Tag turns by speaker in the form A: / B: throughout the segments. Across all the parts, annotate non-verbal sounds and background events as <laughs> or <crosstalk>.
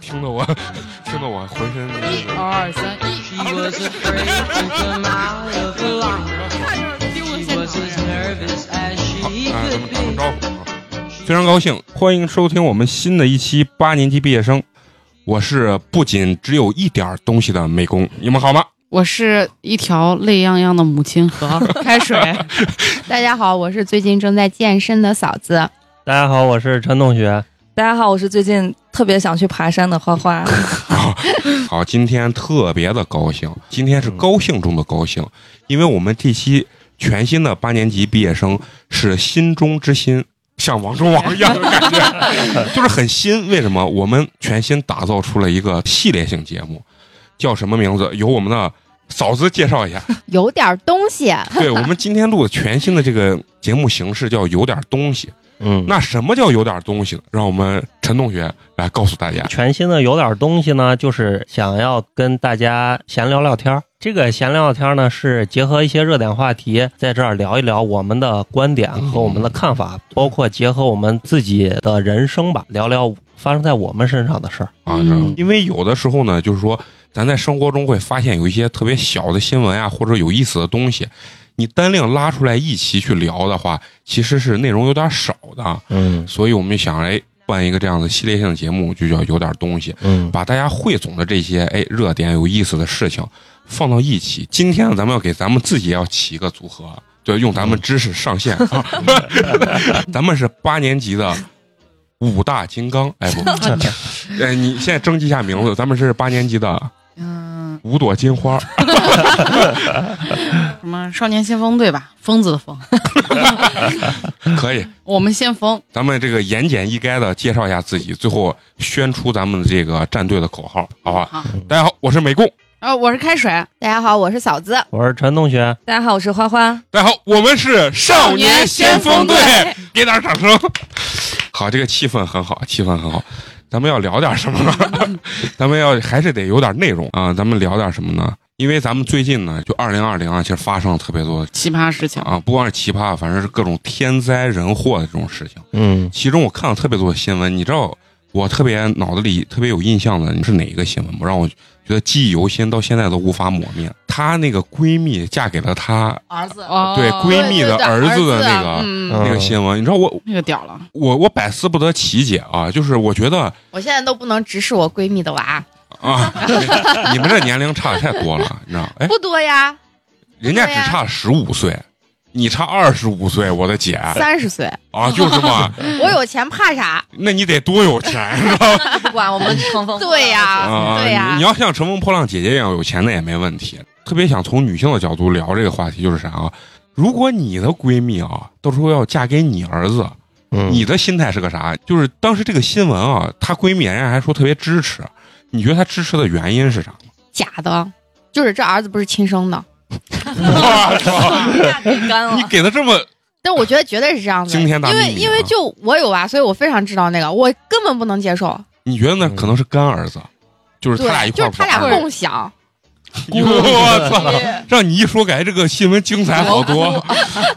A: 听得我，听得我浑身
B: 一二三，
C: She was afraid to come out of her line.
B: 丢
C: She
B: 现
C: was as
B: 场
C: nervous as
A: 好，
C: she
A: 哎，咱们
C: could
A: 打个
C: be.
A: 招呼啊！非常高兴，欢迎收听我们新的一期八年级毕业生。我是不仅只有一点儿东西的美工，你们好吗？
B: 我是一条泪泱泱的母亲河开水，
D: 大家好，我是最近正在健身的嫂子。
E: 大家好，我是陈同学。
F: 大家好，我是最近特别想去爬山的
D: <laughs>
F: 花花。
A: <laughs> 好，今天特别的高兴，今天是高兴中的高兴，因为我们这期全新的八年级毕业生是心中之心，像王中王一样的感觉，就是很新。为什么？我们全新打造出了一个系列性节目，叫什么名字？由我们的嫂子介绍一下。
D: 有点东西，
A: 对我们今天录的全新的这个节目形式叫有点东西。
E: 嗯，
A: 那什么叫有点东西呢？让我们陈同学来告诉大家。
E: 全新的有点东西呢，就是想要跟大家闲聊聊天儿。这个闲聊聊天儿呢，是结合一些热点话题，在这儿聊一聊我们的观点和我们的看法，包括结合我们自己的人生吧，聊聊发生在我们身上的事儿。
A: 啊，
B: 嗯
A: 是吧因为有的时候呢，就是说咱在生活中会发现有一些特别小的新闻啊，或者有意思的东西，你单另拉出来一起去聊的话，其实是内容有点少的，啊
E: 嗯
A: 所以我们就想哎办一个这样的系列性节目，就叫有点东西，
E: 嗯，
A: 把大家汇总的这些哎热点有意思的事情放到一起。今天呢咱们要给咱们自己要起一个组合，对，用咱们知识上线，啊、咱们是八年级的五大金刚，哎不。哎，你现在征集一下名字，咱们是八年级的
B: 嗯，
A: 五朵金花，
B: 什么少年先锋队吧，疯子的疯，
A: 可以。
B: 我们先锋，
A: 咱们这个言简意赅的介绍一下自己，最后宣出咱们这个战队的口号，好啊吧？
B: 好，
A: 大家好，我是美工。
B: 啊然后我是开水，
D: 大家好，我是嫂子。
E: 我是陈同学。
F: 大家好，我是花花。
A: 大家好，我们是少年先锋队
B: 少年先，
A: 给点掌声。好，这个气氛很好，气氛很好。咱们要聊点什么呢？
B: <laughs>
A: 咱们要还是得有点内容啊。咱们聊点什么呢？因为咱们最近呢，就二零二零啊，其实发生了特别多的
B: 奇葩事情，
A: 啊，不光是奇葩，反正是各种天灾人祸的这种事情。
E: 嗯，
A: 其中我看了特别多的新闻，你知道我特别脑子里特别有印象的，你是哪一个新闻吗？让我觉得记忆犹新，到现在都无法抹灭。她那个闺蜜嫁给了她
G: 儿子
A: 啊
B: 哦
A: 对闺蜜的儿子的那个
B: 嗯，
E: 嗯
A: 那个新闻，你知道我
B: 那个屌了，
A: 我我百思不得其解啊！就是我觉得
D: 我现在都不能直视我闺蜜的娃，
A: 啊，你们这年龄差的太多了，你知道？哎，
D: 不多呀，
A: 人家只
D: 啊
A: 差十五岁。你差二十五岁，我的姐
D: 三十岁。
A: 啊，就是嘛，
D: 我有钱怕啥？
A: 那你得多有钱，是吧？
F: 不管我们
B: <laughs>
F: 乘风
D: 对呀，
A: 啊，
D: <laughs> 对呀
A: 你。要像乘风破浪姐姐一样有钱，那也没问题。特别想从女性的角度聊这个话题，就是啥啊？如果你的闺蜜啊，到时候要嫁给你儿子，
E: 嗯
A: 你的心态是个啥？就是当时这个新闻啊，她闺蜜人家还说特别支持，你觉得她支持的原因是啥？ <laughs>
D: 假的，就是这儿子不是亲生的。
A: 我操！
F: 干
D: 啊
A: <laughs> 你。给的这么
D: 但我觉得绝对是这样子，
A: 惊天大
D: 因为
A: 秘密啊
D: 因为就我有娃，所以我非常知道那个，我根本不能接受。
A: 你觉得呢？
E: 嗯
A: 可能是干儿子，就是他俩
D: 对，
A: 一
D: 就
A: 块
D: 是
A: 儿
D: 他俩
A: 玩儿。
D: 共享，
A: <laughs> 我操！让你一说，感觉这个新闻精彩好多。
E: <laughs>
A: 啊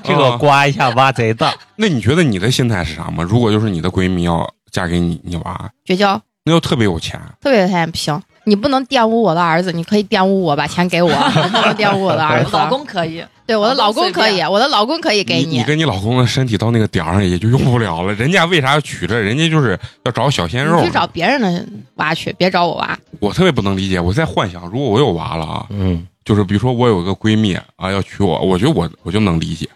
E: 这个刮一下挖贼大。
A: 那你觉得你的心态是啥吗？如果就是你的闺蜜要嫁给你，你娃，
D: 绝交，
A: 那又特别有钱，
D: 特别特别不行。你不能玷污我的儿子，你可以玷污我，把钱
A: <laughs>
D: 给我，你不能玷污我的儿子。
F: 老，公可以，
D: 对我的老
F: 老
D: 公
F: 公随
D: 可
F: 便
D: 以，我的老公可以给
A: 你
D: 你。
A: 跟你老公的身体到那个点儿上也就用不了了。人家为啥要娶这？人家就是要找小鲜肉
D: 你去。找别人的娃去，别找我娃。
A: 我特别不能理解，我在幻想，如果我有娃了啊，
E: 嗯，
A: 就是比如说我有个闺蜜啊要娶我，我觉得我我就能理解，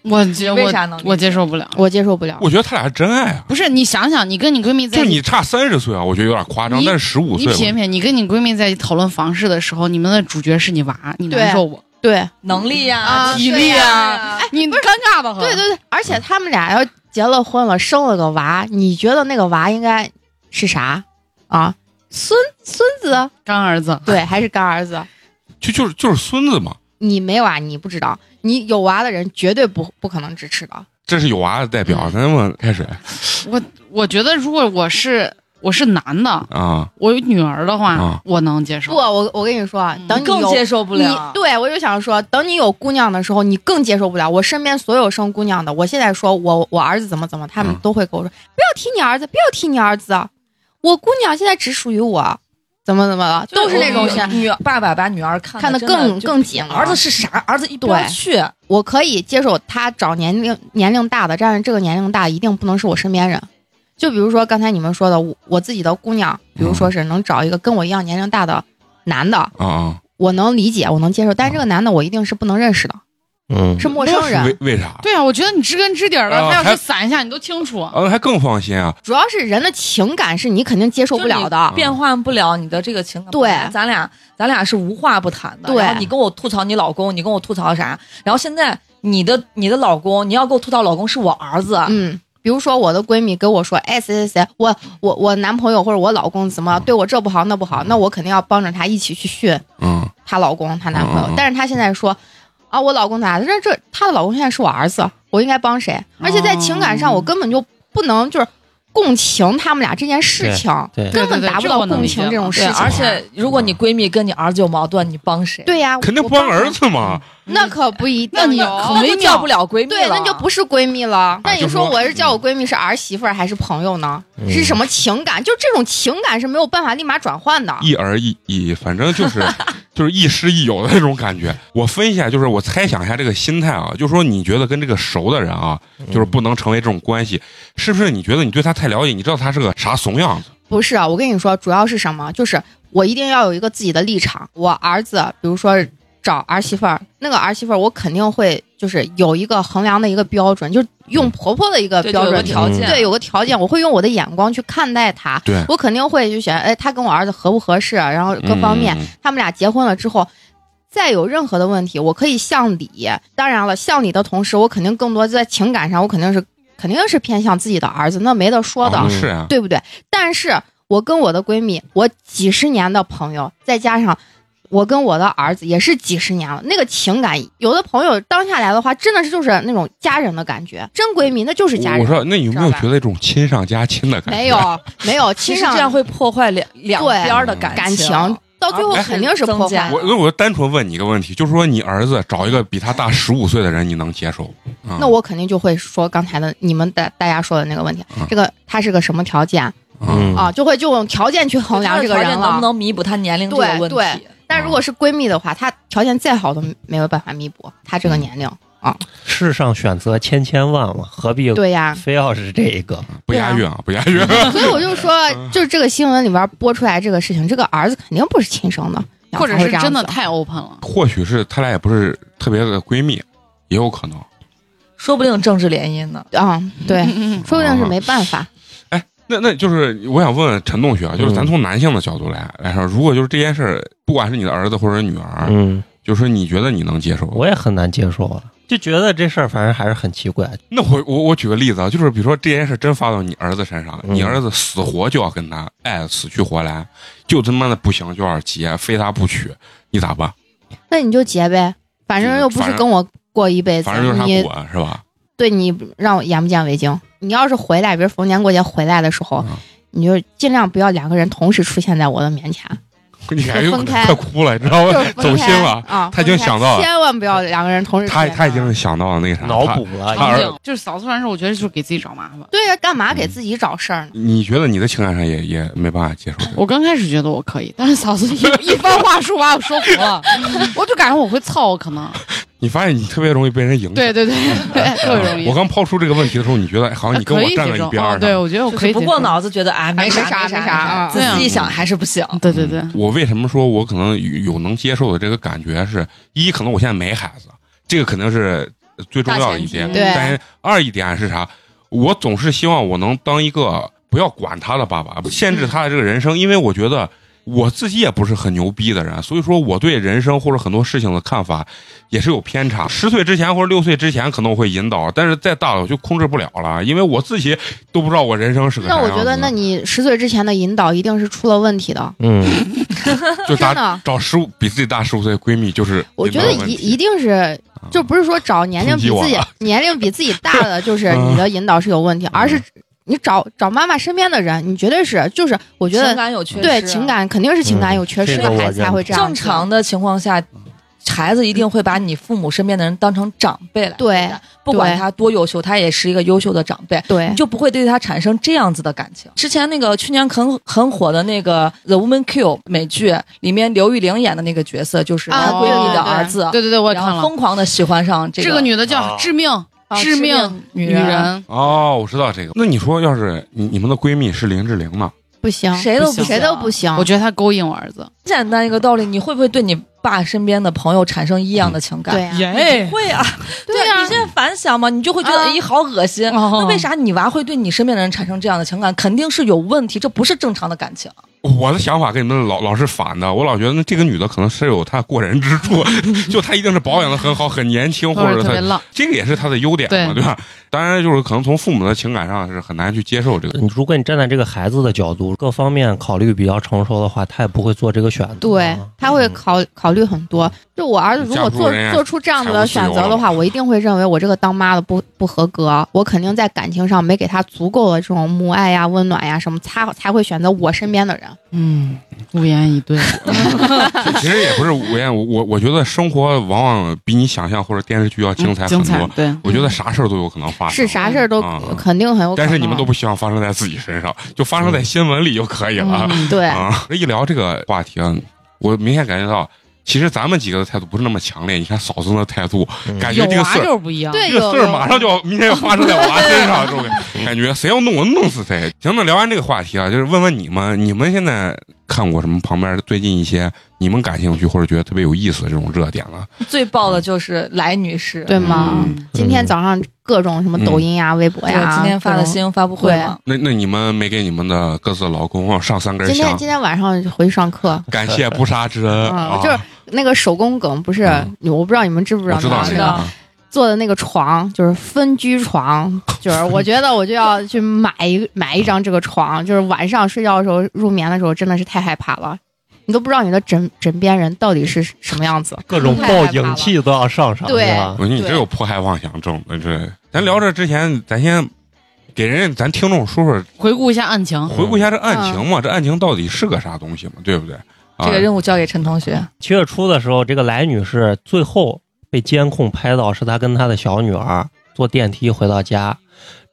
B: 我接
F: 为
B: 我
F: 啥能理解
B: 我接受不了，
D: 我接受不了。
A: 我觉得他俩是真爱啊。
B: 不是你想想，你跟你闺蜜在
A: 就
B: 一起
A: 你差三十岁啊，我觉得有点夸张，
B: 你
A: 但是十五
B: 你
A: 岁
B: 品一
A: 我，
B: 品，你跟你闺蜜在讨论房事的时候，你们的主角是你娃，你
D: 对
B: 难受不？
D: 对
F: 能力呀、
D: 啊
B: 体力
F: 呀、哎
B: 啊你尴尬的很。
D: 对对对，而且他们俩要结了婚了，生了个娃，你觉得那个娃应该是啥啊？孙孙子？
B: 干儿子，
A: <laughs>
D: 对，还是干儿子？
A: 就就是就是孙子嘛。
D: 你没娃，你不知道；你有娃的人绝对不不可能支持的。
A: 这是有娃的代
D: 嗯
A: 表，咱们开始啊
B: 我觉得如果我是我是男的，
A: 啊，
B: 我有女儿的话，
A: 啊
B: 我能接
D: 不，
B: 受。嗯
D: 我我跟你说
F: 嗯
D: 啊，等你有
F: 受不
D: 你对我就想说，等你有姑娘的时候，你更接受不了。我身边所有生姑娘的，我现在说我我儿子怎么怎么，他们
A: 嗯
D: 都会跟我说，不要提你儿子，不要提你儿子，我姑娘现在只属于我，怎么怎么了，都是那种
F: 是
D: 事。
F: 女爸爸把女儿看
D: 看得
F: 真的
D: 更
F: 就
D: 更紧了，
F: 儿子是啥？儿子一边
D: 对
F: 去，
D: 我可以接受他找年龄年龄大的，但是这个年龄大一定不能是我身边人。就比如说刚才你们说的，我我自己的姑娘，比如说是能找一个跟我一样年龄大的男的，
A: 啊啊，
D: 我能理解，我能接受，但这个男的我一定是不能认识的，
E: 嗯，
D: 是陌生人。
A: 为为啥？
B: 对啊，我觉得你知根知底
A: 啊
B: 儿的，他要
A: 还
B: 是散一下，你都清
D: 啊
B: 楚。
A: 呃，还更放心啊，
D: 主要是人的情感是你肯定接受不了
F: 就
D: 的
F: 你，变换不了你的这个情感。
D: 对
F: 咱俩咱俩是无话不谈的。
D: 对
F: 然后你跟我吐槽你老公，你跟我吐槽啥？然后现在你的你的老公，你要给我吐槽老公是我儿子，
D: 嗯。比如说，我的闺蜜跟我说：“哎，谁谁谁，我我我男朋友或者我老公怎
A: 啊
D: 么对我这不好那不好，那我肯定要帮着她一起去训
A: 嗯，
D: 她老公、她男朋友
A: 嗯嗯嗯，
D: 但是她现在说，啊，我老公咋的？这这她的老公现在是我儿子，我应该帮谁？而且在
A: 啊
D: 情感上，
B: 哦
D: 我根本就不能就是共情他们俩这件事情，
E: 对
B: 对
D: 根本
B: 对对
D: 达不
B: 这
D: 到
B: 我能
D: 共
B: 理
D: 情
B: 解
D: 这种
B: 了
D: 事
F: 对，
D: 情。
F: 而且如果你闺蜜跟你儿子有矛盾，你帮谁？，
D: 对呀，
A: 肯定
D: 我
A: 不帮儿，子嘛，
D: 那可不一
B: 那
D: 定
B: 你
D: 有。
F: 嗯哦那就
B: 闺蜜
F: 叫不了闺蜜
D: 对，那就不是闺蜜了。那你
A: 啊就
D: 说
A: 说嗯
D: 我是叫我闺蜜是儿媳妇儿还是朋友呢？
E: 嗯
D: 是什么情感？就这种情感是没有办法立马转换的。
A: 一儿一一，反正
D: <laughs>
A: 就是就是亦师亦友的那种感觉。我分析一下，就是我猜想一下这个心态啊，就是说你觉得跟这个熟的人啊，就是不能成为这种关系，是不是？你觉得你对他太了解，你知道他是个啥怂样子？
D: 不是啊，我跟你说，主要是什么？就是我一定要有一个自己的立场。我儿子，比如说找儿媳妇儿，那个儿媳妇儿，我肯定会就是有一个衡量的一个标准，就是
A: 嗯
D: 用婆婆的一个
F: 对
D: 标
F: 就有个
D: 准，
F: 条件。
D: 对，有个条件，我会用我的眼光去看待她。
A: 对
D: 我肯定会就选，哎，她跟我儿子合不合适，啊然后各方面，
A: 嗯
D: 他们俩结婚了之后，再有任何的问题，我可以向理。当然了，向理的同时，我肯定更多在情感上，我肯定是肯定是偏向自己的儿子，那没得说的，
A: 啊是啊，
D: 对不对？但是我跟我的闺蜜，我几十年的朋友，再加上。我跟我的儿子也是几十年了，那个情感，有的朋友当下来的话，真的是就是那种家人的感觉，真闺蜜那就是家
A: 我
D: 人，
A: 说，那你有没有
D: 知道吧
A: 觉得这种亲上加亲的感觉？
D: 没有没有，
F: 其
D: 亲
F: 实
D: 上
F: 这样会破坏两两边儿的感
D: 感
F: 情。
D: 情，到最后
F: 而不是
D: 肯定是破
F: 增加
D: 坏
A: 我
D: 的。
A: 那我单纯问你一个问题，就是说你儿子找一个比他大十五岁的人，你能接受？啊
D: 那我肯定就会说刚才的你们大大家说的那个问题
A: 嗯，
D: 这个他是个什么条件
A: 嗯
D: 啊？就会就用条件去衡量这个
F: 他的条
D: 人
F: 件能不
D: 了。
F: 能弥补他年龄这个
D: 对
F: 问
D: 对
F: 题？
D: 但如果是闺蜜的话，她条件再好都没有办法弥补她这个年龄。
E: 世上选择千千万万，何必
D: 对啊呀，
E: 非要是这一个？
A: 不押韵啊，不押韵。
D: <laughs> 所以我就说，就是这个新闻里边播出来这个事情，这个儿子肯定不是亲生的，然后
B: 或
D: 才
B: 者
D: 会
B: 是
D: 这样
B: 真的
D: 子
B: 太 open 了，
A: <laughs> 或许是他俩也不是特别的闺蜜，也有可能。
F: 说不定政治联姻呢。
D: 啊，对，
B: 嗯，嗯
D: 说不定是没办法。
A: 那那就是我想问问陈同学啊，就是
E: 嗯
A: 咱从男性的角度来来说，如果就是这件事儿，不管是你的儿子或者女儿，
E: 嗯，
A: 就是你觉得你能接受？
E: 我也很难接受啊，就觉得这事儿反正还是很奇怪。
A: 那我我我举个例子啊，就是比如说这件事真发到你儿子身上了，
E: 嗯
A: 你儿子死活就要跟他爱得死去活来，就他妈的不行就要结，非他不娶，你咋办？
D: 那你就结呗，反正又不
A: 反
D: 是
A: 正
D: 跟我过一辈子
A: 反正就是，他
D: 你
A: 滚是吧？
D: 对你让我眼不见为净。你要是回来，比如逢年过节回来的时候，
A: 嗯
D: 你就尽量不要两个人同时出现在我的面
A: <laughs>
D: 前，
A: 你感觉
D: 分开
A: 快哭了，你知道吗
D: 就？是分
A: 走
D: 开
A: 心了。
D: 啊！
A: 他已经
D: 分开
A: 想到了
D: 千万不要两个人同时出
A: 他
D: 现啊
A: 他已
D: 在我
A: 经想到了那个啥，
E: 脑
A: 他
E: 补
A: 他
E: 了
B: 场
A: 儿
B: 景嗯就是嫂子完事，我觉得就是给自己找麻烦。
D: 对呀，干嘛给自己找事儿呢？
A: 你觉得你的情感上也也没办法接受这个？
B: 我刚开始觉得我可以， <laughs> 但是嫂子一一番话术把我说服
F: <laughs>
B: 了，我就感觉我会操，可能
A: 你发现你特别容易被人影响。<laughs>
B: 对对对对，特别容易。
A: 我刚抛出这个问题的时候，你觉得好像你跟
B: 可
A: 我
B: 以
A: 站
B: 接
A: 在
B: 受
A: 一边儿
B: 啊，
A: 上。
B: 对，我觉得我
F: 就
B: 可以
F: 是不
B: 接
F: 过
B: 受。
F: 脑子觉得哎，没
D: 没啥
F: 没啊
D: 没啥
F: 仔
B: 嗯
F: 细一想还是不行。
B: 对对对，
A: 我为什么说我可能有有能接受的这个感觉是？一，可能我现在没孩子，这个肯定是最重要的一点。
B: 大前提
D: 对
A: 但是二一点是啥？我总是希望我能当一个不要管他的爸爸，限制他的这个人生，因为我觉得我自己也不是很牛逼的人，所以说我对人生或者很多事情的看法也是有偏差。十岁之前或者六岁之前可能我会引导，但是再大了我就控制不了了，因为我自己都不知道我人嗯生是个啥
D: 那我
A: 样
D: 觉得，
A: 子
D: 那你十岁之前的引导一定是出了问题的，
E: 嗯，
A: 就大
D: 真的。
A: 找十五比自己大十五岁的闺蜜就是
D: 我
A: 引
D: 觉
A: 导
D: 得
A: 问
D: 一
A: 题啊
D: 一定是，就不是说找年龄比自
A: 抨击
D: 己
A: 我了
D: 年龄比自己大的，就是
A: 嗯
D: 你的引导是有问题，而是你找找妈妈身边的人，你绝对是，就是我觉
F: 情
D: 得
F: 感有缺失，
D: 对情感肯定是情感
A: 嗯
D: 有缺失
E: 这
D: 的
E: 个我
D: 孩子才
E: 认
D: 会这样子。
F: 啊正常的情况下，孩子一定会把你父母身边的人当成长辈来
D: 对
F: 待，不管
D: 对
F: 他多优秀，他也是一个优秀的长辈。
D: 对
F: 你，就不会对他产生这样子的感情。之前那个去年很很火的那个《The Woman Q》美剧里面，刘玉玲演的那个角色就是
D: 啊
F: 她闺蜜
D: 对对
F: 的
D: 对
F: 儿子，
B: 对对对，我也
F: 然
B: 看
F: 后
B: 了。
F: 疯狂的喜欢上这个
B: 这个女的
E: 啊
B: 叫致命
F: 啊
B: 致命
F: 女
B: 女人，啊
A: 哦，我知道这个。那你说要是你你们的闺蜜是林志玲呢？
D: 不行，
F: 谁都
B: 不行
D: 谁都不
F: 行。
D: 行
B: 我。觉得她勾引我儿子。
F: 很简单一个道理，你会不会对你爸身边的朋友产生异样的情感？
D: 对
B: 哎
D: 呀，
B: 耶，<laughs>
F: 会啊，
D: 对呀
F: 你现在反想嘛，你就会觉得
B: 啊
F: 咦，好恶心。那
B: 那
F: 为？啥你娃会对你身边的人产生这样的情感？肯定是有问题，这不是正常的感情。
A: 我的想法跟你们老老是反的，我老觉得那这个女的可能是有她过人之处， <laughs> 就她一定是保养的很好，很年轻，或
B: 或者
A: 者
B: 特别
A: 她
B: 浪，
A: 这个也是她的优点嘛，
B: 对
A: 对吧？当然就是可能从父母的情感上是很难去接受
E: <laughs>
A: 这个。
E: 嗯如果你站在这个孩子的角度，各方面考虑比较成熟的话，他也不会做这个选择。
D: 对
E: 嗯，
D: 他会考考虑很多。就我儿子如果
A: 哦嫁不出
D: 做
A: 人家
D: 做出这样子的选
A: 太
D: 择
A: 无
D: 的
A: 自由
D: 话，我一定会认为我这个当妈的不不合格，我肯定在感情上没给他足够的这种母爱呀、温暖呀什么，才才会选择我身边的人。
B: 嗯，无言以对。
A: 其实也不是我言，我我我觉得生活往往比你想象或者电视剧要精彩很
B: 嗯精彩
A: 多。，
B: 对，
A: 我觉得啥事儿都有可能发生，
D: 是啥事儿都
A: 嗯
D: 肯定很有可能。嗯
A: 但是你们都不希望发生在自己身上，就发生在新闻里就可以了。
B: 嗯
D: 对，
A: 啊，一聊这个话题啊，我明显感觉到，其实咱们几个的态度不是那么强烈。你看嫂子的态度，
E: 嗯
A: 感觉
B: 有
A: 这个
B: 娃
A: 事儿，
B: 就是不一样。
D: 对
A: 这个
D: 有
A: 事儿
D: 啊有
A: 马上就要明天要发生在我娃身上，就感感觉谁要弄我弄死谁。行，那聊完这个话题啊，就是问问你们，你们现在看过什么旁边最近一些你们感兴趣或者觉得特别有意思的这种热点了？
F: 最爆的就是来女士，
D: 对吗？
A: 嗯
D: 今天早上各种什么抖音呀、微博
F: 对啊
D: 呀，
F: 哎今天发
D: 各
F: 的
D: 种
F: 新。闻发布会嘛，
A: 那那你们没给你们的各自的老公往上三根
D: 今天
A: 香？
D: 今天晚上就回去上课，
A: 感谢不杀之恩啊！
D: 嗯，就是那个手工梗，不是
A: 嗯
D: 我不知道你们知不知
A: 我
D: 道
A: 知道这
D: 那个
F: 知
A: 个
F: 道
A: 啊，
D: 做的那个床就是分居床，就是 <laughs> 我觉得我就要去买一买一张这个床， <laughs> 就是晚上睡觉的时候入眠的时候真的是太害怕了，你都不知道你的枕枕边人到底是什么样子。
E: 各种
D: 太害
E: 报
D: 怕
E: 警
D: 了
E: 器都要上上，
D: 对
E: 是吧
A: 我觉得你
D: 对
A: 这有迫害妄想症，那这咱聊这之前，咱先给人家咱听众说说，
B: 回顾一下案情，
A: 回顾一下这案情嘛，这案情到底是个啥东西嘛，对不对？啊
F: 嗯这个任务交给陈同学。
E: 七月初的时候，这个来女士最后被监控拍到，是她跟她的小女儿坐电梯回到家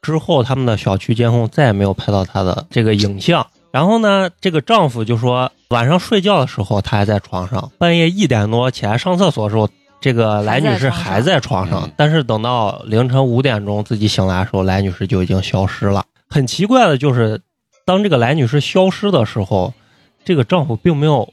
E: 之后，他们的小区监控再也没有拍到她的这个影像。然后呢，这个丈夫就说，晚上睡觉的时候她还在床上，半夜一点多起来上厕所的时候，这个来女士还在床上
A: 嗯，
E: 但是等到凌晨五点钟自己醒来的时候，来女士就已经消失了。很奇怪的就是，当这个来女士消失的时候，这个丈夫并没有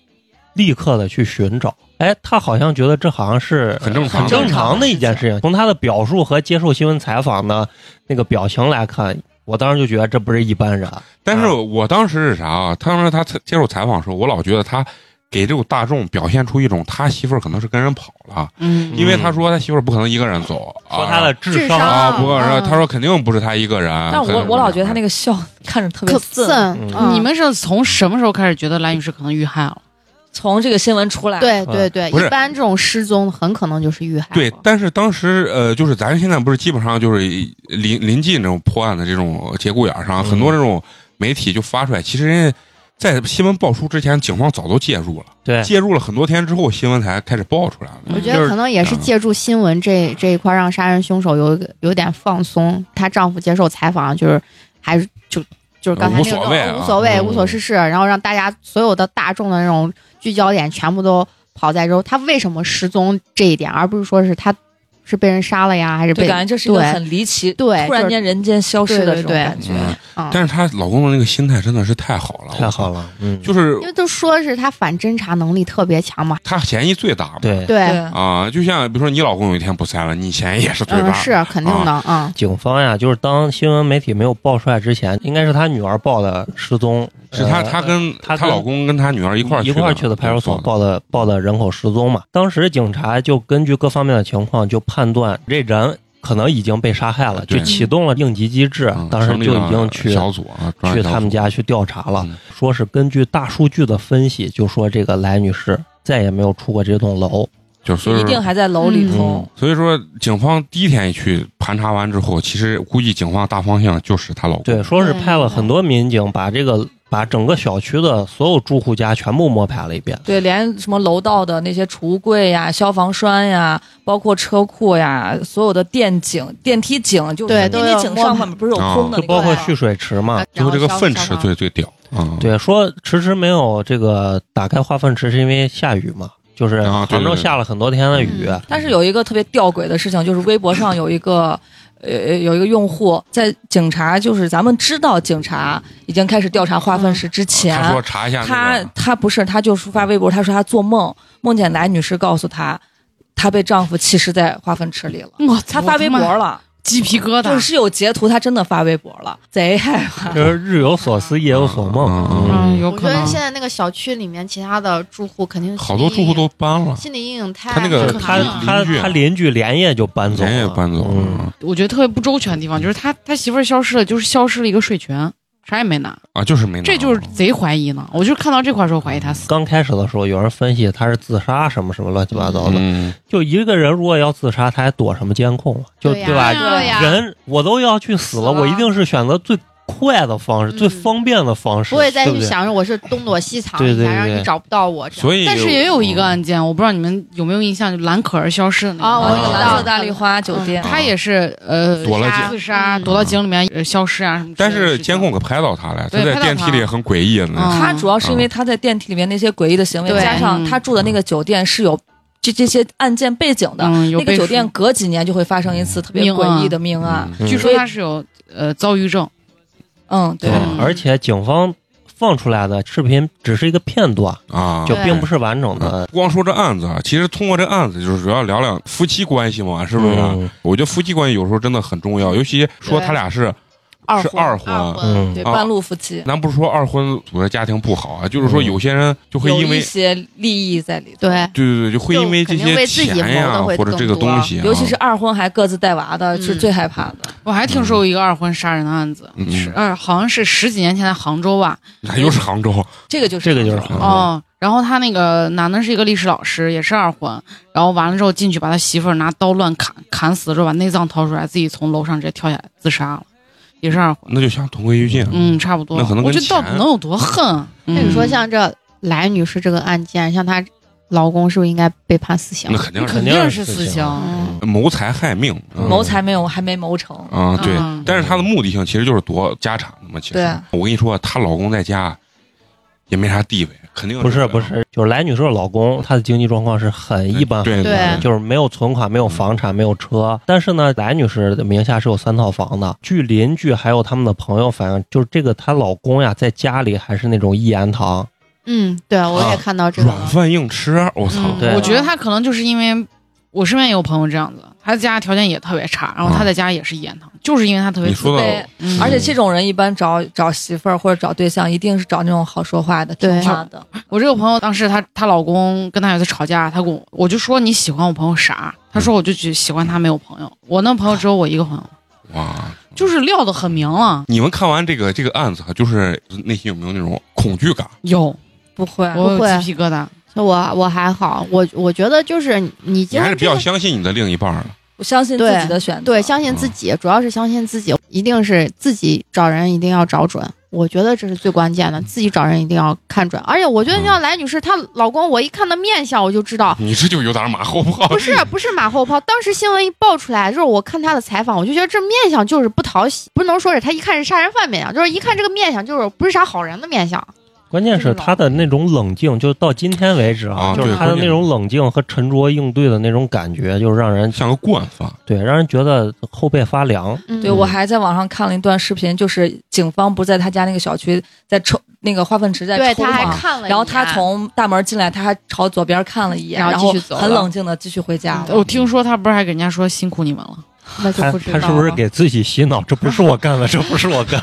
E: 立刻的去寻找，哎，她好像觉得这好像是
A: 很正常
E: 很正常的一件事情。从她的表述和接受新闻采访的那个表情来看，我当时就觉得这不是一般人。
A: 但是
F: 嗯
A: 我当时是啥啊？当时他接受采访的时候，我老觉得他给这种大众表现出一种他媳妇儿可能是跟人跑了，
B: 嗯，
A: 因为他说他媳妇儿不可能一个人走，
E: 说她的智
D: 智
E: 商，
D: 商
A: 啊，不可能，
D: 嗯
A: 他说肯定不是他一个人。
F: 但我我老觉得他那
A: 个
F: 个笑看着特别
D: 可
F: 涩。
D: 瘆
E: 嗯
D: 嗯
B: 你们是从什么时候开始觉得蓝女士可能遇害了？
F: 从这个新闻出来，，
D: 对对对，
A: 不是
D: 一般这种失踪很可能就是遇害了。
A: 对，但是当时呃，就是咱现在不是基本上就是临临近这种破案的这种节骨眼儿上，
E: 嗯
A: 很多这种媒体就发出来，其实人家在新闻爆出之前，警方早都介入了，
E: 对，
A: 介入了很多天之后，新闻才开始爆出来了。
D: 我觉
A: 嗯就
D: 得
A: 是
D: 可能也是借助新闻这这一块，让杀人凶手有一个有点放松。她丈夫接受采访，就是还是就就是刚才那个
A: 无所谓啊
D: 无所谓
E: 嗯
D: 无所事事，然后让大家所有的大众的那种聚焦点全部都跑在这种她为什么失踪这一点，而不是说是她是被人杀了呀，还是
F: 就
D: 被
F: 感觉这是一个
D: 对
F: 很离奇，
D: 对
F: 突然
D: 就是
F: 间人间消失的
D: 对对
F: 这种
D: 对
F: 感觉。
A: 嗯，
D: 嗯
A: 但是她老公的那个心态真的是太好了，
E: 太好
A: 了，
E: 了，嗯，
A: 就是
D: 因为都说是她反侦查能力特别强嘛，
A: 他嫌疑最大嘛。
E: 对。
D: 对，
F: 对，
A: 啊，就像比如说你老公有一天不在了，你嫌疑也是最大。
D: 嗯，是肯定
A: 啊
D: 的，嗯。
E: 警方呀，就是当新闻媒体没有爆出来之前，应该是他女儿报的失踪
A: 是她
E: 呃
A: 她跟
E: 她
A: 她
E: 跟
A: 老公跟她女儿一块儿
E: 一块儿去
A: 的
E: 的派出所
A: 派出
E: 报的报的人口失踪嘛。当时警察就根据各方面的情况，就判断这人可能已经被杀害了，
A: 对
E: 就启动了应急机制
A: 嗯，
E: 当时
A: 成立
E: 就
A: 了
E: 已经去
A: 小组啊，专
E: 去
A: 案小
E: 他们
A: 组
E: 家去调查了
A: 嗯，
E: 说是根据大数据的分析，就说这个来女士再也没有出过这栋楼。
A: 就是所
F: 就
A: 以
F: 一定
A: 说
F: 还在楼里
E: 嗯
F: 头。
A: 所以说警方第一天一去盘查完之后，其实估计警方大方向就是她老公，
E: 对，说是
D: 对
E: 派了很多民警把这个把整个小区的所有住户家全部摸排了一遍。
F: 对，连什么楼道的那些储物柜呀、消防栓呀，包括车库呀，所有的电井、电梯井，就是
D: 对
F: 电
D: 都有
F: 梯井上面不是有空的
E: 就
F: 那
E: 包括
F: 个
E: 蓄水池嘛，
A: 啊最后这个粪池
D: 池
A: 最最屌啊！
E: 对，说迟迟没有这个打开化粪池是因为下雨嘛，就是
A: 啊对
E: 杭州
A: 对对
E: 下了很多天的雨，
D: 嗯
F: 但是有一个特别吊诡的事情，就是微博上有一个。呃，有一个用户在警察，就是咱们知道警察已经开始调查化
D: 嗯
F: 粪池之前，
A: 哦他说查一下那
F: 她
A: 个
F: 她不是，她就是发微博，她说她做梦，梦见来女士告诉她，她被丈夫弃尸在化粪池里了。
B: 嗯我
F: 她发微博，了，
B: 鸡皮疙
F: 就
B: 瘩。
F: 是有截图，她真的发微博了，贼害怕。
E: 就是日有所思，夜有所梦。
B: 嗯，有
D: 我觉
B: 可
D: 得
B: 能
D: 现。在那个小区里面，其他的住户肯定
A: 好多住户都搬了，
D: 心理阴影太
A: 他那个
D: 可
E: 就
D: 怕
E: 他
A: 邻
D: 了
E: 他
A: 居啊
E: 他邻居连夜就搬走了，
A: 人也搬走
E: 嗯
A: 了
B: 我觉得特别不周全的地方就是他他媳妇儿消失了，就是消失了一个税权，啥也没拿，
A: 啊，就是没拿
B: 这就是贼怀疑呢。我就看到这块儿时候怀疑他死。
E: 刚开始的时候，有人分析他是自杀什么什么乱七八糟的。
A: 嗯，
E: 就一个人如果要自杀，他还躲什么监控啊？就
D: 对呀
E: 吧？
D: 对呀
E: 人我都要去死了，
D: 死了
E: 我一定是选择最快的方式、
D: 嗯
E: 最方便的方式，
D: 不会再
E: 对
D: 去
E: 不对？
D: 想着我是东躲西藏
E: 对
D: 一
E: 对
D: 下，让
E: 对
D: 你找不到我这样。
A: 所以
B: 但是也有
A: 嗯
B: 一个案件，我不知道你们有没有印象，就蓝可儿消失的那个。
D: 哦，我
F: 那
D: 知
F: 个
A: 啊
F: 蓝
D: 道
F: 色大丽花酒店，
B: 他也是呃
A: 躲了
B: 自杀
A: 井
B: 自杀，
D: 嗯
B: 躲到井里面呃消失啊什么之类
A: 但
B: 的事情。
A: 是监控可拍到他了，他
B: 对
A: 在
B: 拍到
A: 电梯
B: 他
A: 里也很诡异啊呢。
B: 嗯
F: 她主要是因为她在电梯里面那些诡异的行为，
D: 对
F: 加上
B: 嗯
F: 她住的那个酒店是有这这些案件背景的，
B: 嗯，有
F: 那个
B: 被
F: 酒
B: 说
F: 店隔几年就会发生一次特别
B: 命案
F: 诡异的命案。
A: 嗯
B: 据说他是有呃躁郁症，
F: 嗯，对
E: 对，
A: 嗯
E: 而且警方放出来的视频只是一个片段，
A: 啊，嗯
E: 就
D: 对
E: 并不是完整的。
A: 光说这案子啊，其实通过这案子，就是主要聊聊夫妻关系嘛，是不是？啊
E: 嗯
A: 我觉得夫妻关系有时候真的很重要，尤其说他俩是
F: 二
A: 是
F: 婚
A: 二婚。
D: 二婚，
E: 嗯
F: 对
A: 啊
F: 半路夫妻，
A: 咱不是说二婚组的家庭不好啊，就是说
E: 嗯
A: 有些人就会
F: 有
A: 因为哦
F: 一些利益在里头。
D: 对，
A: 对对对，就会因为这些
D: 就肯定为自己
A: 钱
D: 谋
A: 呀
D: 的会
A: 或者这个
D: 更多
A: 东西啊，
F: 尤其是二婚还各自带娃的，
D: 嗯
F: 是最害怕的。
B: 我还听说过一个二婚杀人的案子，
A: 嗯
B: 是呃好像是十几年前在杭州吧，
A: 那又是杭州，
F: 这个就是
E: 这个就是
A: 嗯
B: 哦，然后他那个男的是一个历史老师，也是二婚，然后完了之后进去把他媳妇儿拿刀乱砍，砍死了之后把内脏掏出来，自己从楼上直接跳下来自杀了，也是二婚，
A: 那就想同归于尽。啊
B: 嗯，差不多。
A: 那可能
B: 我
A: 跟
B: 觉得到底
A: 钱嗯
B: 能有多恨啊？
D: 那你说
B: 嗯
D: 像这来女士这个案件，像她老公是不是应该被判死刑
A: 那？肯定是
B: 肯
E: 定
B: 定
E: 是
B: 是
E: 死
B: 死
E: 刑
A: 嗯
B: 刑，
A: 谋财害命，嗯
F: 谋财没有，还没谋成。
A: 啊，对
B: 嗯。
A: 但是她的目的性其实就是夺家产的嘛。其
F: 对
A: 实我跟你说，啊她老公在家也没啥地位，肯定
E: 不是不是，就是来女士的老公，他的经济状况是很一般，
A: 嗯对嗯
D: 对
E: 就是没有存款、没有房产、没有车。但是呢，来女士的名下是有三套房的。据邻居还有他们的朋友反映，就是这个她老公呀，在家里还是那种一言堂，
D: 嗯，对，我也看到这个
A: 啊软
D: 了。
A: 饭硬吃，我操！
E: 嗯对啊
B: 我觉得他可能就是因为我身边也有朋友这样子，他家条件也特别差，然后他在家也是一言堂，就是因为他特别
A: 嗯你
B: 自
A: 说
B: 卑，
A: 到
F: 对，
B: 嗯
F: 而且这种人一般找找媳妇儿或者找对象，一定是找那种好说话的、
D: 对
F: 听话的。
B: 我这个朋友当时她她老公跟她有一次吵架，她跟我我就说你喜欢我朋友啥？
A: 嗯
B: 她说我就只喜欢他没有朋友，我那朋友只有我一个朋友，
A: 哇，
B: 就是撂的很明了。
A: 你们看完这个这个案子，就是内心有没有那种恐惧感？
B: 有，
F: 不会，
B: 我
D: 不会
B: 有鸡皮疙瘩。
D: 我我还好，我我觉得就是你
A: 你
D: 结
A: 还
D: 婚
A: 是比
D: 之后
A: 较相信你的另一半儿的。
F: 我相信自己的选择。
D: 对，相信自
E: 嗯
D: 己，主要是相信自己，一定是自己找人一定要找准。我觉得这是最关键的，自己找人一定要看准。而且我
E: 嗯
D: 觉得像来女士，她老公，我一看她面相，我就知道
A: 你这就有点马后炮。
D: 不是啊不是马后炮。当时新闻一爆出来，就是我看她的采访，我就觉得这面相就是不讨喜，不能说是她一看是杀人犯面相，就是一看这个面相就是不是啥好人的面相。
E: 关键是她的那种冷静，就到今天为止
A: 啊
E: 就是
A: 对
E: 她的
A: 关键
E: 那种冷静和沉着应对的那种感觉，就是让人
A: 像个惯
E: <laughs>
A: 犯，
E: 对让人觉得后背发凉。
D: 嗯，
F: 对我还在网上看了一段视频，就是警方不在他家那个小区在抽那个化粪池在
D: 对
F: 抽
D: 她还
F: 嘛。
D: 看了一眼，
F: 然后他从大门进来，他还朝左边看了一眼，
B: 然
F: 然
B: 后
F: 后
B: 继续走了
F: 很冷静的继续回家了。
B: 我听说她不是还给人家说辛苦你们了，
D: 那就
E: 他
D: 不知道啊
E: 他
D: 了。
E: 是不是给自己洗脑？这不是我干的，这不是我干。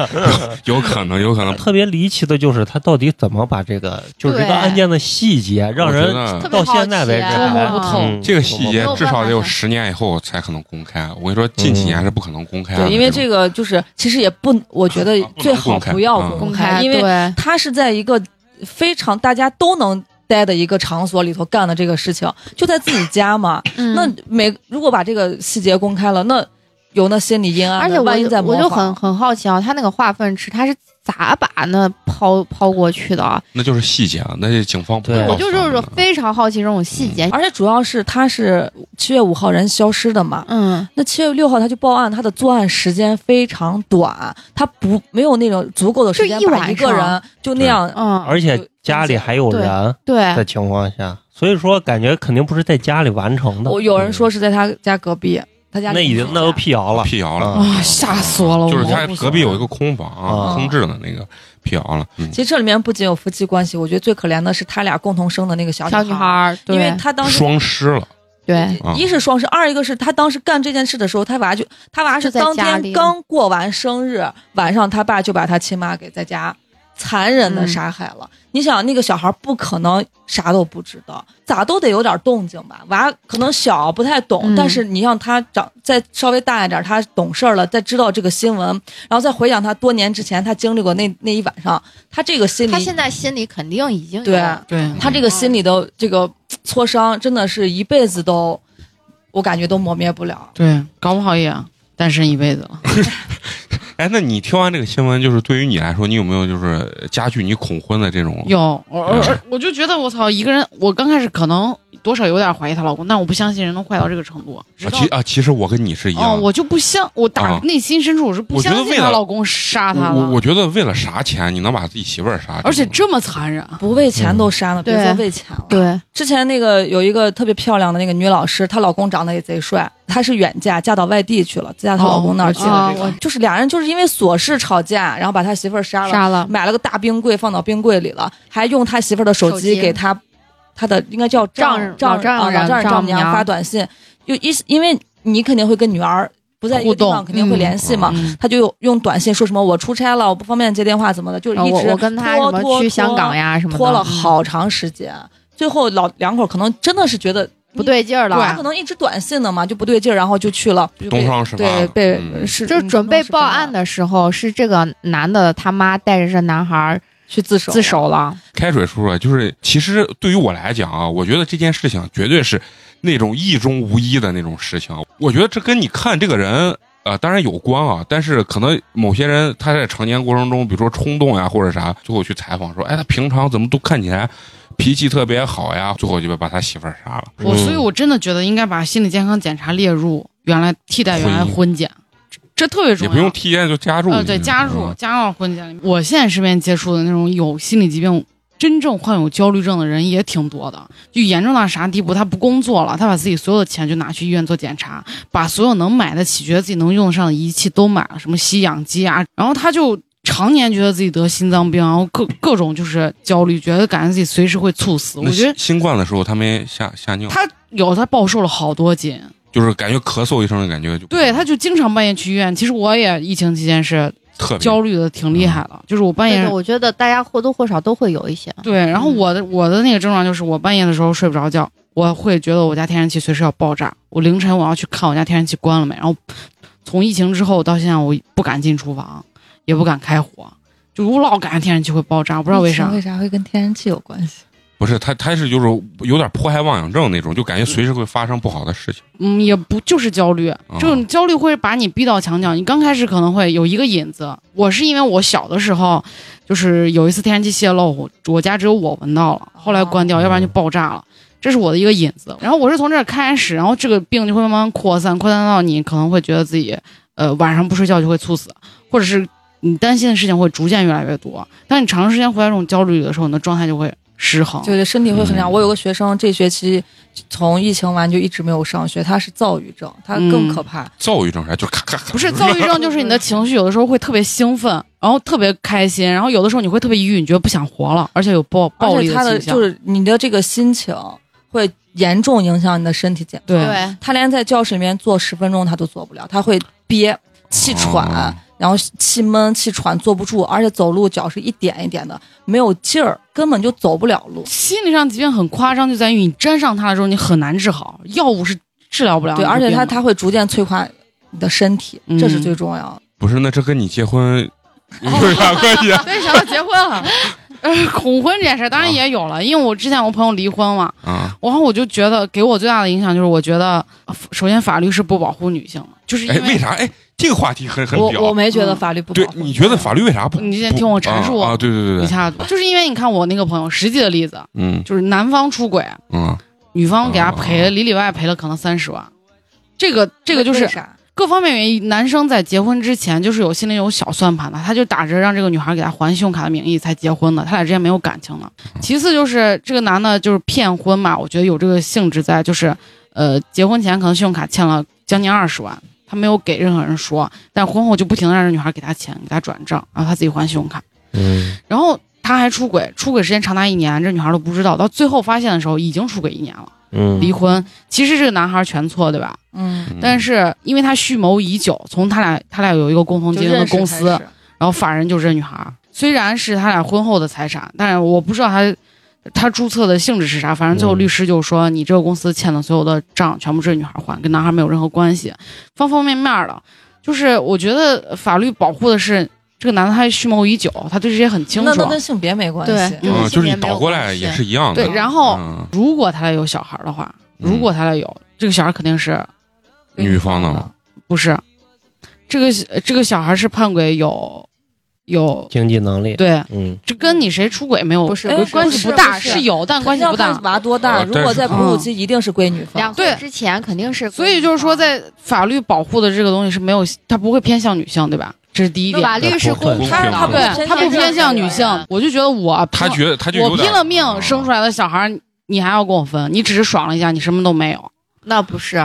A: 有可能，有可能。
E: 特别离奇的就是他到底怎么把这个，就是这个
D: 对
E: 案件的细节，让
A: 我觉
E: 人
A: 得
D: 特别
E: 到
D: 好
E: 现在
D: 奇
E: 为止
D: 啊
E: 还
B: 捉摸不透
E: 嗯
A: 这个细节
D: 我
A: 至少得
D: 我
A: 有
D: 爸爸
A: 十年以后才可能公开。我跟你说，近几年是不可能公开的。
F: 对，因为
A: 这
F: 这个就是其实也不，我觉得
A: 啊不能
F: 最好
A: 公开
F: 不要
A: 嗯
F: 公
D: 公
F: 开，
D: 开？
F: 因为
D: 对
F: 他是在一个非常大家都能待的一个场所里头干的这个事情，就在自己家嘛。
D: 嗯
F: 那每如果把这个细节公开了，那有那心理阴暗的，
D: 而且我
F: 啊万一在
D: 就我
F: 模
D: 就很
F: 仿，
D: 很好奇啊，他那个化粪池他是咋把那抛抛过去的啊？
A: 那就是细节啊，那是警方不
E: 对
A: 会
D: 我
A: 告
D: 就
A: 诉
D: 就
A: 他
D: 是
A: 们的
D: 非常好奇这种细节。
F: 而且主要是他是七月五号人消失的嘛。
D: 嗯，
F: 那七月六号他去报案，他的作案时间非常短，他不没有那种足够的时间
D: 就一
F: 把一哦个
D: 晚上
F: 人就那样
D: 嗯，
E: 而且家里还有人的
D: 对，
E: 情况下，所以说感觉肯定不是在家里完成的。嗯
F: 我有人说是在他家隔壁，他家
E: 那已经那都辟谣了，
A: 辟谣了
B: 啊，吓死我了！
A: 就是
B: 我
A: 他
B: 不
A: 隔壁有一个空
E: 啊
A: 房，空置的那个辟谣了。嗯
F: 其实这里面不仅有夫妻关系，我觉得最可怜的是他俩共同生的那个小
D: 小
F: 女
D: 女孩，儿，
F: 因为
D: 对
F: 他当时
A: 双尸了，
D: 对，
A: 啊
F: 一是双十，二一个是他当时干这件事的时候，他娃就他娃是
D: 就在
F: 当
D: 家里
F: 天刚过完生日，晚上他爸就把他亲妈给在家残忍
D: 嗯
F: 的杀害了。你想那个小孩不可能啥都不知道，咋都得有点动静吧？娃可能小不太懂，
D: 嗯
F: 但是你让他长再稍微大一点，他懂事儿了，再知道这个新闻，然后再回想他多年之前他经历过那那一晚上，他这个心理
D: 他现在心里肯定已经有
F: 对啊
B: 对
D: 嗯
F: 他这个心理的这个挫伤，真的是一辈子都，我感觉都磨灭不了。
B: 对，搞不好也啊单身一辈子了。
A: 哎，那你听完这个新闻，就是对于你来说，你有没有就是加剧你恐婚的这种？
B: 有，我
A: 嗯
B: 我我就觉得我操，一个人，我刚开始可能多少有点怀疑她老公，但我不相信人能坏到这个程度。直
A: 啊，
B: 到
A: 其啊，其实我跟你是一
B: 哦，
A: 样的。
B: 我就不相，我打、
A: 啊
B: 内心深处我是不
A: 我觉
B: 相
A: 得
B: 信
A: 为
B: 她
A: 了
B: 老公杀她
A: 我我
B: 了，
A: 我觉得为了啥钱你能把自己媳妇儿杀？
B: 而且这么残忍。啊
F: 不为钱都杀了，
D: 对
F: 别说为钱了。，
D: 对，
F: 之前那个有一个特别漂亮的那个女老师，她老公长得也贼帅，她是远嫁，嫁到外地去了，嫁她老公那儿去了。
D: 哦
B: 哦我
F: 就是俩人就是因为琐事吵架，然后把他媳妇儿杀了，
D: 杀了
F: 买了个大冰柜放到冰柜里了，还用他媳妇儿的手
D: 手
F: 机
D: 机
F: 给他他的应该叫
D: 丈老
F: 丈丈
D: 丈
F: 啊
D: 人
F: 老丈人
D: 丈
F: 丈
D: 母
F: 母
D: 娘
F: 娘发短信，就一因为你肯定会跟女儿不在一个地
B: 互
F: 方，
B: 动
F: 肯定会联系
A: 啊
F: 嘛。
B: 嗯，
F: 他就用短信说什么我出差了，我不方便接电话，怎么的，就是
D: 然后
F: 一
D: 哦啊我
F: 直
D: 我跟他什
F: 拖
D: 么
F: 拖
D: 去香港呀什么的，
F: 拖了
D: 嗯
F: 好长时间。最后老两口可能真的是觉得
D: 不对啊劲儿
F: 他
D: 了
F: 可，能一直短信的嘛，就不对劲儿，然后就去了，就被
A: 东窗事发
F: 对
A: 了
F: 被
A: 嗯
F: 是
D: 就是准备报案的时候，是这个男的他妈带着这男孩儿
F: 去自首
D: 自首了，
A: 开水叔啊，就是其实对于我来讲啊，我觉得这件事情绝对是那种意中无一的那种事情。我觉得这跟你看这个人。呃，当然有关啊，但是可能某些人他在成年过程中，比如说冲动啊呀或者啥，最后去采访说，哎，他平常怎么都看起来脾气特别好呀，最后就把他媳妇儿杀了。
B: 我所以，我真的觉得应该把心理健康检查列入原来替代原来
A: 婚姻
B: 婚检，这这特别重
A: 也
B: 要。
A: 不用体验就加入进去、
B: 呃，对，加入
A: 嗯
B: 加到婚检里面。我现在身边接触的那种有心理疾病、真正患有焦虑症的人也挺多的，就严重到啥地步，他不工作了，他把自己所有的钱就拿去医院做检查，把所有能买得起、觉得自己能用得上的仪器都买了，什么吸氧机啊，然后他就。常年觉得自己得心脏病，然后各各种就是焦虑，觉得感觉自己随时会猝死。我
A: 那
B: 觉
A: 新
B: 得
A: 新冠的时候，他没吓吓尿，
B: 他有他暴瘦了好多斤，
A: 就是感觉咳嗽一声的感觉就
B: 对，他就经常半夜去医院。其实我也疫情期间是
A: 特别
B: 焦虑的挺
A: 嗯
B: 厉害的，就是我半夜
D: 对对我觉得大家或多或少都会有一些，
B: 对，然后
D: 嗯
B: 我的我的那个症状就是，我半夜的时候睡不着觉，我会觉得我家天然气随时要爆炸。我凌晨我要去看我家天然气关了没。然后从疫情之后到现在，我不敢进厨房，也不敢开火，就我老感觉天然气会爆炸，我不
F: 不
B: 知道为啥。
F: 为啥会跟天然气有关系？
A: 不是他，他是就是有点迫害妄想症那种，就感觉随时会发生不好的事情。啊
B: 嗯，也不就是焦虑，
A: 嗯
B: 这种焦虑会把你逼到墙角。你刚开始可能会有一个引子，我是因为我小的时候，就是有一次天然气泄漏，我我家只有我闻到了，后来关掉，要不然就爆炸了。这是我的一个引子，然后我是从这儿开始，然后这个病就会慢慢扩散，扩散到你可能会觉得自己，呃，晚上不睡觉就会猝死，或者是你担心的事情会逐渐越来越多。当你长时间活在这种焦虑里的时候，你的状态就会失
D: 哦
B: 衡。
F: 就是身体会很差。
A: 嗯
F: 我有个学生这学期从疫情完就一直没有上学，他是躁郁症，他更
B: 嗯
F: 可怕。
A: 躁郁症啥，就咔咔咔，
B: 不是躁郁症，就是你的情绪有的时候会特别兴奋，然后特别开心，然后有的时候你会特别抑郁，你觉得不想活了，而且有暴暴
F: 而
B: 力
F: 且他
B: 的
F: 的
B: 倾向。
F: 就是你的这个心情会严重影响你的身体健康。
B: 对
D: 对，
F: 他连在教室里面坐十分钟他都坐不了，他会憋、气喘，
A: 哦
F: 然后气闷、气喘，坐不住，而且走路脚是一点一点的，没有劲儿，根本就走不了路。
B: 心理上疾病很夸张，就在于你沾上它了之后，你很难治好，药物是治疗不了你
F: 对，
B: 的病
F: 而
B: 的。
F: 且它它会逐渐摧垮你的身体，这是
B: 嗯
F: 最重要的。
A: 不是，那这跟你结婚有啥关系啊？
B: 所以想到结婚了， <laughs> 呃，恐婚这件事儿当然也有了，因为我之前我朋友离婚嘛，
A: 啊，
B: 然后我就觉得给我最大的影响就是，我觉得呃首先法律是不保护女性的， <laughs> 就是因
A: 哎，为
B: 为
A: 啥？哎，这个话题很很
F: 我
A: 屌
F: 我。没觉得
B: 嗯
F: 法律不
A: 对
F: 保，护
A: 你觉得法律为啥不？
B: 你先听我陈述
A: 啊，啊对对
B: 一
A: 对对，
B: 下子，就是因为你看我那个朋友实际的例子，
A: 嗯
B: 就是男方出轨，
A: 嗯，
B: 女方给他赔了里里外外赔了可能三十万，这个这个就
F: 为
B: 是
F: 啥？
B: 各方面原因，男生在结婚之前就是有心里有小算盘的，他就打着让这个女孩给他还信用卡的名义才结婚的，他俩之间没有感情的。其次就是这个男的就是骗婚嘛，我觉得有这个性质在，就是呃结婚前可能信用卡欠了将近二十万，他没有给任何人说，但婚后就不停的让这女孩给他钱，给他转账，然后他自己还信用卡，
E: 嗯，
B: 然后他还出轨，出轨时间长达一年，这女孩都不知道，到最后发现的时候已经出轨一年了，
E: 嗯
B: 离婚。其实这个男孩全错，对吧？
F: 嗯，
A: 嗯
B: 但是因为他蓄谋已久，从他俩他俩有一个共同
F: 就
B: 经营的
F: 认识
B: 公
F: 开
B: 司，
F: 始
B: 然后法人就是这女孩儿。虽然是他俩婚后的财产，但是我不知道他他注册的性质是啥。反正最后
E: 嗯
B: 律师就说，你这个公司欠的所有的账全部是这女孩还，跟男孩没有任何关系，方方面面儿的。就是我觉得法律保护的是这个男的，他蓄谋已久，他对这些很清
F: 那
B: 楚
F: 那。跟性别没关系
D: 对。
B: 嗯
A: 嗯，
D: 性
A: 就是
D: 别
A: 你
D: 没有
A: 倒过来
D: 关系
A: 也是一样的。
B: 对，然后
A: 嗯
B: 如果他俩有小孩儿的话，如果他俩有这个小孩，肯定是
A: 女方的嘛，
B: 不是，这个小这个小孩是判给有有
E: 经济能力，，
B: 对，
E: 嗯，
B: 这跟你谁出轨没有
D: 不是
B: 跟
F: 不是
B: 关
F: 不
B: 系
F: 是
B: 不大，
F: 不是
B: 有但关系
F: 要
B: 不
F: 看
B: 大。
F: 娃多大，
A: 呃
F: 如
A: 但
F: 果
A: 是
F: 在哺乳
B: 嗯
F: 期，一定是归女
D: 两
F: 方。
D: 岁
B: 对
D: 之前肯定是，
B: 所以就是说，在法律保护的这个东西是没有，它不会偏向女性，对吧？这是第一
D: 那
B: 点。
D: 法律是公
A: 对
D: 平
A: 他
D: 的，
A: 他不
B: 对，它不偏向女性，我就觉得我
A: 他觉得他就有
B: 我
A: 点啊
B: 拼了命生出来的小孩儿，你还要跟我分？你只是爽了一下，你什么都没有。
D: 那不是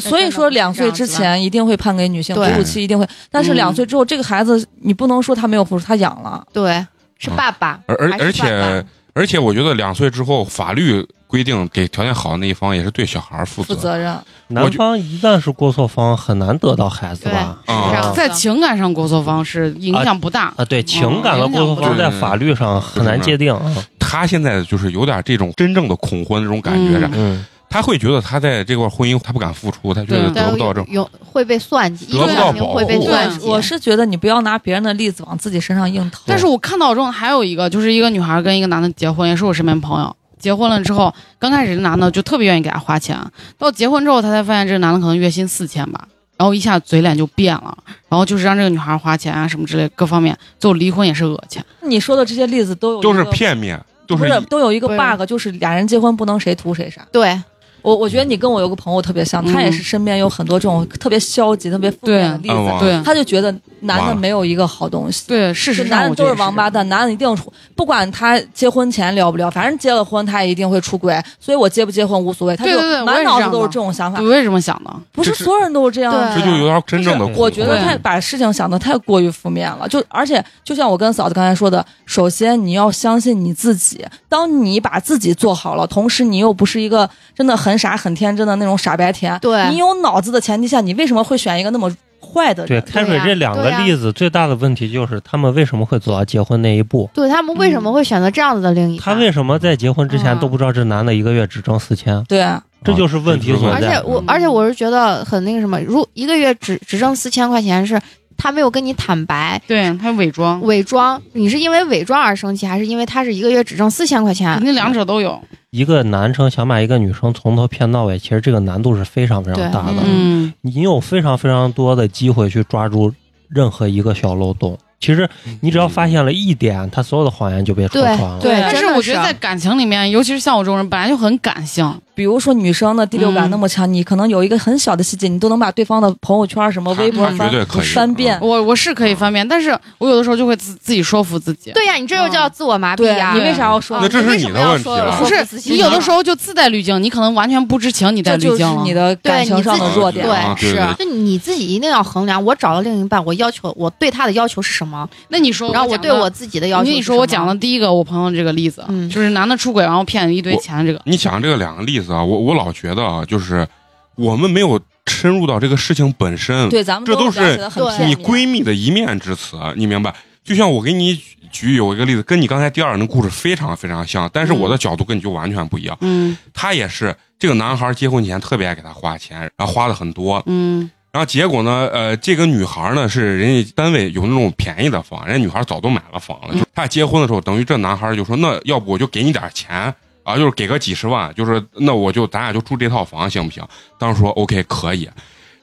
F: 所以说，两岁之前一定会判给女性，哺
D: 对
F: 乳期一定会。但
B: 嗯
F: 是两岁之后，这个孩子你不能说他没有付出，他养了。
D: 对，是
B: 嗯
D: 爸爸，
A: 而而
D: 还是
A: 而
D: 爸爸
A: 且而且，我觉得两岁之后，法律规定给条件好的那一方也是对小孩儿负
F: 负
A: 责。
F: 责任，
A: 我
E: 男
A: 就
E: 方一旦是过错方，很难得到孩子吧？
A: 对是这样
E: 啊
A: 子
B: 在情感上，过错方是影响不大。
E: 啊，对，情感的过错方在法律上很难界定啊。
A: 他现在就是有点这种真正的恐婚这种感觉，
B: 嗯
A: 然后
E: 嗯，
A: 他会觉得他在这块婚姻他不敢付出，他觉得
F: 嗯
B: 对
A: 得不到这
D: 有有会被算计，
A: 得
B: 不到
D: 一个家庭
A: 保
D: 会被
A: 护
D: 算计。
F: 我是觉得你不要拿别人的例子往自己身上硬套。
B: 但是我看到中还有一个，就是一个女孩跟一个男的结婚，也是我身边朋友。结婚了之后，刚开始这男的就特别愿意给她花钱，到结婚之后，他才发现这个男的可能月薪四千吧，然后一下嘴脸就变了，然后就是让这个女孩花钱啊什么之类，各方面，最后离婚也是讹钱。
F: 你说的这些例子都有一
A: 都是
F: 个，
A: 片面，都
F: 不是都有一个
D: 对
F: bug，就是俩人结婚不能谁图谁啥。
D: 对，
F: 我我觉得你跟我有个朋友特别像，他也
B: 嗯
F: 是身边有很多这种特别消极、特别负面的例
A: 嗯
F: 子，
A: 哇
B: 对
F: 他就觉得男
A: 哇
F: 的没有一个好东西。
B: 对，事
F: 就
B: 实上
F: 男的
B: 我
F: 都
B: 觉
F: 是
B: 得
F: 王八蛋，男的一定出，不管他结婚前聊不聊，反正结了婚他也一定会出轨，所以我结不结婚无所谓，他
B: 对
F: 就
B: 对对我也
F: 满
B: 是
F: 脑
B: 这
F: 子
B: 样
F: 都是
B: 的
F: 这种想法
B: 对，我，也这么想的。
F: 不是
A: 这是
F: 所有人都是这样的
D: 对
A: 这就有点真正的
F: 就
A: 恐
F: 是
A: 婚。
F: 我觉得
B: 对
F: 太把事情想的太过于负面了，就而且就像我跟嫂子刚才说的，首先你要相信你自己，当你把自己做好了，同时你又不是一个真的很傻很天真的那种傻白甜，
D: 对
F: 你有脑子的前提下，你为什么会选一个那么坏的
E: 对，
F: 人？
E: 开水这两个例子最大的问题就是他们为什么会走到结婚那一步？
D: 对他们为什么会选择这样子的另一
E: 他
D: 半？
E: 为什么在结婚之前
B: 嗯
E: 都不知道这男的一个月只挣四
A: 嗯
E: 千？
F: 对，啊
E: 这就是问
A: 啊
E: 题所
D: 而
E: 在
D: 且。我
B: 嗯，
D: 而且我是觉得很那个什么，如一个月只只挣四千块钱是。他没有跟你坦白
B: 对他伪装，
F: 嗯
D: 伪装，你是因为伪装而生气，还是因为他是一个月只挣四千块钱
B: 肯？定两者都有。
E: 一个男生想把一个女生从头骗到尾，其实这个难度是非常非常大的。
F: 对
B: 嗯，
E: 你有非常非常多的机会去抓住任何一个小漏洞。其实
A: 嗯
E: 你只要发现了一点，他所有的谎言就被戳穿了。
F: 对
D: 对，
B: 但
F: 但
D: 真
B: 是
D: 的
B: 我觉得在感情里面，尤其是像我这种人，本来就很感性，
F: 比如说女生的第六感
B: 嗯
F: 那么强，你可能有一个很小的细节，你都能把对方的朋友圈、什么
A: 他
F: 微博
A: 他
F: 翻
A: 啊绝对可以嗯
F: 翻遍。
B: 我我是可以翻遍，但是我有的时候就会自自己说服自己。
D: 对呀，你这又
B: 嗯
D: 叫自我麻痹
F: 对
D: 呀。
F: 你为啥要说
D: 啊
A: 那这是你的问题啊了
D: 为什么要说
B: 不是
D: 我自，信
B: 你有的时候就自带滤镜，你可能完全不知情你带
F: 这
B: 滤
F: 就
B: 镜
F: 是
B: 了。
F: 你的感
D: 对
F: 情
D: 你
F: 上
D: 自
F: 的
D: 己
F: 弱
D: 对
F: 点了。
A: 啊对
D: 是
A: 对
D: 就你自己一定要衡量。我找了另一半，我要求我对他的要求是什么？
B: 那你说，
D: 然后我对我，自己的要求
B: 你
D: 是什么，
B: 你说我讲的第一个我朋友这个例子，
D: 嗯
B: 就是男的出轨然后骗一堆钱，这个
A: 嗯你想这个两个例子啊，我我老觉得啊，就是我们没有深入到这个事情本身，
F: 对，咱们
A: 这都是
F: 了解得很
D: 对
F: 片
A: 你
F: 面
A: 闺蜜的一面之词，啊你明白？就像我给你举举有一个例子，跟你刚才第二那故事非常非常像，但是我的角度跟你就完全不一样。
B: 嗯
A: 他也是这个男孩结婚前特别爱给他花钱，然后花的很多，
B: 嗯
A: 然后结果呢，呃，这个女孩呢是人家单位有那种便宜的房，人家女孩早都买了房了。
F: 嗯
A: 就她俩结婚的时候，等于这男孩就说：“那要不我就给你点钱啊，就是给个几十万，就是那我就咱俩就住这套房行不行？”当时说 OK 可以。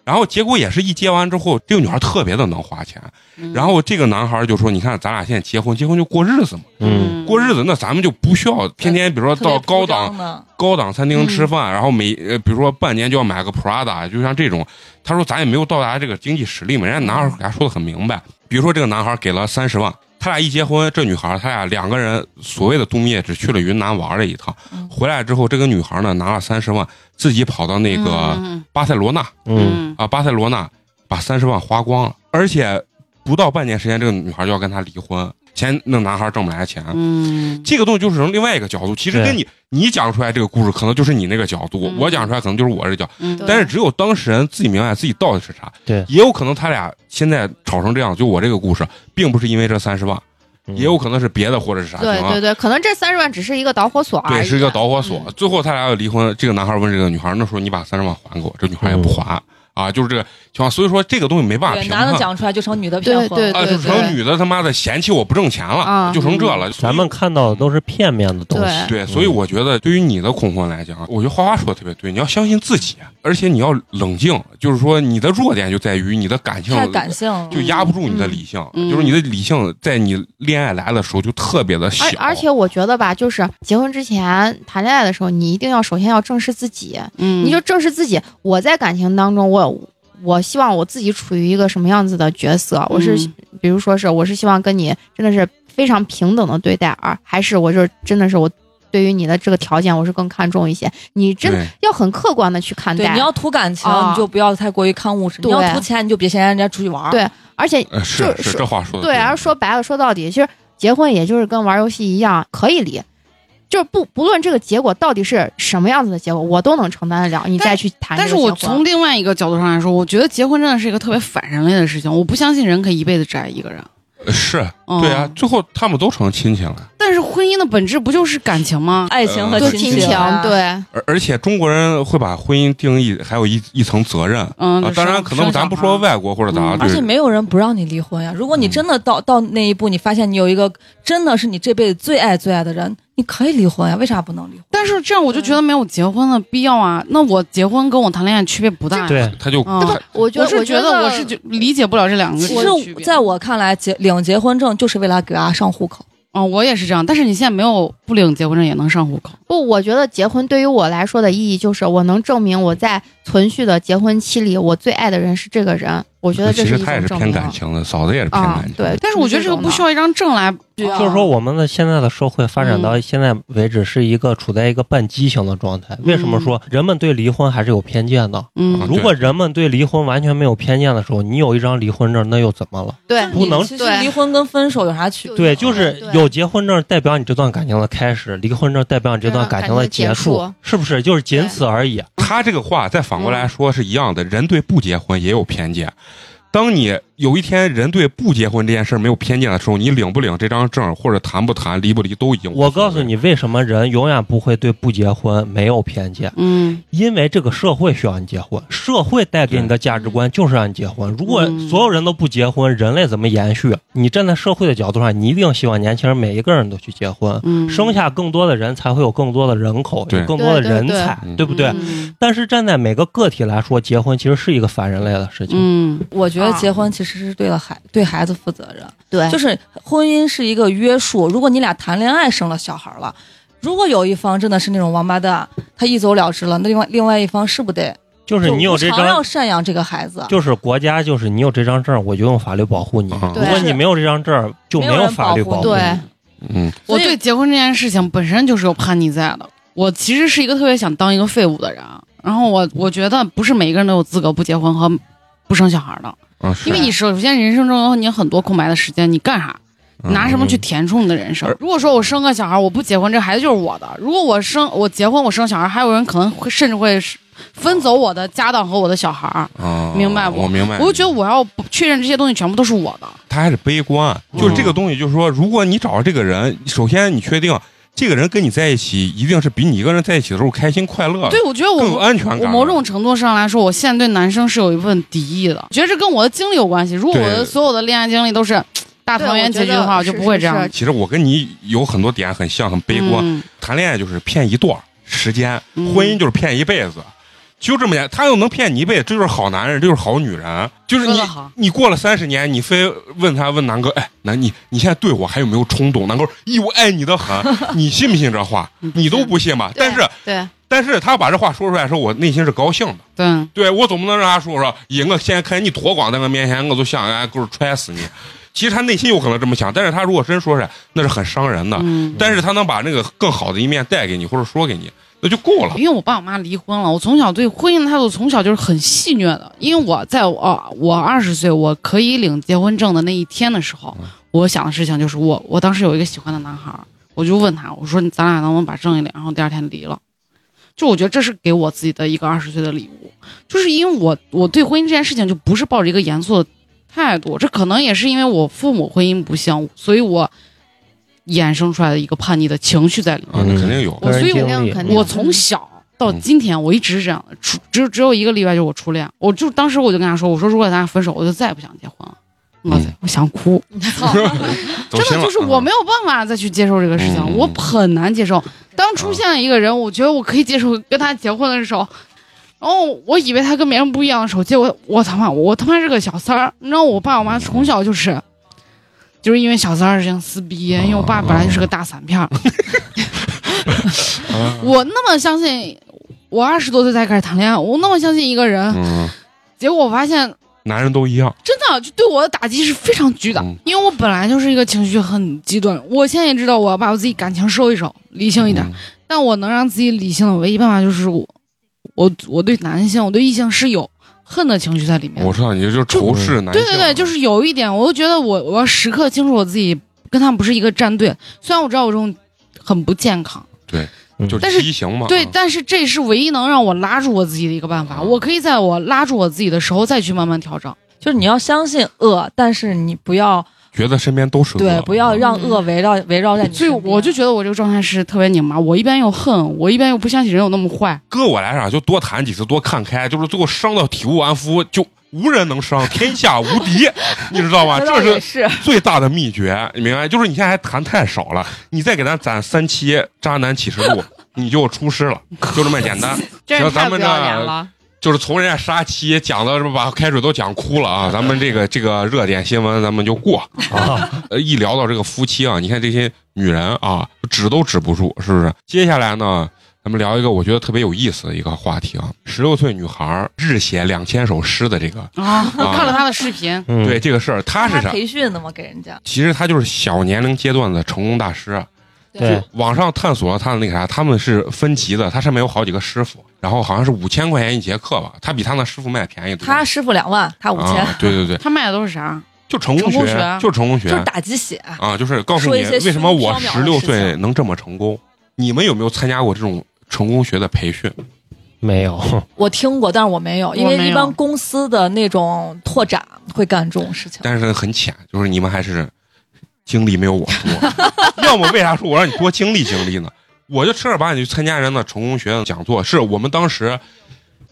A: 然后结果也是一结完之后，这个女孩特别的能花钱。
B: 嗯
A: 然后这个男孩就说：“你看咱俩现在结婚，结婚就过日子嘛，
E: 嗯，
A: 过日子那咱们就不需要天天比如说
F: 特别
A: 到高
F: 铺
A: 档
F: 张的，
A: 高档餐厅吃饭，然后每呃比如说半年就要买个 Prada，就像这种，他说咱也没有到达这个经济实力嘛，人家男孩给他说的很明白。比如说这个男孩给了三十万，他俩一结婚，这女孩他俩两个人所谓的度蜜月只去了云南玩了一趟，
F: 嗯
A: 回来之后这个女孩呢拿了三十万，自己跑到那个
B: 嗯
A: 巴塞罗那
E: 嗯，
A: 啊巴塞罗那把三十万花光了，而且不到半年时间，这个女孩就要跟他离婚，嫌那个男孩挣不来钱，
B: 嗯
A: 这个东西就是从另外一个角度，其实
E: 对
A: 跟你你讲出来这个故事，可能就是你那个角度；
B: 嗯
A: 我讲出来，可能就是我这角。
B: 嗯
D: 对
A: 但是只有当事人自己明白自己到底是啥。
E: 对
A: 也有可能他俩现在吵成这样，就我这个故事，并不是因为这三十万，
E: 嗯
A: 也有可能是别的或者是啥情
D: 对
A: 况。
D: 对对，可能这三十万只是一个导火索而已。
A: 啊
D: 嗯
A: 对，是一个导火索。最后他俩要离婚，这个男孩问这个女孩：“那时候你把三十万还给我。”这女孩也不还、啊，就是这个情况。所以说这个东西没办法
F: 对，
A: 评
F: 男
A: 判
F: 的讲出来就成女的骗婚了。
D: 对对
A: 啊，就成女的他妈的嫌弃我不挣钱了，
D: 啊
A: 就成这了。
E: 咱们看到的都是片面的东西，
D: 对
A: 对，所以我觉得对于你的恐婚来讲，我觉得花花说的特别对，你要相信自己，而且你要冷静，就是说你的弱点就在于你的感性
F: 太感性了，
A: 就压不住你的理性，
B: 嗯
A: 就是你的理性在你恋爱来的时候就特别的小，
D: 而而且我觉得吧，就是结婚之前谈恋爱的时候，你一定要首先要正视自己，
B: 嗯，
D: 你就正视自己。我在感情当中，我有我希望我自己处于一个什么样子的角色？我是、
B: 嗯
D: 比如说是我是希望跟你真的是非常平等的对待啊，还是我就是真的是我对于你的这个条件我是更看重一些？你真的
A: 对
D: 要很客观的去看
F: 对，
D: 待
F: 你，要图感情，
D: 啊
F: 你就不要太过于看物质；你
D: 对
F: 要图钱，你就别嫌人家出去玩儿。
D: 对而且
A: 呃是
D: 就是
A: 这话说的
D: 对，然后说白了，说到底，其实结婚也就是跟玩游戏一样，可以离。就是不不论这个结果到底是什么样子的结果，我都能承担得了。你
B: 但
D: 再去谈这个
B: 但是
D: 结婚，
B: 我从另外一个角度上来说，我觉得结婚真的是一个特别反人类的事情。我不相信人可以一辈子只爱一个人。
A: 呃是
B: 嗯、
A: 对啊，，最后他们都成亲戚了，
B: 但是婚姻的本质不就是感情吗？
F: 爱情和
A: 呃
D: 对
A: 亲
D: 亲
F: 情
D: 情
F: 啊，，
D: 对
A: 而而且中国人会把婚姻定义还有一一层责任。
B: 嗯，
A: 啊，当然，可能咱不说
B: 问，
A: 外国或者咋，
B: 嗯
A: 对
F: 而且没有人不让你离婚呀。如果你真的到到那一步，你发现你有一个真的是你这辈子最爱最爱的人，你可以离婚呀，为啥不能离婚？
B: 但是这样我就
E: 嗯
B: 觉得没有结婚的必要啊。那我结婚跟我谈恋爱区别不大呀。
E: 对，
A: 他就
B: 嗯
D: 对，我觉
B: 我
D: 得
B: 是
D: 觉
B: 得我是就理解不了这两个
F: 其
B: 区
F: 实，
B: 别
F: 在我看来，结领结婚证就是为了给娃上户口。
B: 啊、我也是这样。但是你现在没有不领结婚证也能上户口，
D: 不，我觉得结婚对于我来说的意义就是，我能证明我在存续的结婚期里，我最爱的人是这个人。我觉得这
A: 其
D: 是
A: 实
D: 一
A: 他也
D: 种
A: 是
D: 证
A: 偏
D: 明
A: 感情的，嫂子也是偏
D: 啊
A: 感情。，
D: 对，。
B: 但是我觉得这个不需要一张证来。
D: 啊
E: 就是说，我们的现在的社会发展到
D: 嗯
E: 现在为止，是一个处在一个半畸形的状态。为什么
D: 嗯
E: 说人们对离婚还是有偏见的？
A: 啊
B: 嗯，
A: 对
E: 如果人们对离婚完全没有偏见的时候，你有一张离婚证，那又怎么了？
D: 对
E: 不能
F: 其实离婚跟分手有啥区别？
E: 对，就是
D: 对啊
E: 有结婚证代表你这段感情的开始，离婚证代表你这段感情的结
D: 对啊感情的
E: 束
D: 结束，
E: 是不是？就是仅此而已。
A: 他这个话再反
B: 嗯
A: 过来说是一样的，人对不结婚也有偏见。当你有一天人对不结婚这件事儿没有偏见的时候，你领不领这张证，或者谈不谈、离不离，都已经无所谓
E: 我告诉，你，为什么人永远不会对不结婚没有偏见？
B: 嗯，
E: 因为这个社会需要你结婚，社会带给你的价值观就是让你结婚。如果
B: 嗯
E: 所有人都不结婚，人类怎么延续？啊你站在社会的角度上，你一定希望年轻人每一个人都去结婚，
B: 嗯
E: 生下更多的人才会有更多的人口，
A: 对
E: 有更多的
D: 对对
E: 人才，
A: 对
E: 对不对？
B: 嗯
E: 但是站在每个个体来说，结婚其实是一个反人类的事情。
B: 嗯
F: 我觉得结婚其实是对了孩对孩子负责任。
D: 对，
F: 就是是婚姻是一个约束。如果你俩谈恋爱生了小孩了，如果有一方真的是那种王八蛋，他一走了之了，那另外另外一方是不得
E: 就是你有
F: 无
E: 这
F: 偿要
E: 张，
F: 赡养这个孩子。
E: 就是国家就是你有这张证，我就用法律保护你。
A: 啊
E: 如果你没有这张证，就没有法律保护
F: 没有
D: 对
E: 你。，
A: 嗯，
B: 我
F: 所以
B: 对结婚这件事情本身就是有叛逆在的。我其实是一个特别想当一个废物的人，啊然后我我觉得不是每一个人都有资格不结婚和不生小孩的，
A: 啊，是
B: 因为你首先人生中有你很多空白的时间，你干啥？
A: 嗯
B: 拿什么去填充你的人生
A: 而？
B: 如果说我生个小孩，我不结婚，这孩子就是我的；如果我生我结婚，我生小孩，还有人可能会甚至会是分走我的家当和我的小孩儿。
A: 啊，
B: 明白不
A: 我明白，
B: 我就觉得我要不确认这些东西全部都是我的，
A: 他还是悲观，
B: 嗯
A: 就是这个东西，就是说，如果你找到这个人，首先你确定这个人跟你在一起，一定是比你一个人在一起的时候开心快乐，
B: 对，我觉得我
A: 更有安全感
B: 我某种程度上来说，我现在对男生是有一份敌意的，我觉得这跟我的经历有关系。如果我
A: 对
B: 的所有的恋爱经历都是大团圆结局的话，我
D: 对我
B: 就
D: 觉得
B: 不会这样。
D: 是是
A: 其实我跟你有很多点很像，很悲观。
B: 嗯
A: 谈恋爱就是骗一段儿时间，
B: 嗯
A: 婚姻就是骗一辈子，就这么简单。他又能骗你一辈子，这就是好男人，这就是好女人。就是
B: 说
A: 你
B: 得好，
A: 你过了三十年，你非问他问南哥，哎，南你你现在对我还有没有冲动？南哥说，咦，我爱你的
B: <laughs>
A: 很，你信不信这话？你都不信吧？
D: 对
B: 嗯
A: 但是
D: 对
A: 但是他把这话说出来的时候，我内心是高兴的。
B: 对，
A: 对我总不能让他说说，咦，我现在看你脱光在我面前，我都想哎，就是踹死你。其实他内心有可能这么想，但是他如果真说出来，那是很伤人的。
B: 嗯，
A: 但是他能把那个更好的一面带给你，或者说给你，那就够了。
B: 因为我爸我妈离婚了，我从小对婚姻的态度从小就是很戏谑的。因为我在我啊我二十岁我可以领结婚证的那一天的时候，我想的事情就是我我当时有一个喜欢的男孩儿，我就问他，我说咱俩能不能把证一领？然后第二天离了。就我觉得这是给我自己的一个二十岁的礼物，就是因为我我对婚姻这件事情就不是抱着一个严肃的态度，这可能也是因为我父母婚姻不幸，所以我衍生出来的一个叛逆的情绪在里面。
A: 啊，那肯定有。
B: 我所以我
E: 个人经历
D: 肯定
B: 我从小到
A: 嗯
B: 今天，我一直是这样的，除只有只有一个例外，就是我初恋。我就当时我就跟他说，我说如果咱俩分手，我就再也不想结婚了。我
A: 嗯
B: 我想哭， <laughs>
A: 走心
B: 真的
A: 了
B: 就是我没有办法再去接受这个事情，
A: 嗯
B: 我很难接受。当出现一个人，我觉得我可以接受跟他结婚的时候，然后我以为他跟别人不一样的时候，结果我他妈我他妈是个小三儿。你知道我爸我妈从小就是，就是因为小三儿事情撕逼，因为我爸本来就是个大散片儿，
A: 啊
B: 我那么相信，我二十多岁才开始谈恋爱，我那么相信一个人，
A: 嗯，
B: 结果我发现
A: 男人都一样。
B: 真的就对我的打击是非常巨大，
A: 嗯
B: 因为我本来就是一个情绪很极端，我现在也知道我要把我自己感情收一收，理性一点，
A: 嗯
B: 但我能让自己理性的唯一办法就是我，我我对男性，我对异性是有恨的情绪在里面的
A: 嗯我知道你就是仇视男性
B: 对对对，就是有一点，我就觉得我我要时刻清楚我自己跟他们不是一个战队，虽然我知道我这种很不健康。
A: 就
B: 但是
A: 畸形嘛。
B: 对，
A: 啊
B: 但是这是唯一能让我拉住我自己的一个办法。
A: 嗯
B: 我可以在我拉住我自己的时候再去慢慢调整。
F: 就是你要相信恶，但是你不要
A: 觉得身边都是
F: 对
A: 恶，啊
F: 不要让
B: 嗯
F: 恶围绕围绕在你
B: 所以
F: 身边
B: 我就觉得我这个状态是特别拧巴，我一边又恨，我一边又不相信人有那么坏。
A: 搁我来讲，就多谈几次，多看开，就是最后伤到体无完肤，就无人能伤，天下无敌， <laughs> 你知
B: <laughs>
A: 道吗？
F: 这倒
A: 这
F: 也
A: 是
F: 是
A: 最大的秘诀，你明白？就是你现在还谈太少了，你再给咱攒三期《渣男启示录》，你就出师了，就这么简单。
D: 真
A: 行
D: 是
A: 咱
D: 太不
A: 们
D: 要
A: 这
D: 脸了。
A: 就是从人家杀妻讲到什么把开水都讲哭了啊，咱们这个这个热点新闻咱们就过啊。呃，一聊到这个夫妻啊，你看这些女人啊，止都止不住，是不是？接下来呢，咱们聊一个我觉得特别有意思的一个话题啊，十六岁女孩儿日写两千首诗的这个，
B: 啊！我看了他的视 <laughs> 频，
E: 嗯
A: 对，这个事儿，她是
F: 他
A: 啥？
F: 培训的嘛，给人家
A: 其实她就是小年龄阶段的成功大师啊。
E: 对，
A: 网上探索了他的那个啥，他们是分级的，他上面有好几个师傅，然后好像是五千块钱一节课吧，他比他那师傅卖便宜多了。
F: 他师傅两万，他五千， <laughs>
A: 啊，对对对，
B: 他卖的都是啥？
A: 就成功
B: 成功学
A: 就成功学
F: 就是打鸡血。
A: 啊，就是告诉
F: 说
A: 你
F: 一些
A: 为什么我
F: 虚无缥缈
A: 十
F: 的
A: 六
F: 事情
A: 岁能这么成功。你们有没有参加过这种成功学的培训？
E: 没有。
F: 我听过，但是我没有，因
B: 我
F: 为
B: 没
F: 一
B: 有
F: 般公司的那种拓展会干这种事情。
A: 但是很浅，就是你们还是经历没有我多。 <laughs> 要么为啥说我让你多经历经历呢？我就正儿八经去参加人的成功学的讲座，是我们当时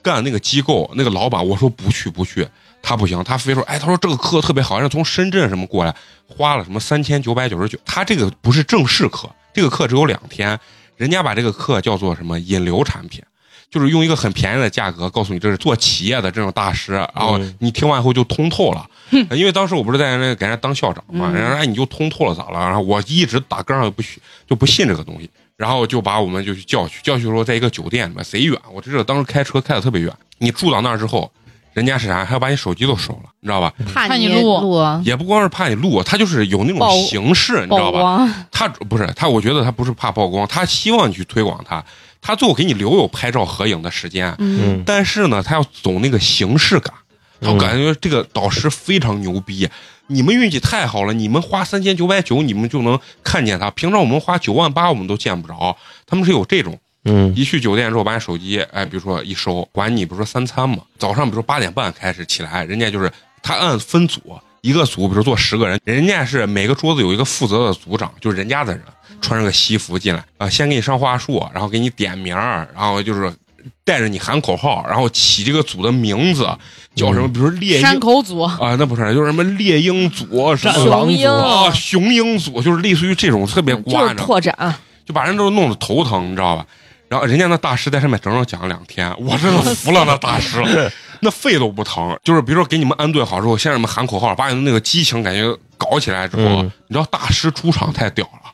A: 干那个机构那个老板，我说不去不去，他不行，他非说，哎，他说这个课特别好，人家从深圳什么过来，花了什么三千九百九十九，他这个不是正式课，这个课只有两天，人家把这个课叫做什么引流产品，就是用一个很便宜的价格告诉你这是做企业的这种大师，然后
E: 嗯
A: 你听完以后就通透了，因为当时我不是在那给人家当校长嘛，
B: 嗯
A: 人家说哎你就通透了咋了？然后我一直打根上就不许就不信这个东西，然后就把我们就去叫去，叫去说在一个酒店里面，贼远，我这当时开车开的特别远。你住到那儿之后，人家是啥，还要把你手机都收了，你知道吧？
D: 怕嗯
B: 怕你
D: 录
B: 录
A: 也不光是怕你录，他就是有那
D: 曝
A: 种形式，你知
D: 曝
A: 道吧？
D: 光，
A: 他不是他，我觉得他不是怕曝光，他希望你去推广他，他最后给你留有拍照合影的时间，
D: 嗯，
E: 嗯，
A: 但是呢，他要走那个形式感，他
E: 嗯
A: 感觉这个导师非常牛逼。你们运气太好了，你们花三千九百九，你们就能看见他。平常我们花九万八，我们都见不着。他们是有这种，
E: 嗯
A: 一去酒店之后把你手机，哎，比如说一收，管你比如说三餐嘛，早上比如说八点半开始起来，人家就是他按分组，一个组比如坐十个人，人家是每个桌子有一个负责的组长，就是人家的人，穿着个西服进来啊、先给你上话术，然后给你点名儿，然后就是带着你喊口号，然后起这个组的名字叫
F: 嗯
A: 什么，比如说猎
B: 山
A: 鹰。
B: 口组，
A: 啊，那不是，就是什么猎鹰组、什
E: 战
A: 么
E: 狼
F: 雄鹰
A: 啊、雄鹰组，就是类似于这种特别
F: 就
A: 瓜，你
F: 是
A: 知道吗
F: 拓展，
A: 就把人都弄得头疼，你知道吧？然后人家那大师在上面整整讲了两天，我真的服了那大师
E: <laughs>
A: 了，那肺都不疼。就是比如说给你们安顿好之后，先让你们喊口号，把你们那个激情感觉搞起来之后，
E: 嗯
A: 你知道大师出场太屌了，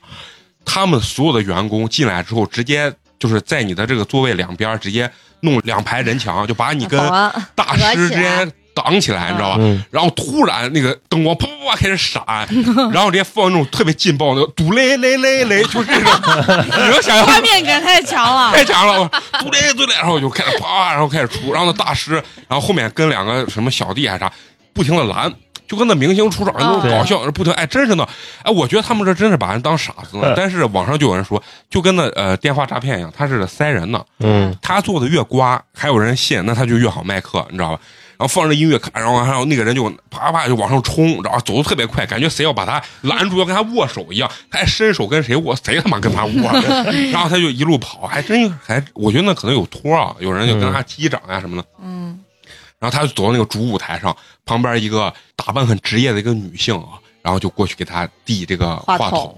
A: 他们所有的员工进来之后，直接就是在你的这个座位两边儿直接弄两排人墙，就把你跟
F: 保安
A: 大师之间挡起来，你知道吧？
E: 嗯
A: 然后突然那个灯光啪啪啪开始闪， <laughs> 然后人家放那种特别劲爆的嘟嘞嘞嘞嘞，就是这种， <laughs> 你能想象
B: <laughs> 画面感太强了。
A: 太强了，我嘟嘞嘟嘞，然后我就开始啪，然后开始出，然后那大师，然后后面跟两个什么小弟还啥，不停的拦。就跟那明星出场那种
E: 对
A: 搞笑，不停哎，真是呢，哎，我觉得他们这真是把人当傻子呢
E: 嗯。
A: 但是网上就有人说，就跟那呃电话诈骗一样，他是塞人呢。
E: 嗯
A: 他做的越瓜，还有人信，那他就越好卖课，你知道吧？然后放着音乐，然后还有那个人就啪啪就往上冲，然后走的特别快，感觉谁要把他拦住，要跟他握手一样，他还伸手跟谁握，谁他妈跟他握，然后他就一路跑，还真还我觉得那可能有托啊，有人就跟他击掌啊什么的，
F: 嗯，
A: 然啊后他就走到那个主舞台上，旁边一个打扮很职业的一个女性啊，然后就过去给他递这个话
D: 话
A: 筒
D: 筒，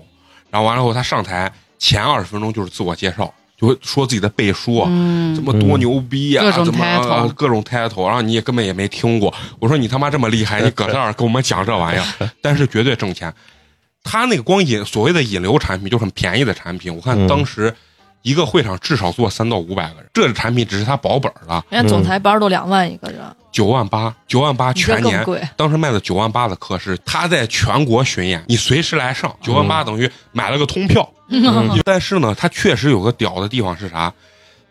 A: 然后完了后他上台前二十分钟就是自我介绍，就会说自己的背书，啊
B: 嗯
A: 怎，么多牛逼呀、
B: 各种
A: 怎么、啊
B: title
A: 各种 title，然后你也根本也没听过。我说你他妈这么厉害，你搁这儿给我们讲这玩意儿，但是绝对挣钱。他那个光引所谓的引流产品就很便宜的产品，我看
E: 嗯
A: 当时一个会场至少坐三到五百个人，这产品只是他保本儿了，
F: 人家总裁班都两万一个人，
A: 九万八，九万八
F: 你这
A: 全
F: 更
A: 年。
F: 贵，
A: 当时卖的九万八的课是他在全国巡演，你随时来上，九万八等于买了个通票。
E: 嗯
A: <laughs> 但是呢，他确实有个屌的地方是啥？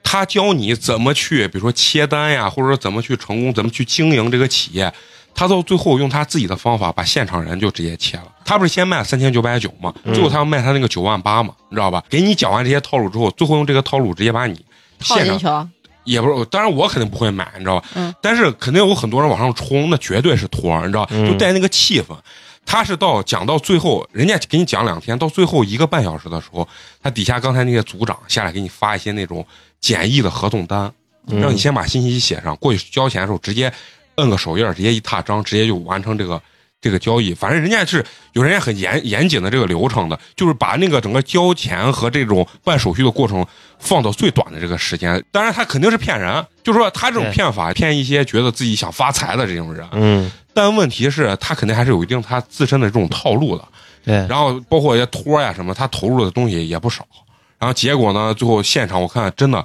A: 他教你怎么去，比如说切单呀，或者说怎么去成功，怎么去经营这个企业。他到最后用他自己的方法把现场人就直接切了。他不是先卖三千九百九嘛，
E: 嗯
A: 最后他要卖他那个九万八嘛，你知道吧？给你讲完这些套路之后，最后用这个套路直接把你
D: 套
A: 现
D: 进
A: 场
D: 去了，
A: 也不是，当然我肯定不会买，你知道吧？
D: 嗯
A: 但是肯定有很多人往上冲，那绝对是托儿，你知道吧，
E: 嗯
A: 就带那个气氛。他是到讲到最后，人家给你讲两天，到最后一个半小时的时候，他底下刚才那些组长下来给你发一些那种简易的合同单，
E: 嗯
A: 让你先把信息写上，过去交钱的时候直接摁个手印儿，直接一踏章，直接就完成这个这个交易。反正人家是有人家很严严谨的这个流程的，就是把那个整个交钱和这种办手续的过程放到最短的这个时间。当然，他肯定是骗人，啊就是说他这种
E: 对
A: 骗法骗一些觉得自己想发财的这种人。
E: 嗯，
A: 但问题是，他肯定还是有一定他自身的这种套路的。
E: 对，
A: 然后包括一些托呀什么，他投入的东西也不少。然后结果呢，最后现场我看真的，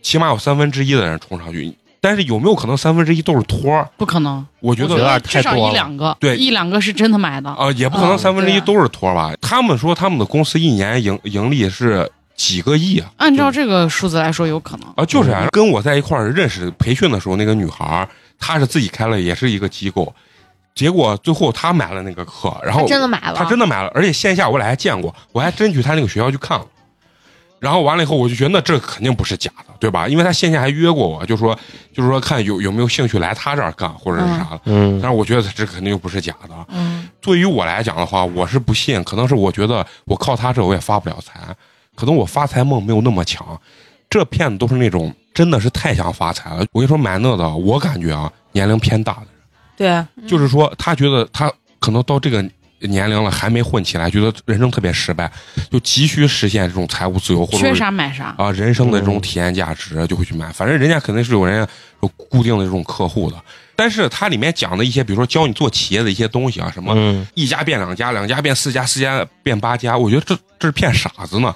A: 起码有三分之一的人冲上去，但是有没有可能三分之一都是托？
B: 不可能，
A: 我觉
E: 我觉得
A: 得
E: 有点
B: 至
E: 太
B: 少
E: 多
B: 一
E: 了
B: 两个，
A: 对
B: 一两个是真的买的。
A: 啊、也不可能
F: 嗯
A: 三分之一
F: 对
A: 都是托吧。他们说他们的公司一年盈盈利是几个亿啊。
B: 按照这个数字来说，有可能。
A: 啊，
E: 嗯
A: 就是啊，跟我在一块儿认识培训的时候，那个女孩儿，她是自己开了，也是一个机构，结果最后她买了那个课，然后
D: 他真的买了，
A: 他真的买了，而且线下我俩还见过，我还真去他那个学校去看了。然后完了以后，我就觉得那这肯定不是假的，对吧？因为他线下还约过我，就说就是说看有有没有兴趣来他这儿干或者是啥的。
E: 嗯
A: 但是我觉得这肯定又不是假的。
F: <laughs> 嗯，
A: 对于我来讲的话，我是不信，可能是我觉得我靠他这我也发不了财，可能我发财梦没有那么强。这骗子都是那种真的是太想发财了。我跟你说，买那的，我感觉啊，年龄偏大的。
F: 对，
A: 就是说他觉得他可能到这个年龄了还没混起来，觉得人生特别失败，就急需实现这种财务自由或者
B: 缺
A: 是
B: 啥买啥。
A: 啊人生的这种体验价值，就会去买。反正人家肯定是有人家有固定的这种客户的，但是它里面讲的一些，比如说教你做企业的一些东西啊，什么
E: 嗯
A: 一家变两家，两家变四家，四家变八家，我觉得这这是骗傻子呢。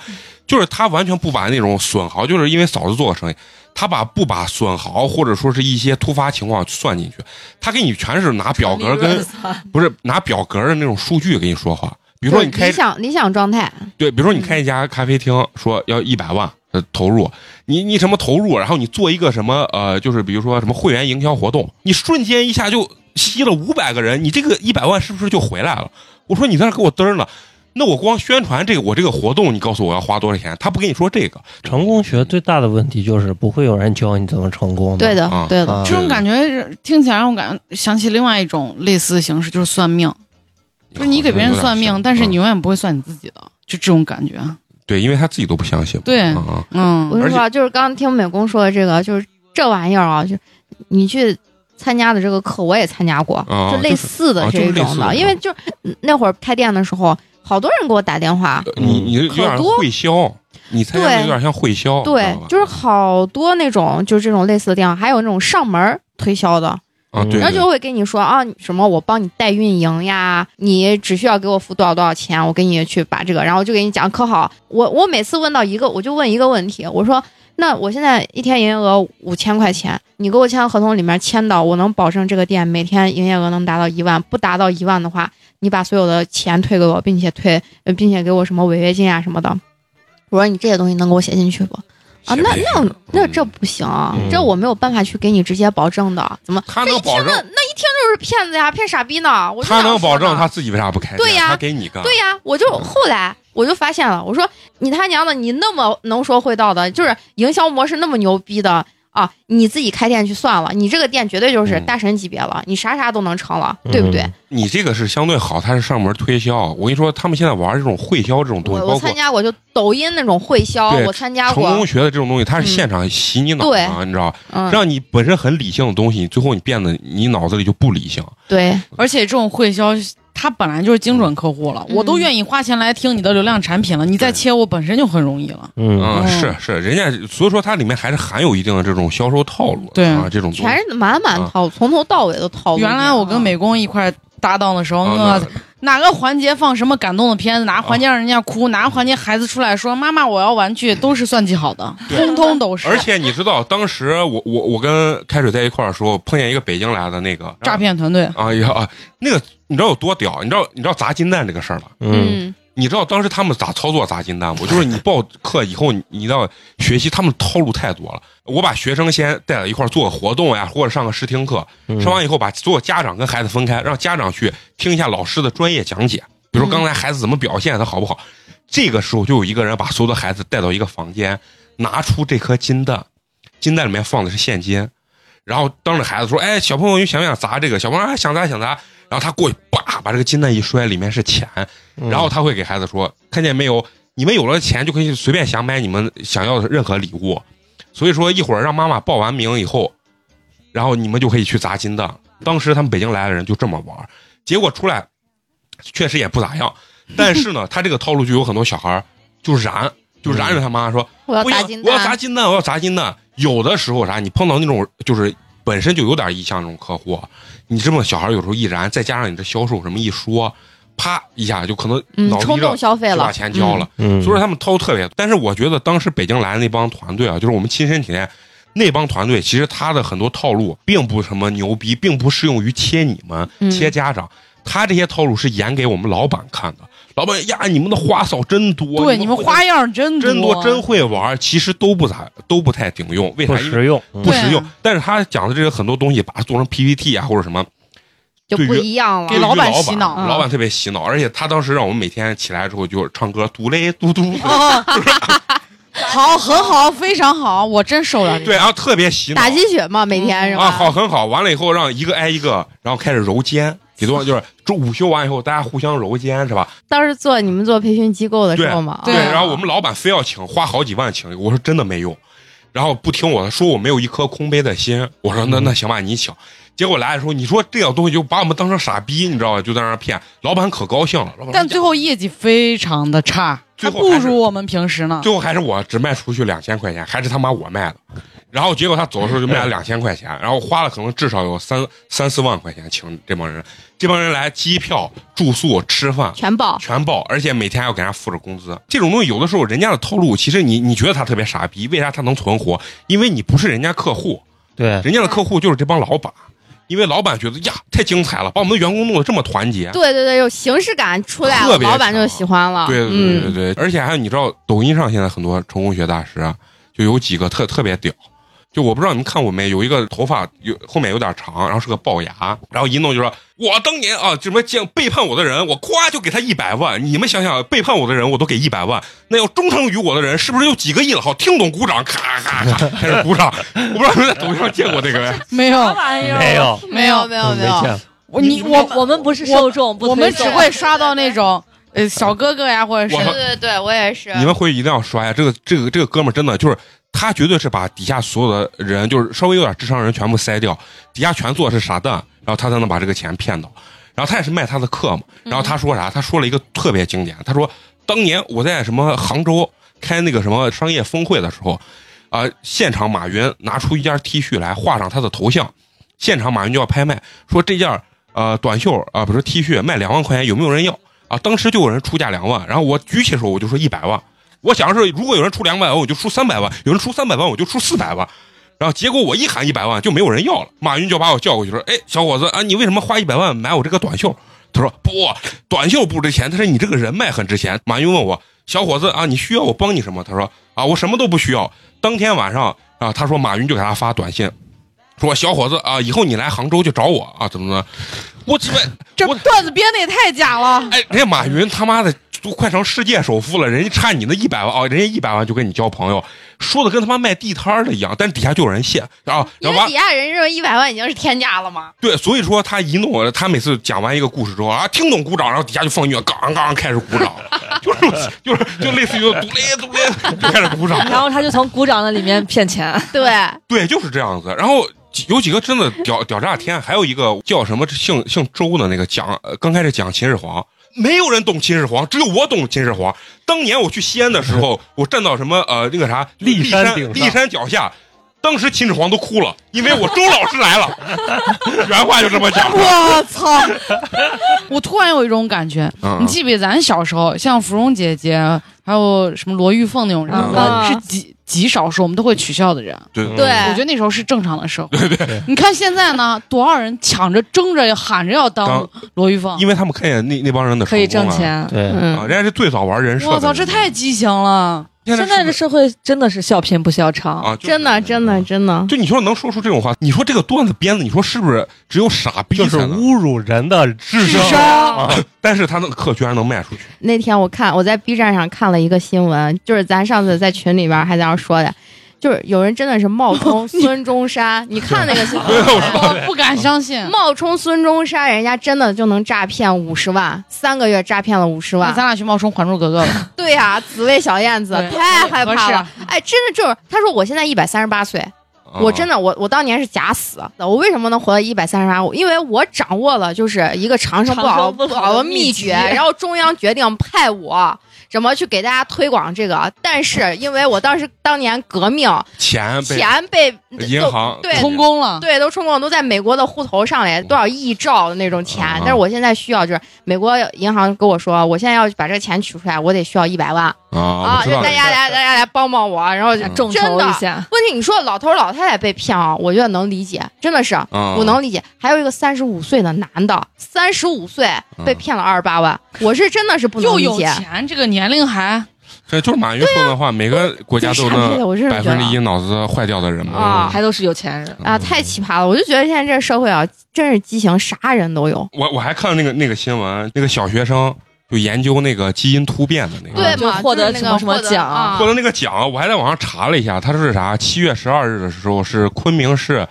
A: 就是他完全不把那种损耗，就是因为嫂子做的生意，他把不把损耗或者说是一些突发情况算进去，他给你全是拿表格跟不是拿表格的那种数据跟你说话。比如说你
D: 就是
A: 开
D: 理想理想状态，
A: 对，比如说你
B: 嗯
A: 开一家咖啡厅，说要一百万呃投入，你你什么投入，然后你做一个什么呃，就是比如说什么会员营销活动，你瞬间一下就吸了五百个人，你这个一百万是不是就回来了？我说你在那给我嘚儿呢，那我光宣传这个我这个活动，你告诉我要花多少钱？他不跟你说这个
E: 成功学最大的问题就是不会有人教你怎么成功的。
D: 对的
A: 啊
D: 对的，
E: 啊
B: 这，种感觉听起来让我感想起另外一种类似的形式，就是算命，就是你给别人算命，但是你
A: 嗯
B: 永远不会算你自己的，就这种感觉。
A: 对，因为他自己都不相信嘛。
B: 对
A: 啊啊
B: 嗯
D: 我跟
A: 而
D: 你说啊，就是刚刚听美工说的这个，就是这玩意儿啊，就你去参加的这个课，我也参加过，
A: 啊
D: 类似的
A: 就是啊就
D: 这
A: 是类
D: 种
A: 似
D: 的，
A: 的
D: 因为就那会儿开店的时候，好多人给我打电话，
A: 呃你
B: 嗯
A: 你有点
D: 可多
A: 会销，你参加的
D: 对
A: 有点像会销，哦知
D: 对
A: 道吧，
D: 就是好多那种就是这种类似的电话，还有那种上门儿推销的，
A: 啊，对，
D: 然后
A: 对
D: 就会跟你说啊，什么我帮你代运营呀，你只需要给我付多少多少钱，我给你去把这个，然后就给你讲可好。我我每次问到一个，我就问一个问题，我说那我现在一天营业额五千块钱，你给我签合同里面签到，我能保证这个店每天营业额能达到一万，不达到一万的话，你把所有的钱退给我，并且退，呃并且给我什么违约金啊什么的。我说你这些东西能给我写进去不？啊，
A: 写
D: 那
A: 不
D: 那
A: 进去
D: 那
A: 嗯
D: 这不行啊，
E: 嗯
D: 这我没有办法去给你直接保证的。怎么？
A: 他能保证
D: 那那一听就是骗子呀，骗傻逼呢。我就
A: 他
D: 想
A: 能保
D: 说呢
A: 证他自己为啥不开店？
D: 对呀
A: 他嗯给你干。
D: 对呀，我就后来我就发现了，我说你他娘的，你那么能说会道的，就是营销模式那么牛逼的啊，你自己开店去算了，你这个店绝对就是
A: 嗯
D: 大神级别了，你啥啥都能成了，对不对？
E: 嗯
A: 你这个是相对好，他是上门推销。我跟你说，他们现在玩这种会销这种东
D: 我
A: 西，
D: 我
A: 包
D: 参
A: 括
D: 加过就抖音那种会销，
A: 对
D: 我参加
A: 成功
D: 过，
A: 学的这种东西，它是
D: 嗯
A: 现场洗你脑啊，你知道吧，
D: 嗯，
A: 让你本身很理性的东西，最后你变得你脑子里就不理性。啊
D: 对，
B: 而且这种会销，它本来就是精准客户了，
D: 嗯
B: 我都愿意花钱来听你的流量产品了，你再切我本身就很容易了。
E: 嗯，
A: 嗯，
B: 哦
A: 是是，人家所以说它里面还是含有一定的这种销售套路，
B: 对
A: 啊，这种东
D: 全
A: 西。
D: 是满满
A: 嗯
D: 套，从头到尾都套路你啊。
B: 原来我跟美工一块儿搭档的时候，
A: 啊
B: 我哪个环节放什么感动的片子，
A: 哦
B: 哪个环节让人家哭，哪个环节孩子出来说妈妈我要玩具，都是算计好的，
A: 对
B: 通通都是。
A: 而且你知道，当时我我我跟开水在一块儿的时候，碰见一个北京来的那个
B: 诈骗团队，
A: 啊呀啊，那个你知道有多屌？你知道你知道砸金蛋这个事儿吧？
E: 嗯，
D: 嗯，
A: 你知道当时他们咋操作砸金蛋不？就是你报课以后，你你要学习，他们套路太多了。我把学生先带到一块儿做个活动呀，或者上个试听课，
E: 嗯
A: 上完以后把所有家长跟孩子分开，让家长去听一下老师的专业讲解，比如说刚才孩子怎么表现，他好不好。这个时候就有一个人把所有的孩子带到一个房间，拿出这颗金蛋，金蛋里面放的是现金，然后当着孩子说：“哎，小朋友，你想不想砸这个？”小朋友说哎想砸想砸。然后他过去叭把这个金蛋一摔，里面是钱，
E: 嗯
A: 然后他会给孩子说：“看见没有，你们有了钱就可以随便想买你们想要的任何礼物。所以说一会儿让妈妈报完名以后，然后你们就可以去砸金蛋。”当时他们北京来的人就这么玩儿，结果出来确实也不咋样。但是呢，他这个套路就有很多小孩儿就燃，就燃着他妈说：“
D: 我要
A: 不
D: 砸
A: 行
D: 金
A: 我要砸
D: 蛋，
A: 金蛋，我要砸金蛋。有的时候啥，你碰到那种就是本身就有点意向那种客户，你这么小孩有时候一燃，再加上你这销售什么一说，啪一下就可能
D: 嗯，
A: 脑子
D: 冲
A: 一热
D: 动消费
A: 就
D: 了
A: 把，钱交了。
E: 嗯，
A: 所以说他们掏特别多，但是我觉得当时北京来的那帮团队啊，就是我们亲身体验。那帮团队其实他的很多套路并不什么牛逼，并不适用于切你们、
D: 嗯
A: 切家长，他这些套路是演给我们老板看的。老板呀，你们的花哨真多，
B: 对你们
A: 会
B: 花
E: <laughs>
B: 样真
A: 真多真会玩，其实都不咋都不太顶用，为
E: 不
A: 啥？因为
E: 实用，
A: 不
E: 嗯
A: 实用
B: 对。啊
A: 但是他讲的这个很多东西，把它做成 PPT 啊或者什么，
D: 就
A: 对
D: 不
A: 于
D: 一样了
A: 对
B: 给。
A: 于
B: 老
A: 老
B: 板
A: 板
B: 洗脑
A: 老板特别洗脑。而且他当时让我们每天起来之后就唱歌，嘟嘞嘟嘟，
B: <laughs> 哦，好，很好，非常好，我真受了。
A: 对，然后特别洗脑
D: 打鸡血嘛，每天是吧？
A: 啊，好很好。完了以后让一个挨一个，然后开始揉肩。给多就是中午休完以后，大家互相揉肩是吧？
D: 当时做你们做培训机构的时候嘛，啊
A: 对，啊
B: 对
A: 然后我们老板非要请，花好几万请一个，我说真的没用，然后不听我的，说我没有一颗空杯的心。我说那那行吧，你请。结果来的时候，你说这种东西就把我们当成傻逼，你知道吧？就在那儿骗，老板可高兴了。老板说
B: 但最后业绩非常的差，
A: 最
B: 还
A: 后
B: 不
A: 还是
B: 如我们平时呢。
A: 最后还是我只卖出去两千块钱，还是他妈我卖的。然后结果他走的时候就卖了两千块钱，然后花了可能至少有三三四万块钱请这帮人，这帮人来机票、住宿、吃饭
D: 全报。
A: 全报，而且每天还要给人家付着工资。这种东西有的时候人家的套路，其实你你觉得他特别傻逼，为啥他能存活？因为你不是人家客户，
E: 对，
A: 人家的客户就是这帮老板，因为老板觉得呀太精彩了，把我们的员工弄得这么团结。
D: 对对对，有形式感出来了
A: 特，别
D: 老板就
A: 强
D: 喜欢了。
A: 对对对
D: 嗯，
A: 对，而且还有你知道，抖音上现在很多成功学大师啊，就有几个特特别屌。就我不知道你们看过没，有一个头发有后面有点长，然后是个龅牙，然后一弄就说：“我当年啊，什么见背叛我的人，我咵就给他一百万。”你们想想，背叛我的人我都给一百万，那要忠诚于我的人是不是有几个亿了？好，听懂鼓掌，咔咔咔开始鼓掌。我不知道你们在抖音上见过这个没？
B: 哦没
F: 啥
B: 有，
F: 玩意儿？
E: 没，有，
D: 没有没有
E: 嗯没
D: 没有，
E: 见
B: 我你
F: 我
B: 我
F: 我们不是受众，不
B: 我们
F: 推
B: 只
F: 送
B: 会刷到那种呃小哥哥呀，或者
A: 我
B: 是
D: 对对对，我也是。啊
A: 你们回去一定要刷呀！这个这个这个哥们儿真的就是他，绝对是把底下所有的人，就是稍微有点智商的人全部筛掉，底下全做的是傻蛋，然后他才能把这个钱骗到。然后他也是卖他的课嘛。然后他说啥？他说了一个特别经典，他说当年我在什么杭州开那个什么商业峰会的时候，啊、现场马云拿出一件 T 恤来，画上他的头像，现场马云就要拍卖，说这件呃短袖啊、不是 T 恤卖两万块钱，有没有人要？啊，当时就有人出价两万，然后我举起的时候我就说一百万，我想是如果有人出两百万，我就出三百万；有人出三百万，我就出四百万。然后结果我一喊一百万，就没有人要了。马云就把我叫过去说：“哎，小伙子啊，你为什么花一百万买我这个短袖？”他说：“哎不，短袖不值钱，但是你这个人脉很值钱。”马云问我：“小伙子啊，你需要我帮你什么？”他说：“啊，我什么都不需要。”当天晚上啊，他说马云就给他发短信，说：“小伙子啊，以后你来杭州就找我啊，怎么怎么。”我这
B: 这
A: 我
B: 段子编的也太假了。
A: <laughs> 哎，人家马云他妈的都快成世界首富了，人家差你那一百万啊、哦，人家一百万就跟你交朋友，说的跟他妈卖地摊儿的一样，但底下就有人信啊，
D: 因
A: 然后
D: 为
A: 完
D: 底下人认为一百万已经是天价了嘛。
A: 对，所以说他一弄，他每次讲完一个故事之后啊，听懂鼓掌，然后底下就放音乐，杠杠开始鼓掌， <laughs> 就是就是就类似于独立独立就开始鼓
B: <laughs>
A: 掌，
F: 然后他就从鼓掌的里面骗钱，
A: 嗯
D: 对，
A: 对，就是这样子。然后几有几个真的屌屌炸天，还有一个叫什么姓姓周的那个讲，呃刚开始讲秦始皇，没有人懂秦始皇，只有我懂秦始皇。当年我去西安的时候，我站到什么呃那个
E: <laughs>
A: 啥
E: 骊山
A: 山
E: 顶上
A: 骊山脚下。当时秦始皇都哭了，因为我周老师来了， <laughs> 原话就这么
B: <laughs>
A: 讲。
B: 我
A: <laughs>
B: 操！我突然有一种感觉，
A: 嗯
B: 你记不记得咱小时候，像芙蓉姐姐，还有什么罗玉凤那种人，
F: 嗯
B: 我是极极少数我们都会取笑的人。
A: 对
E: 嗯
D: 对，
B: 我觉得那时候是正常的社会。你看现在呢，多少人抢着、争着、喊着要当
A: 当
B: 罗玉凤
A: 因。为他们看见那那帮人的
F: 可以
A: 成
F: 挣
A: 功啊
F: 钱。
E: 对，
A: 啊，
B: 嗯，
A: 人家是最早玩人设的人。
B: 我操，这太畸形了。
F: 现在的社会真的是笑贫不笑娼，
A: 啊，就是
D: 真的真的真的。
A: 就你说能说出这种话，你说这个段子编的，你说是不是只有傻逼
E: 就是
A: 才能？
E: 侮辱人的智商
B: 智商
E: 啊！
A: 但是他那个课居然能卖出去，
D: <laughs> 那天我看我在 B 站上看了一个新闻，就是咱上次在群里边还在那说的，就是有人真的是冒充
A: <laughs>
D: 孙中山，你看那个新闻。
B: 我不敢相信。
D: <laughs> 冒充孙中山，人家真的就能诈骗五十万，三个月诈骗了五十
B: 那
D: 万
B: 咱。俩去冒充《还珠格格》吧。
D: 哎对呀、紫薇小燕子
B: 对
D: 太害怕了
B: 合。
D: 哎，真的就是，他说我现在一百三十八岁，我真
A: 的
D: 的我我当年是假死的。我为什么能活到一百三十八？我因为我掌握了就是一个长生不
F: 长
D: 老
F: 生不老
D: 的
F: 的
D: 秘
F: 秘
D: 诀，
F: 诀
D: <laughs> 然后中央决定派我。怎么去给大家推广这个？但是因为我当时当年革命
A: 钱被
D: 钱被
A: 银
D: 都
A: 行
D: 对
B: 充公
A: 啊
B: 了。
D: 对，都充公，都在美国的户头上嘞，多少亿兆的那种钱。
A: 哦啊
D: 但是我现在需要，就是美国银行跟我说，我现在要把这个钱取出来，我得需要一百万
A: 啊，我
D: 就
A: 知道
D: 大
A: 了
D: 家来，大家来帮帮我。啊然后就
A: 嗯
F: 众
D: 真
F: 筹
D: 的
F: 一下。
D: 问题，你说老头老太太被骗啊，我觉得能理解，真的是、
A: 啊
D: 我能理解。还有一个三十五岁的男的，三十五岁
A: 嗯
D: 被骗了二十八万，我是真的是不能
B: 又
D: 理
B: 有
D: 解。
B: 钱，这个年龄还
A: 这就是马云说的话，每个国家都有
D: 这个傻逼的我
A: 那
D: 真
A: 百
D: 是觉
A: 分之
D: 得
A: 一脑子坏掉的人嘛。
D: 啊
F: 还都是有钱人，
D: 啊，太奇葩了！我就觉得现在这个社会啊，真是畸形，啥人都有。
A: 我我还看那个那个新闻，那个小学生就研究那个基因突变的那个。
D: 对
F: 就
D: 嘛，
F: 获得
D: 就是
F: 什
D: 那
F: 么
D: 个
F: 什么
D: 获得
F: 奖
D: 啊
A: 嗯获得那个奖，我还在网上查了一下，他是啥？七月十二日的时候，是昆明市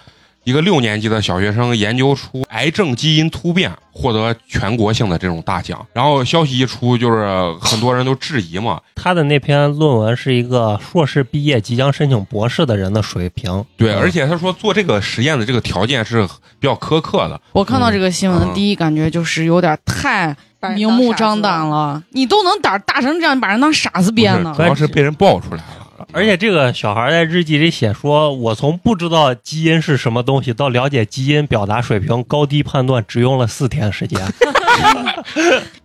A: 一个六年级的小学生研究出癌症基因突变，获得全国性的这种大奖。然后消息一出，就是很多人都质疑嘛，
E: 他的那篇论文是一个硕士毕业即将申请博士的人的水平，
A: 对，
E: 嗯
A: 而且他说做这个实验的这个条件是比较苛刻的，
B: 我看到这个新闻
A: 嗯
B: 的第一感觉就是有点太嗯明目张胆了，你都能胆儿大成这样，把人当傻子编呢
A: <laughs> 不是主？要是被人爆出来了。
E: 而且这个小孩在日记里写说：“我从不知道基因是什么东西，到了解基因表达水平高低判断，只用了四天时间。”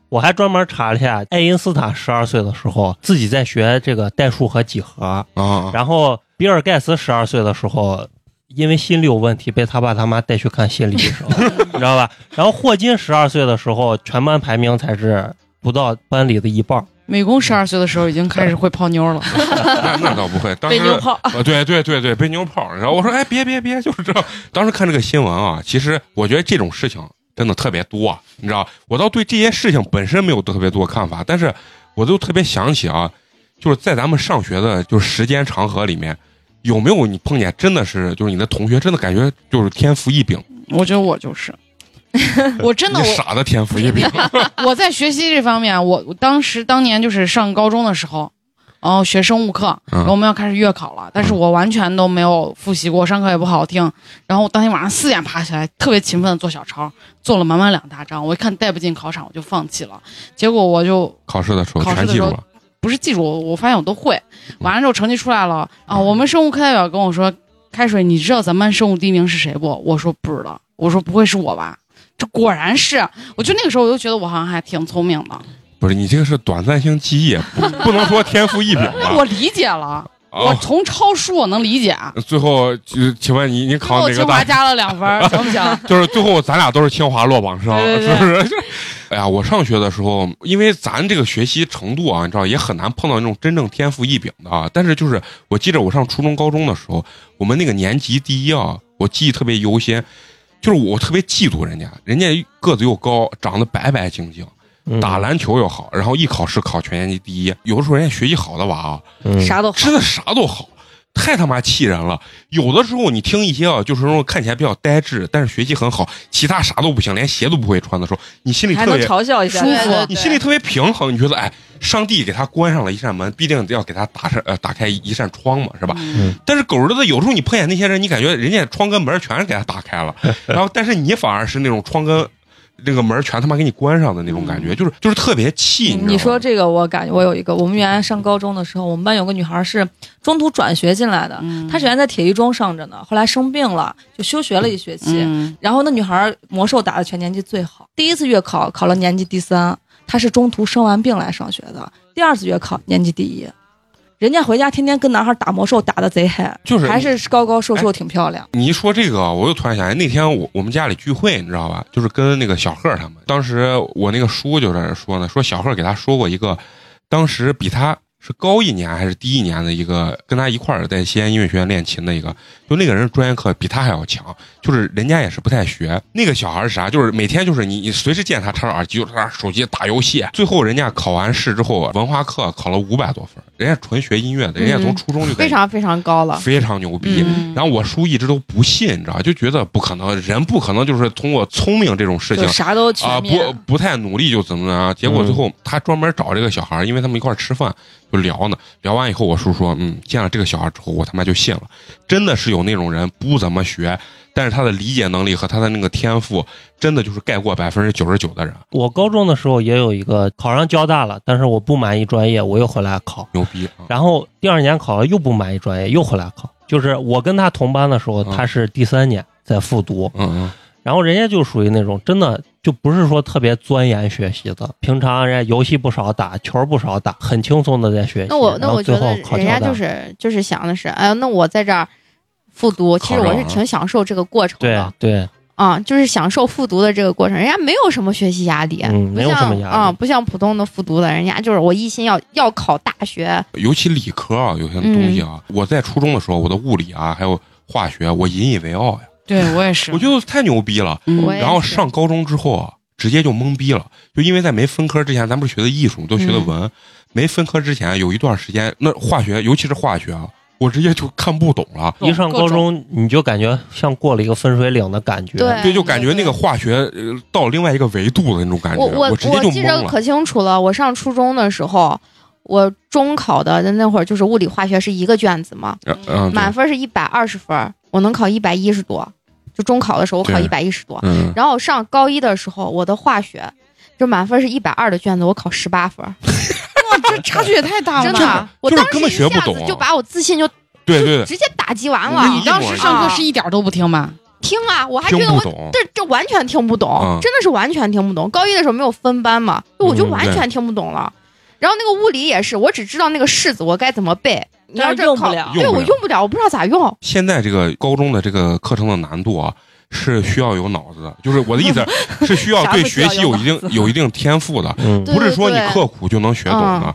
E: 我还专门查了一下，爱因斯坦十二岁的时候自己在学这个代数和几何，
A: 啊，
E: 然后比尔盖茨十二岁的时候，因为心理有问题被他爸他妈带去看心理医生，你知道吧？然后霍金十二岁的时候，全班排名才是不到班里的一半儿。
B: 美工十二岁的时候已经开始会泡妞
A: <laughs>
B: 了，
A: 那那倒不会，当
F: 被
A: 时
F: 妞泡，
A: 啊，对对对对，被妞泡。然后我说，哎，别别别，就是这样。当时看这个新闻啊，其实我觉得这种事情真的特别多，啊你知道，我倒对这些事情本身没有特别多看法，但是我就特别想起啊，就是在咱们上学的，就是时间长河里面，有没有你碰见真的是，就是你的同学真的感觉就是天赋异禀，
B: 我觉得我
A: <laughs>
B: 就是，我真的
A: 你
B: 我
A: 傻的天赋异禀
B: 我在学习这方面，我我当时当年就是上高中的时候，然后学生物课，
A: 嗯
B: <laughs> 然后我们要开始月考了，但是我完全都没有复习过，上课也不好好听。然后我当天晚上四点爬起来，特别勤奋的做小抄，做了满满两大张。我一看带不进考场，我就放弃了。结果我就
A: 考试的时候
B: 考试
A: 全记
B: 的时
A: 住
B: 候
A: 了，
B: 不是记住，我发现我都会。
A: 嗯
B: 完了之后成绩出来了啊，我们生物课代表跟我说：“开水，你知道咱们班生物第一名是谁不？”我说：“不知道。”我说：“不会是我吧？”这果然是，我就那个时候我就觉得我好像还挺聪明的。
A: 不是你这个是短暂性记忆，不不能说天赋异禀吧？
B: <laughs> 我理解了，我
A: 啊，
B: 从抄书我能理解。
A: 最后就请问你你
B: 最
A: 考
B: 后
A: 哪个
B: 清
A: 大
B: 华加了两
A: <laughs>
B: 分儿，行不行？ <laughs>
A: 就是最后咱俩都是清华落榜生，
B: 对对对
A: 是不是？就是 <laughs> 哎呀，我上学的时候，因为咱这个学习程度啊，你知道也很难碰到那种真正天赋异禀的啊。但是就是我记着我上初中、高中的时候，我们那个年级第一啊，我记忆特别犹新，就是我特别嫉妒人家，人家个子又高，长得白白净净，
E: 嗯
A: 打篮球又好，然后一考试考全年级第一。有的时候人家学习好的娃啊，
E: 嗯
F: 啥都好。
A: 吃的啥都好，太他妈气人了。有的时候你听一些啊，就是那种看起来比较呆滞，但是学习很好，其他啥都不行，连鞋都不会穿的时候，你心里
F: 还
A: 特
F: 能
A: 别，
F: 嘲笑一下，
B: 舒服
F: 对
A: 你心里特别平衡，你觉得哎，上帝给他关上了一扇门，必定要给他打上呃打开一扇窗嘛，是吧？
B: 嗯
A: 但是狗日的，有时候你碰见那些人，你感觉人家窗跟门全是给他打开
F: <laughs>
A: 了，然后但是你反而是那种窗跟。那个门全他妈给你关上的那种感觉，就是就是特别气。
F: 嗯你
A: 知道
F: 说
A: 吗
F: 这个，我感觉我有一个，我们原来上高中的时候，我们班有个女孩是中途转学进来的，
B: 嗯
F: 她原来在铁一中上着呢，后来生病了，就休学了一学期。
B: 嗯
F: 然后那女孩魔兽打的全年级最好，第一次月考考了年级第三，她是中途生完病来上学的。第二次月考年级第一，人家回家天天跟男孩打魔兽打的贼嗨，
A: 就是
F: 还是高高瘦瘦挺漂亮。
A: 你一说这个，我又突然想起那天我我们家里聚会，你知道吧？就是跟那个小贺他们。当时我那个叔就在那说呢，说小贺给他说过一个，当时比他是高一年还是低一年的一个，跟他一块儿在西安音乐学院练琴的一个，就那个人专业课比他还要强，就是人家也是不太学。那个小孩是啥？就是每天就是你你随时见他插着耳机，就在那手机打游戏。最后人家考完试之后，文化课考了五百多分，人家纯学音乐的，人家从初中就在
D: 嗯非常非常高了。
A: 非常牛逼。
B: 嗯
A: 然后我叔一直都不信，你知道吧，就觉得不可能，人不可能就是通过聪明这种事
F: 就
A: 情
F: 啥都
A: 啊、
F: 全面，
A: 不不太努力就怎么怎么样。啊结果最后他专门找这个小孩儿，因为他们一块儿吃饭就聊呢，聊完以后我叔说，嗯，见了这个小孩之后，我他妈就信了，真的是有那种人不怎么学，但是他的理解能力和他的那个天赋，真的就是盖过百分之九十九的人，
E: 我高中的时候也有一个考上交大了，但是我不满意专业，我又回来考。
A: 牛逼啊！
E: 然后第二年考了又不满意专业，又回来考。就是我跟他同班的时候，
A: 嗯
E: 他是第三年在复读，
A: 嗯
E: 然后人家就属于那种真的就不是说特别钻研学习的，平常人家游戏不少打，球不少打，很轻松的在学习。
D: 那我
E: 然
D: 那
E: 后
D: 我
E: 最
D: 觉
E: 后
D: 得
E: 考
D: 人家
E: 交大
D: 就是就是想的是，哎呀，那我在这儿复读，其
A: 考
D: 实我
A: 上
D: 是
A: 了
D: 挺享受这个过程
E: 啊对
D: 的
E: 对，
D: 啊、就是享受复读的这个过程，人家没有什么学习压力，
E: 嗯
D: 不
E: 没有什
D: 像
E: 么压力
D: 啊、不像普通的复读的，人家就是我一心要要考大学，
A: 嗯，尤其理科啊，有些东西啊，
F: 嗯
A: 我在初中的时候，我的物理啊，还有化学，我引以为傲呀，
B: 对我也是
A: 我，觉得太牛逼了。
B: 嗯
D: 我也
A: 然后
D: 哎是
A: 上高中之后啊，直接就懵逼了，就因为在没分科之前，咱不是学的艺术，都学的
D: 嗯
A: 文，没分科之前有一段时间，那化学尤其是化学啊，我直接就看不懂了。
E: 一上
B: 各
E: 高
B: 种
E: 中你就感觉像过了一个分水岭的感觉。
D: 对
A: 对，就感觉那个化学呃到另外一个维度的那种感觉，
D: 我
A: 我
D: 我
A: 直接就
D: 记
A: 懵
D: 着
A: 了。
D: 可清楚了，我上初中的时候，我中考的那那会儿就是物理化学是一个卷子嘛，
A: 呃嗯，
D: 满
A: 对
D: 分是一百二十分，我能考一百一十多，就中考的时候我考
A: 对
D: 一百一十多，
A: 嗯，
D: 然后上高一的时候我的化学就满分是一百二的卷子我考十八分，
B: 这差距也太大了
D: 真
B: 吧。
D: 的，啊我
A: 哦就是
D: 当时
A: 根本
D: 一
A: 学不
D: 下子
A: 懂
D: 就把我自信就
A: 对对
D: 直接打击完
A: 我
D: 了
A: 理
B: 你。当时上课是一点儿都不听吧？
D: 听啊，我还
A: 对，
D: 觉
A: 啊听
D: 得
A: 不
D: 我
A: 懂。
D: 这这完全听不懂，
A: 嗯
D: 真的是完全听不懂。高一的时候没有分班嘛，就我就
A: 嗯
D: 完全听不懂了。然后那个物理也是，我只知道那个式子我该怎么背，你要
F: 但是
D: 这
F: 用不
D: 靠，
F: 了。
D: 对
A: 用不
D: 我
A: 了
D: 用不了，我不知道咋用。
A: 现在这个高中的这个课程的难度啊，是需要有脑子的，就是我的意
D: <laughs>
A: 思是需要对学习有一定有一定天赋的，
E: 嗯
D: 对
A: 不是说你刻苦就能学懂的。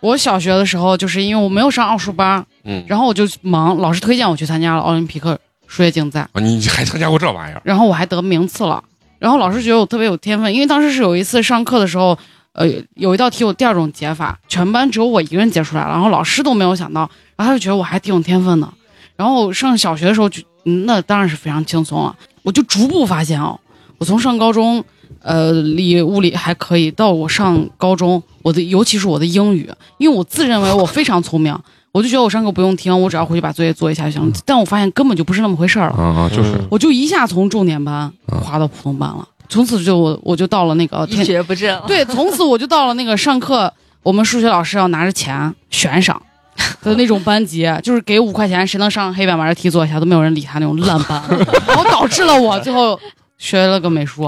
B: 我小学的时候，就是因为我没有上奥数班，
A: 嗯，
B: 然后我就忙，老师推荐我去参加了奥林匹克数学竞赛，
A: 啊你你还参加过这玩意儿？
B: 然后我还得名次了。然后老师觉得我特别有天分，因为当时是有一次上课的时候，呃，有一道题有第二种解法，全班只有我一个人解出来了，然后老师都没有想到，然后他就觉得我还挺有天分的。然后上小学的时候就，嗯那当然是非常轻松了。我就逐步发现哦，我从上高中，呃，理物理还可以，到我上高中，我的尤其是我的英语，因为我自认为我非常聪明，我就觉得我上课不用听，我只要回去把作业做一下就行了。但我发现根本就不是那么回事儿了。
A: 啊啊，就是
B: 我就一下从重点班
A: 嗯
B: 滑到普通班了，从此就我我就到了那个
F: 一
B: 天，
F: 蹶不振，
B: 对，从此我就到了那个上课，我们数学老师要拿着钱悬赏的那种班级，就是给五块钱，谁能上黑板把这题做一下，都没有人理他那种烂班，然后导致了我最后学了个美术，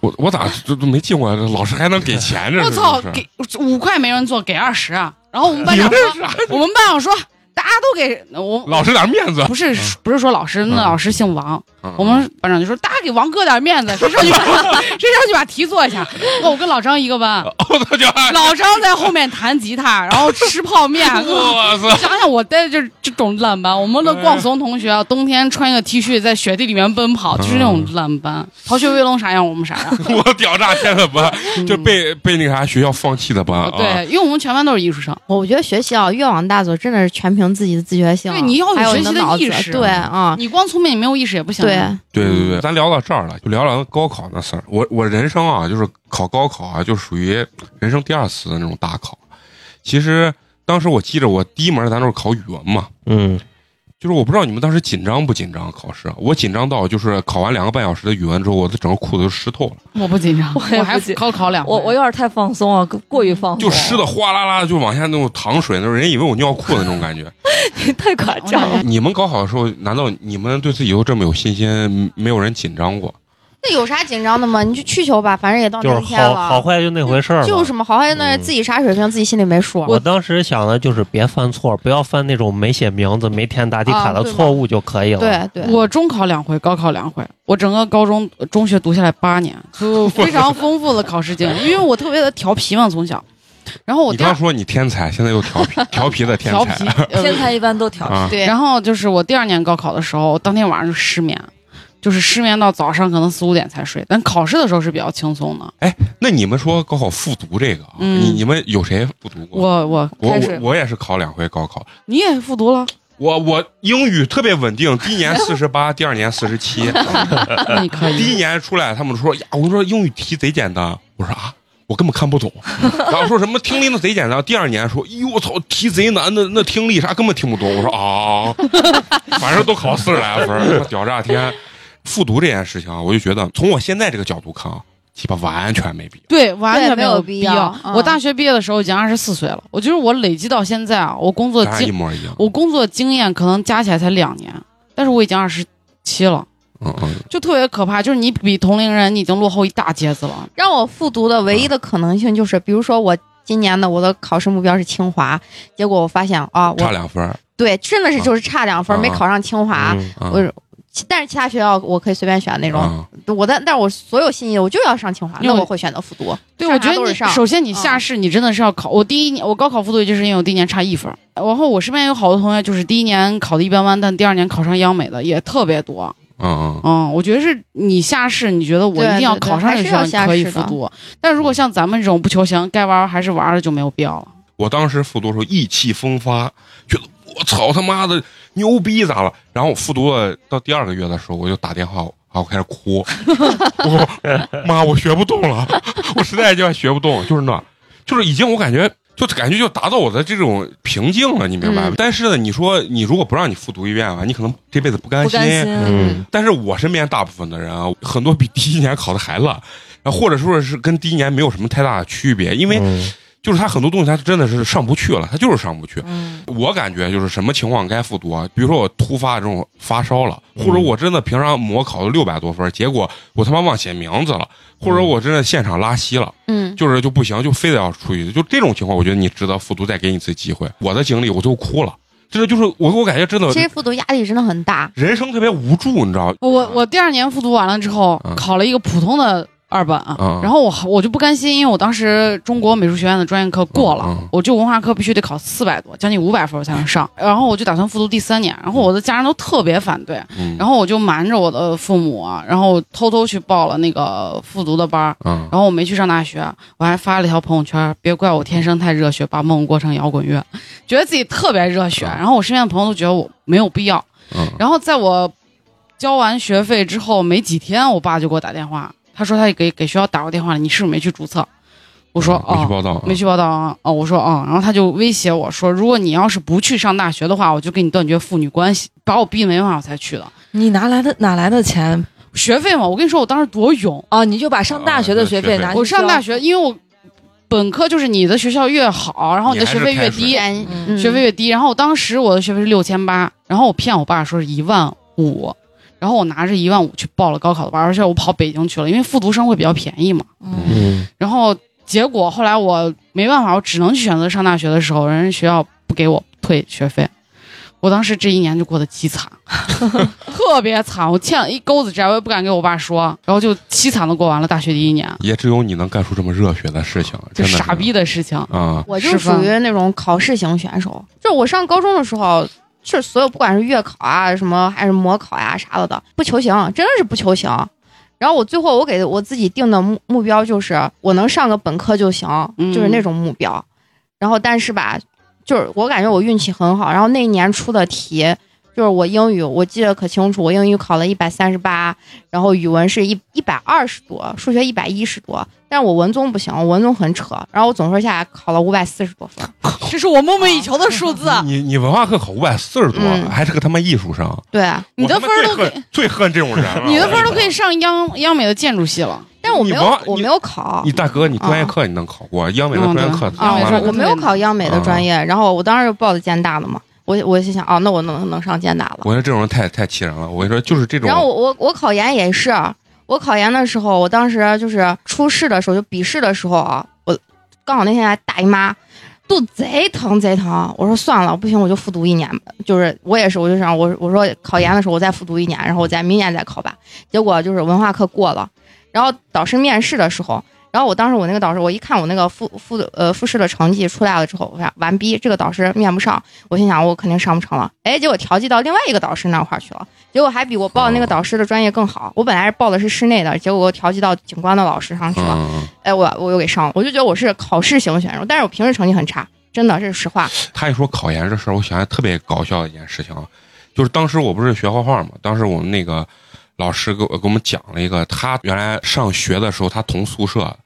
A: 我我咋都都没进过？啊老师还能给钱？这是
B: 我操
A: 这，是
B: 给五块没人做，给二十，啊然后我们班长
A: 啊你这
B: 说
A: 是啥，
B: 我们班长说大家都给我。
A: 老师点面子。
B: 不是不是说老师，那
A: 嗯
B: 老师姓王，
A: 嗯
B: 我们班长就说：“大家给王哥点面子，谁上去把谁上去把题做一下。”我跟老张一个班，
A: <laughs> 我操，就
B: 老张在后面弹吉他，然后吃泡面。
A: 我操，
B: 想想我待这这种烂班，我们的逛怂同学啊，冬天穿一个 T 恤在雪地里面奔跑，就是那种烂班。逃学威龙啥样，我们啥样。
A: 我屌炸天的班，就被被那个啥学校放弃的班
B: 嗯
A: 啊。
B: 对，因为我们全班都是艺术生，
D: 我觉得学习啊，越往大走，真的是全凭自己的自觉性了。
B: 对你要有
D: 还有
B: 学
D: 你
B: 习
D: 的
B: 的
D: 脑
B: 意
D: 子
B: 识
D: 对啊，
B: 你光聪明你没有意识也不行。
D: 对，
B: 啊
A: 对对
B: 嗯
A: 对，咱聊到这儿了，就聊聊高考那事儿。我我人生啊，就是考高考啊，就属于人生第二次的那种大考。其实当时我记着，我第一门咱都是考语文嘛，
E: 嗯，
A: 就是我不知道你们当时紧张不紧张考试，啊我紧张到就是考完两个半小时的语文之后，我的整个裤子都湿透了，
B: 我不紧张，
F: 我也
B: 我还
F: 不紧
B: 高考两回
F: 我我有点太放松了，过过于放松，
A: 就湿的哗啦啦的就往下那种淌水，那种人以为我尿裤子那种感觉。
F: 太夸张了。
A: 你们高考的时候，难道你们对自己都这么有信心，没有人紧张过？
D: 那有啥紧张的吗？你就去求吧，反正也到
E: 就
D: 哦那
E: 是
D: 一天
E: 好好
D: 了。
E: 坏就那回事儿
D: <laughs>
E: 嘛。
D: 就是嘛，好坏那
E: 嗯
D: 自己啥水平，自己心里没数。
E: 我当时想的就是别犯错，不要犯那种没写名字、没填答题卡
D: 啊
E: 的
D: 对嘛
E: 错误就可以了。嗯
D: 对对，
B: 我中考两回，高考两回，我整个高中、呃中学读下来
A: <laughs>
B: 八年，就非常丰富的考试经验。因为我特别的调皮嘛，从小，然后我
A: 你
B: 第
A: 刚
B: 二
A: 说你天才，现在又调皮调皮的天
B: 调
A: 才
B: 皮，呃
F: 天才一般都调皮，
A: 啊！
D: 对
B: 然后就是我第二年高考的时候，我当天晚上就失眠，就是失眠到早上可能四五点才睡，但考试的时候是比较轻松的。
A: 那你们说高考复读这个啊，
B: 嗯
A: 你你们有谁复读过？
B: 我我
A: 我
B: 开
A: 我
B: 始，
A: 我也是考两回高考，
B: 你也
A: <laughs>
B: 复读了，
A: 我我英语特别稳定，第一年四十八，第二年四十七。
B: 那你可
A: 第一
B: 以。
A: 年出来，他们说呀，我跟你说英语题贼简单，我说啊。我根本看不懂， <laughs> 然后说什么听力那贼简单。第二年说，哟我操，题贼难，那那听力啥根本听不懂。我说啊，反正都考四十来分儿，屌炸天！复读这件事情啊，我就觉得从我现在这个角度看啊，鸡巴完全没必要。
B: 对，完全没
D: 没有必
B: 必
D: 要
B: 我
D: 嗯
B: 大学毕业的时候已经二十四岁了，我觉得我累积到现在啊，我
D: 哦
B: 工作
A: 咱俩一
B: 经
A: 模一样。
B: 我工作经验可能加起来才两年，但是我已经二十七了。
A: 嗯嗯，
B: 就特别可怕，就是你比同龄人你已经落后一大截子了。
D: 让我复读的唯一的可能性就是，比如说我今年的我的考试目标是清华，结果我发现啊，
A: 差
D: 我
A: 两分儿。
D: 对真的是就是差两分
A: 啊
D: 没考上清华，
E: 嗯啊
A: 嗯
D: 我其但是其他学校我可以随便选那种。
A: 嗯
D: 我的，但是我所有心意我就要上清华，
B: 因为
D: 那
B: 我
D: 我会选择复读。
B: 对，
D: 上
B: 我觉
D: 哪
B: 得
D: 都
B: 你
D: 是上嗯
B: 首先你下试，你真的是要考。我第一年我高考复读，就是因为我第一年差一分儿。然后我身边有好多同学，就是第一年考的一般般，但第二年考上央美的也特别多。
A: 嗯
B: 嗯，我觉得是你下试，你觉得我一定要
D: 对对对
B: 考上的时候
D: 还
B: 你
D: 是要
B: 可以
D: 下试
B: 复
D: 的
B: 读，但如果像咱们这种不求行，该玩儿还是玩儿的就没有必要了。
A: 我当时复读的时候意气风发，觉得我操他妈的牛逼咋了？然后我复读了到第二个月的时候，我就打电话，啊，我开始哭， <laughs> 我说妈，我学不动了，我实在就学不动，就是那，就是已经我感觉。就感觉就达到我的这种瓶颈了，你明白吗？
D: 嗯
A: 但是呢，你说你如果不让你复读一遍吧，你可能这辈子不甘
F: 不甘心。
E: 嗯
A: 但是我身边大部分的人啊，很多比第一年考的还烂，然后或者说是跟第一年没有什么太大的区别，因为
E: 嗯
A: 就是他很多东西他真的是上不去了，他就是上不去。
F: 嗯，
A: 我感觉就是什么情况该复读啊？比如说我突发这种发烧了，或者我真的平常模考了六百多分，结果我他妈忘写名字了，或者我真的现场拉稀了，
D: 嗯，
A: 就是就不行，就非得要出去，就这种情况，我觉得你值得复读，再给你一次机会。我的经历，我最后哭了，真的就是我我感觉真的
D: 其实复读压力真的很大。
A: 人生特别无助，你知道？
B: 哦我我第二年复读完了之后
A: 啊嗯，
B: 考了一个普通的二本，啊
A: 嗯
B: 然后我我就不甘心，因为我当时中国美术学院的专业课过了，
A: 嗯嗯
B: 我就文化课必须得考四百多，将近五百分我才能上。然后我就打算复读第三年，然后我的家人都特别反对，
A: 嗯，
B: 然后我就瞒着我的父母啊，然后偷偷去报了那个复读的班儿，
A: 嗯，
B: 然后我没去上大学，我还发了一条朋友圈，别怪我天生太热血，把梦过成摇滚乐，觉得自己特别热血。然后我身边的朋友都觉得我没有必要。
A: 嗯
B: 然后在我交完学费之后没几天，我爸就给我打电话，他说他给给学校打过电话了，你是不是没去注册？我说
A: 没去
B: 哦，
A: 报道，嗯
B: 没去报道啊。哦，我说哦，然后他就威胁我说，如果你要是不去上大学的话，我就跟你断绝父女关系，把我逼没办法我才去的。
F: 你哪来的哪来的钱
B: 学费嘛，我跟你说我当时多勇，
F: 啊？你就把上大学的学费拿去交。
B: 我上大学，因为我本科就是你的学校越好，然后你的学费越
A: 你
B: 低，
F: 嗯，
D: 嗯
B: 学费越低。然后我当时我的学费是六千八，然后我骗我爸说是一万五，然后我拿着一万五去报了高考的班，而且我跑北京去了，因为复读生会比较便宜嘛。
F: 嗯
E: 嗯，
B: 然后结果后来我没办法，我只能去选择上大学的时候，人家学校不给我退学费。我当时这一年就过得极惨，特别惨，我欠了一钩子债，我也不敢给我爸说，然后就凄惨的过完了大学第一年。
A: 也只有你能干出这么热血的事情，
B: 这
A: 真的是
B: 傻逼的事情。
A: 啊！
D: 我就是
B: 吧
D: 属于那种考试型选手，就是我上高中的时候，就是所有不管是月考啊，什么还是模考呀、啥的的，不求行，真的是不求行。然后我最后我给我自己定的目目标就是我能上个本科就行，
B: 嗯
D: 就是那种目标。然后但是吧，就是我感觉我运气很好，然后那一年出的题就是我英语，我记得可清楚，我英语考了一百三十八，然后语文是一一百二十多，数学一百一十多，但是我文综不行，我文综很扯，然后我总分下来考了五百四十多分。
F: 这是我梦寐以求的数字。
A: <laughs>
F: 啊
A: 你你文化课考五百四十多，
D: 嗯
A: 还是个他妈艺术生，
D: 对，
B: 你的
A: 我他妈
B: 分儿
A: 最
B: 都
A: 恨最恨这种人了，
B: <laughs> 你的分儿
A: 我
B: 都
A: 跟
B: 可以
A: 你
B: 上央央美的建筑系了，
D: 但是我没
A: 你
D: 有
A: 往，
D: 我
A: 你
D: 没有考
A: 讲。你大哥，你专业课你能考过，央美的
B: 嗯
A: 专业
B: 对
A: 课
B: 央美
A: 完
B: 专
A: 了
B: 业课
D: 我没有考央美的专业，
A: 啊
D: 然后我当时就报的建大的嘛，我我就想，哦，那我能能上建大了。
A: 我觉得这种人太太气人了。我跟你说，就是这种。
D: 然后我我我考研也是，我考研的时候，我当时就是初试的时候，就笔试的时候啊，我刚好那天来大姨妈，肚子贼疼贼疼，我说算了，不行我就复读一年吧。就是我也是，我就想我我说考研的时候我再复读一年，然后我再明年再考吧。结果就是文化课过了，然后导师面试的时候。然后我当时我那个导师，我一看我那个复复呃复试的成绩出来了之后，我想完逼这个导师面不上，我心想我肯定上不成了。哎，结果调剂到另外一个导师那块儿去了，结果还比我报的那个导师的专业更好。我本来是报的是室内的，结果我调剂到景观的老师上去了。
A: 嗯，
D: 哎，我我又给上了，我就觉得我是考试型选手，但是我平时成绩很差，真的这是实话。
A: 他一说考研这事儿，我想起特别搞笑的一件事情啊，就是当时我不是学画画嘛，当时我们那个老师给我给我们讲了一个，他原来上学的时候，他同宿舍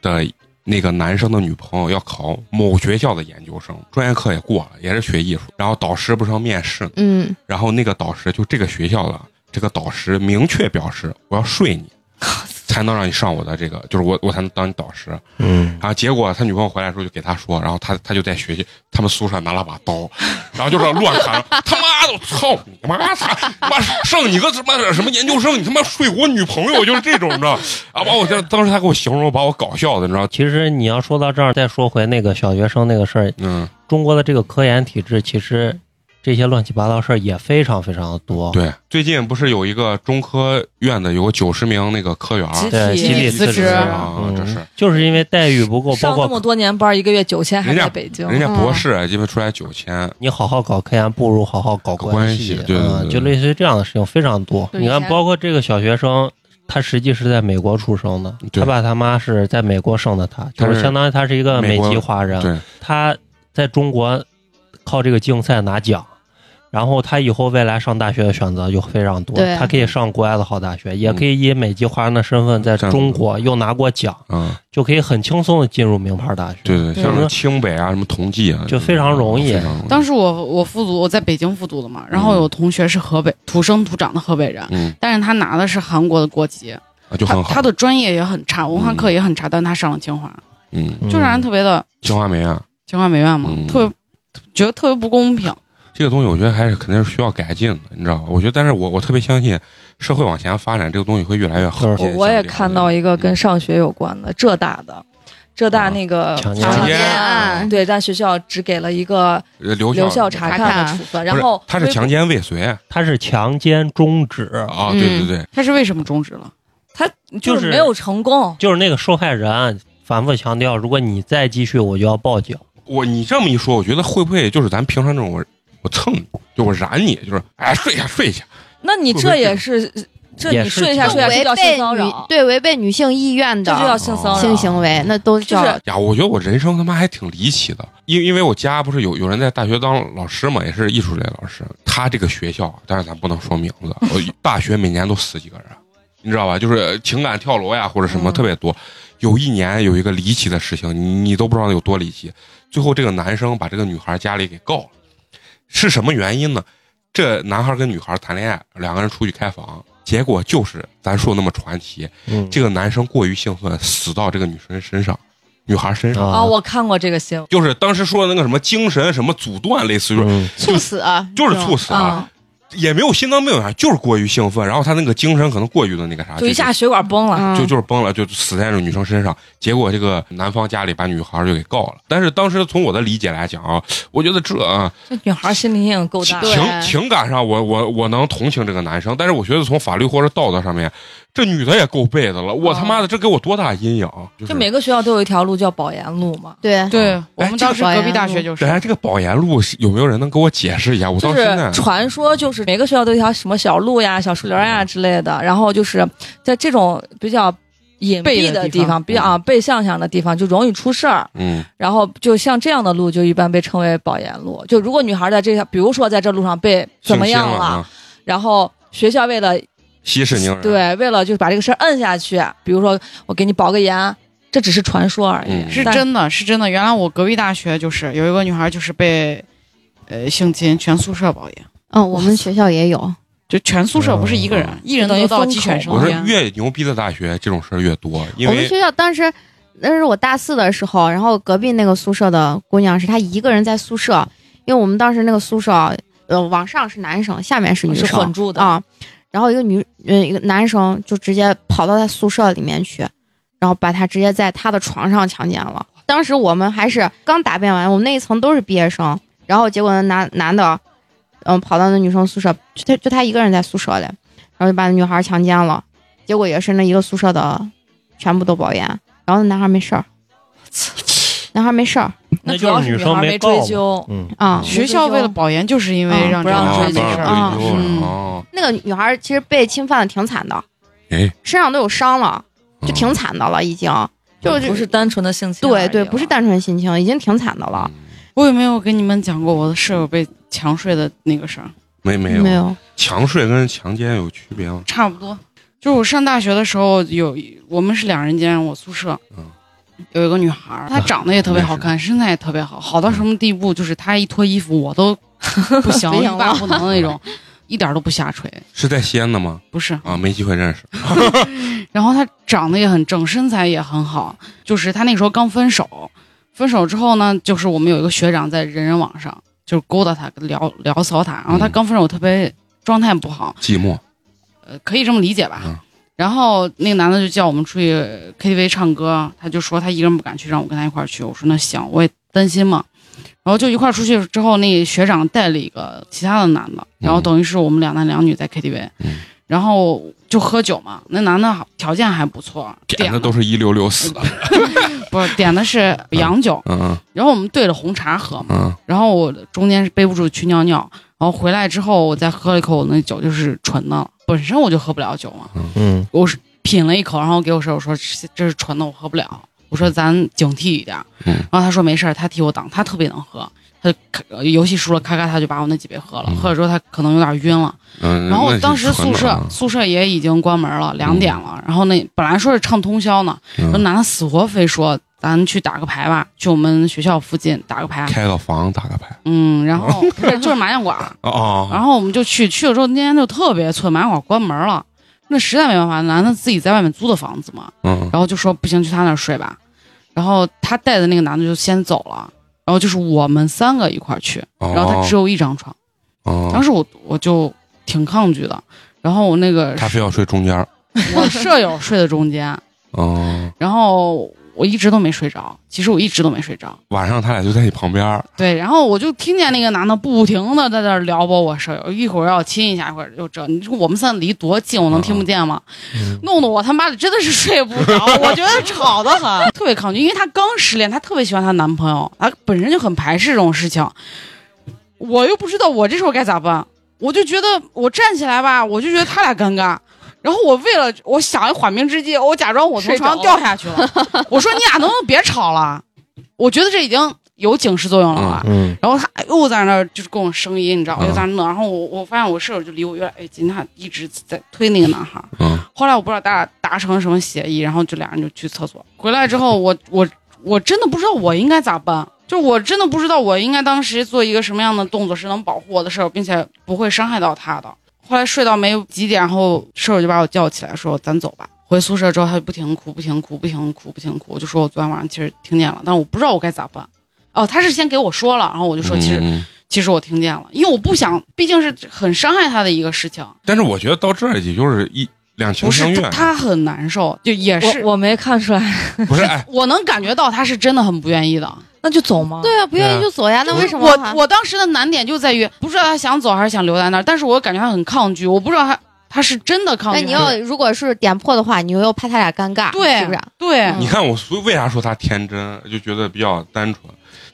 A: 的那个男生的女朋友要考某学校的研究生，专业课也过了，也是学艺术，然后导师不是要面试呢，
D: 嗯，
A: 然后那个导师就这个学校的这个导师明确表示，我要睡你，才能让你上我的这个，就是我我才能当你导师。
E: 嗯，
A: 然后啊结果他女朋友回来的时候就给他说，然后他他就在学习，他们宿舍拿了把刀，然后就是乱砍， <laughs> 他妈的，操你妈，操他妈剩你个他妈什么研究生，你他妈睡我女朋友，就是这种，你知道？啊，把我这当时他给我形容，把我搞笑的，你知道？
E: 其实你要说到这儿，再说回那个小学生那个事儿，
A: 嗯，
E: 中国的这个科研体制，其实这些乱七八糟事儿也非常非常的多。
A: 对，最近不是有一个中科院的有个九十名那个科员儿
F: 集
E: 对，
F: 集
E: 集
B: 体
E: 体
B: 辞
E: 辞
B: 职
A: 啊
E: 嗯
A: 这是
E: 就是因为待遇不够，包
F: 上那么
E: 括
F: 多年班，一个月九千，还
A: 人家
F: 在北京。
A: 人家博士啊基本出来九千，
E: 你好好搞科研，不如好好搞
A: 搞关系
E: 系，
A: 对对
E: 嗯
A: 对
E: 就类似于这样的事情非常多。
B: 对
E: 你看
B: 以，前
E: 包括这个小学生。他实际是在美国出生的，
A: 对
E: 他爸他妈是在美国生的他，
A: 他
E: 就是是相当于他是一个
A: 美
E: 美
A: 国
E: 籍华人，
A: 对，
E: 他在中国靠这个竞赛拿奖，然后他以后未来上大学的选择就非常多
B: 啊
D: 对。
E: 他可以上国外的好大学，
A: 嗯
E: 也可以以美籍华人的身份在中国又拿过奖，
A: 嗯，
E: 就可以很轻松的进入名牌大学。
A: 对对，
F: 对
A: 像什么清北啊，什么同济啊，
E: 就非常容易
A: 非常容易
B: 当时我我复读，我在北京复读的嘛，然后有同学是河北土生土长的河北人，
A: 嗯，
B: 但是他拿的是韩国的国籍，
A: 啊就
B: 他
A: 很好
B: 他。的专业也很差，文化课也很差，但他上了清华，
A: 嗯，
B: 就让人特别的
A: 青花梅啊，
B: 情怀美院嘛，
A: 嗯
B: 特别觉得特别不公平。
A: 这个东西我觉得还是肯定是需要改进的，你知道吧？我觉得，但是我我特别相信社会往前发展，这个东西会越来越好
E: 就。
F: 我我也看到一个跟上学有关的，浙大的，浙大那个啊
E: 啊强奸
A: 强
D: 强
A: 奸
D: 奸
A: 案
D: 案，
F: 对，但学校只给了一个
A: 呃留
F: 留校
A: 校
F: 察
D: 查
F: 看
D: 看
F: 的处分，
A: 不是
F: 然后
A: 他是强奸未遂啊，
E: 他是强奸终止，
A: 对对对，
F: 嗯
B: 他是为什么终止了？
F: 他
E: 就
F: 就是是没有成功，
E: 就是那个受害人啊反复强调，如果你再继续，我就要报警。
A: 我你这么一说，我觉得会不会就是咱平常这种我我蹭你，就我燃你，就是哎睡一下睡一下，
F: 那你这也是，这
E: 也
F: 你
E: 是
F: 睡一下
E: 这
F: 睡一下，这
D: 违
F: 叫性
D: 背
F: 骚
D: 女
F: 扰，
D: 嗯对违背女性意愿
F: 这就叫
D: 的
F: 性骚
D: 性
F: 扰。
D: 行为，那都叫
F: 就是
A: 呀，我觉得我人生他妈还挺离奇的，因因为我家不是有有人在大学当老师嘛，也是艺术类老师。他这个学校，但是咱不能说名字，我大学每年都死几个人，你知道吧？就是情感跳楼呀，或者什么
F: 嗯
A: 特别多。有一年有一个离奇的事情，你你都不知道有多离奇。最后这个男生把这个女孩家里给告了，是什么原因呢？这男孩跟女孩谈恋爱，两个人出去开房，结果就是咱说那么传奇，
E: 嗯，
A: 这个男生过于兴奋，死到这个女生身上，女孩身上。
F: 啊，我看过这个新闻，
A: 就是当时说的那个什么精神什么阻断，类似于说
E: 嗯
D: 猝死啊，
A: 就是
D: 这种
A: 猝死啊，
F: 啊，
A: 也没有心脏病啥，就是过于兴奋，然后他那个精神可能过于的那个啥，
F: 就一下血管崩了，
D: 嗯
A: 就就是崩了，就死在这个女生身上。结果这个男方家里把女孩就给告了。但是当时从我的理解来讲啊，我觉得这啊
F: 这女孩心理阴影够
A: 情
F: 大。
D: 对
A: 情情感上我我我能同情这个男生，但是我觉得从法律或者道德上面，这女的也够背的了。我他妈的
F: 嗯
A: 这给我多大阴影？啊就是
F: 就每个学校都有一条路叫保研路嘛，
D: 对，
B: 对我
A: 嗯哎这
B: 们
A: 个
B: 当时
D: 保
B: 隔
D: 研
B: 壁大学
D: 路
B: 就是
A: 哎，这个保研路是有没有人能给我解释一下？我到
F: 就
A: 现
F: 是
A: 在
F: 传说就是每个学校都有一条什么小路呀、小树林呀
A: 嗯
F: 之类的，然后就是在这种比较隐蔽
B: 背
F: 的
B: 的地
F: 地方，
B: 方
F: 比较啊背向向的地方就容易出事儿，
A: 嗯
F: 然后就像这样的路就一般被称为保研路。就如果女孩在这条，比如说在这路上被怎么样
A: 性侵了啊？嗯
F: 然后学校为了
A: 息事宁人。，
F: 对，为了就是把这个事儿摁下去，比如说我给你保个研，这只是传说而已，
A: 嗯
B: 是
F: 但
B: 真的，是真的。原来我隔壁大学就是有一个女孩，就是被呃性侵，全宿舍保研，
D: 嗯，我们学校也有，
B: 就全宿舍不是一个人，
A: 嗯
B: 一人
F: 等于
B: 都到
F: 封
B: 鸡犬
F: 口
A: 我
B: 升
A: 说
B: 天。
A: 越牛逼的大学这种事儿越多，因
D: 我们
A: 为
D: 学校当时那是我大四的时候，然后隔壁那个宿舍的姑娘是她一个人在宿舍，因为我们当时那个宿舍呃往上是男生，下面是女
F: 哦是
D: 生，
F: 混住的。
D: 啊，然后一个女，嗯，一个男生就直接跑到他宿舍里面去，然后把他直接在他的床上强奸了。当时我们还是刚答辩完，我们那一层都是毕业生，然后结果那男男的，嗯，跑到那女生宿舍，就他就他一个人在宿舍里，然后就把那女孩强奸了，结果也是那一个宿舍的全部都保研，然后那男孩没事儿，男孩没事儿
F: 那
E: 那
F: 主
E: 就
F: 要
E: 是
F: 是
E: 女
F: 女孩
E: 生
F: 没
E: 告
F: 追
E: 嘛
F: 究，
E: 嗯
D: 啊。
B: 学校为了保研，就是因为
D: 嗯
B: 让
F: 不
B: 这
F: 让
B: 个
F: 追
B: 女
F: 究
B: 孩没事儿
F: 嗯
A: 啊
D: 啊
A: 不让追究
B: 嗯
A: 了哦，
D: 那个女孩其实被侵犯的挺惨的，
A: 哎，
D: 身上都有伤了，
A: 嗯
D: 就挺惨的了，已经。就
F: 不是单纯的性侵而已啊
D: 对
F: 了，
D: 对，不是哦单纯性侵，已经挺惨的了。
A: 嗯
B: 我有没有跟你们讲过我的舍友被强睡的那个事儿？
A: 没没有
D: 没有，
A: 强睡跟强奸有区别吗？
B: 差不多，就是我上大学的时候有我们是两人间，我宿舍，
A: 嗯
B: 有一个女孩儿，她长得也特别好看，身材也特别好，好到什么地步？就是她一脱衣服我都不行，
D: 不
B: 欲
D: 行
B: 罢
D: 了
B: 不能的那种，一点儿都不下垂，
A: 是在西安的吗？
B: 不是。
A: 啊，没机会认识。
B: 然后她长得也很正，身材也很好，就是她那时候刚分手，分手之后呢，就是我们有一个学长在人人网上就是勾搭她，聊聊骚她，然后她
A: 嗯
B: 刚分手特别状态不好，
A: 寂寞，
B: 呃，可以这么理解吧。
A: 嗯
B: 然后那个男的就叫我们出去 KTV 唱歌，他就说他一个人不敢去，让我跟他一块儿去。我说那行，我也担心嘛。然后就一块儿出去之后，那学长带了一个其他的男的，然后等于是我们两男两女在 KTV，、
A: 嗯
B: 然后就喝酒嘛。那男的好条件还不错，
A: 点
B: 点
A: 的
B: 的
A: 都是一溜溜死的。
B: 不是点的是洋酒，
A: 嗯
B: 然后我们兑了红茶喝嘛。
A: 嗯
B: 然后我中间是背不住去尿尿，然后回来之后我再喝了一口我那酒，就是纯的了。本身我就喝不了酒嘛，
E: 嗯，
B: 我是品了一口，然后给我室友说这这是纯的，我喝不了。我说咱警惕一点儿，
A: 嗯
B: 然后他说没事儿，他替我挡，他特别能喝，他就咔呃游戏输了咔咔他就把我那几杯喝了，
A: 嗯
B: 喝了之后他可能有点晕了。
A: 嗯。
B: 然后
A: 那
B: 我
A: 是
B: 当时
A: 纯
B: 宿
A: 的
B: 舍
A: 啊
B: 宿舍也已经关门了，两点了。然后那本来说是唱通宵呢，
A: 嗯
B: 那男的死活非说咱去打个牌吧，去我们学校附近打个牌。啊
A: 开个房打个牌
B: 嗯，然后
A: <laughs>
B: 不是就是麻将馆儿，
A: 哦
B: 然后我们就去，去了之后那天就特别困，麻将馆关门了，那实在没办法，男的自己在外面租的房子嘛，
A: 嗯
B: 然后就说不行，去他那儿睡吧。然后他带的那个男的就先走了，然后就是我们三个一块儿去，
A: 哦
B: 然后他只有一张床，当
A: 哦，
B: 时我我就挺抗拒的，然后我那个
A: 他非要睡中间儿。
B: 我舍友睡在中间，
A: 哦，
B: 然后我一直都没睡着，其实我一直都没睡着。
A: 晚上他俩就在你旁边儿。
B: 对，然后我就听见那个男的不停的在那儿撩拨我舍友，一会儿要亲一下，一会儿又这，你说我们三个离多近，我能听不见吗？
E: 嗯
B: 弄得我他妈的真的是睡不 <laughs> 着，我觉得吵得很，特别抗拒，因为她刚失恋，她特别喜欢她男朋友，她本身就很排斥这种事情，我又不知道我这时候该咋办，我就觉得我站起来吧，我就觉得他俩尴尬。然后我为了我想一缓兵之计，我假装我从床上
F: 睡着
B: 掉下去了。我说你俩能不能别吵了？我觉得这已经有警示作用了吧。
E: 嗯，
B: 然后他又在那儿就是各种声音，你知道，
A: 嗯
B: 又在那儿弄。然后我我发现我舍友就离我越来越近，他一直在推那个男孩儿。
A: 嗯
B: 后来我不知道大家达成什么协议，然后就俩人就去厕所。回来之后，我我我真的不知道我应该咋办，就我真的不知道我应该当时做一个什么样的动作是能保护我的舍友，并且不会伤害到他的。后来睡到没有几点，然后舍友就把我叫起来说：“咱走吧。”回宿舍之后，他就不停哭，不停哭，不停哭，不停哭。我就说我昨天晚上其实听见了，但我不知道我该咋办。哦，他是先给我说了，然后我就说其实、
A: 嗯
B: 其实我听见了，因为我不想，毕竟是很伤害他的一个事情。
A: 但是我觉得到这儿也就是一两情啊
B: 不
A: 相
B: 是
A: 悦
B: 他，，他很难受，就也是
F: 我我没看出来，
A: 不是？哎，
B: 我能感觉到他是真的很不愿意的。
F: 那就走吗？，
D: 对啊，不愿意就走呀，那为什么
B: 我
D: 还
B: 我当时的难点就在于，不知道他想走还是想留在那儿，但是我感觉他很抗拒，我不知道他他是真的抗
D: 那
B: 拒。
D: 哎你要如果是点破的话，你又要怕他俩尴尬，
B: 对
D: 是不是？
B: 对、
D: 嗯
A: 你看我所以为啥说她天真，就觉得比较单纯。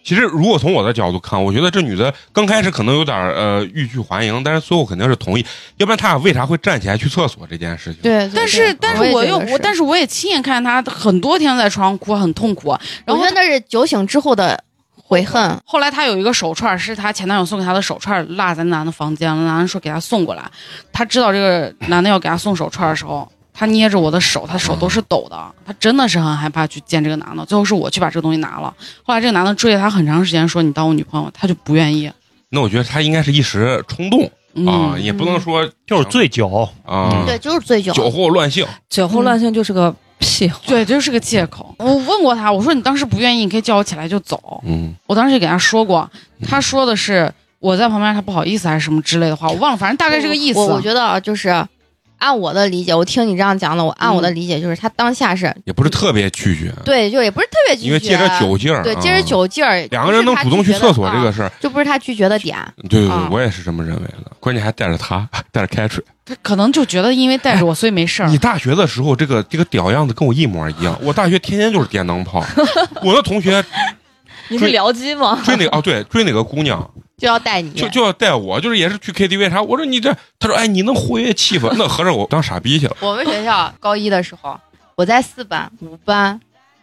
A: 其实如果从我的角度看，我觉得这女的刚开始可能有点儿呃欲拒还迎，但是最后肯定是同意，要不然她俩为啥会站起来去厕所这件事情？
D: 对，对
B: 但是
D: 对
B: 但是我
D: 也觉
B: 又
D: 得
B: 我但是我也亲眼看见他很多天在床上哭，很痛苦。啊然
D: 我
B: 后
D: 觉得那是酒醒之后的悔恨，
A: 嗯
B: 后来她有一个手串，是她前男友送给她的手串，落在男的房间了。男的说给她送过来，她知道这个男的要给她送手串的时候，她捏着我的手，她手都是抖的，她真的是很害怕去见这个男的。最后是我去把这个东西拿了。后来这个男的追了她很长时间，说你当我女朋友，她就不愿意。
A: 那我觉得她应该是一时冲动
B: 嗯，
A: 啊，也不能说
E: 就是醉酒，
A: 啊
E: 嗯
D: 对，就是醉酒。
A: 酒后乱性。
F: 酒后乱性就是个屁话。
B: 对，这就是个借口。我问过她，我说你当时不愿意，你可以叫我起来就走。
A: 嗯，
B: 我当时也给她说过，她说的是。我在旁边，她不好意思还是什么之类的话，我忘了，反正大概这个意思。
D: 我我觉得啊，就是按我的理解，我听你这样讲的，我按我的理解就是他当下是
A: 也不是特别拒绝，
D: 对，就也不是特别拒绝，
A: 嗯因为借着酒劲儿，
D: 对
A: 啊
D: 借着酒劲儿，
A: 两个人能主动去厕所这个
D: 事，
A: 事儿，
D: 啊就不是他拒绝的点。
A: 对对对
D: 啊，
A: 我也是这么认为的。关键还带着她， <laughs> 带着开水。
B: 他可能就觉得因为带着我，所以没事儿。
A: 你大学的时候，这个这个屌样子跟我一模一
D: <laughs>
A: 样。我大学天天就是电灯泡，我的同学
F: 你是僚机 <laughs> 吗？
A: 追哪个哦，对，追哪个姑娘
D: <laughs> 就要带你，
A: 就就要带我，就是也是去 KTV 啥。我说你这，他说哎，你能活跃气
D: <laughs>
A: 氛，那合着我当傻逼去了。
D: 我们学校高一的时候，我在四班、五班，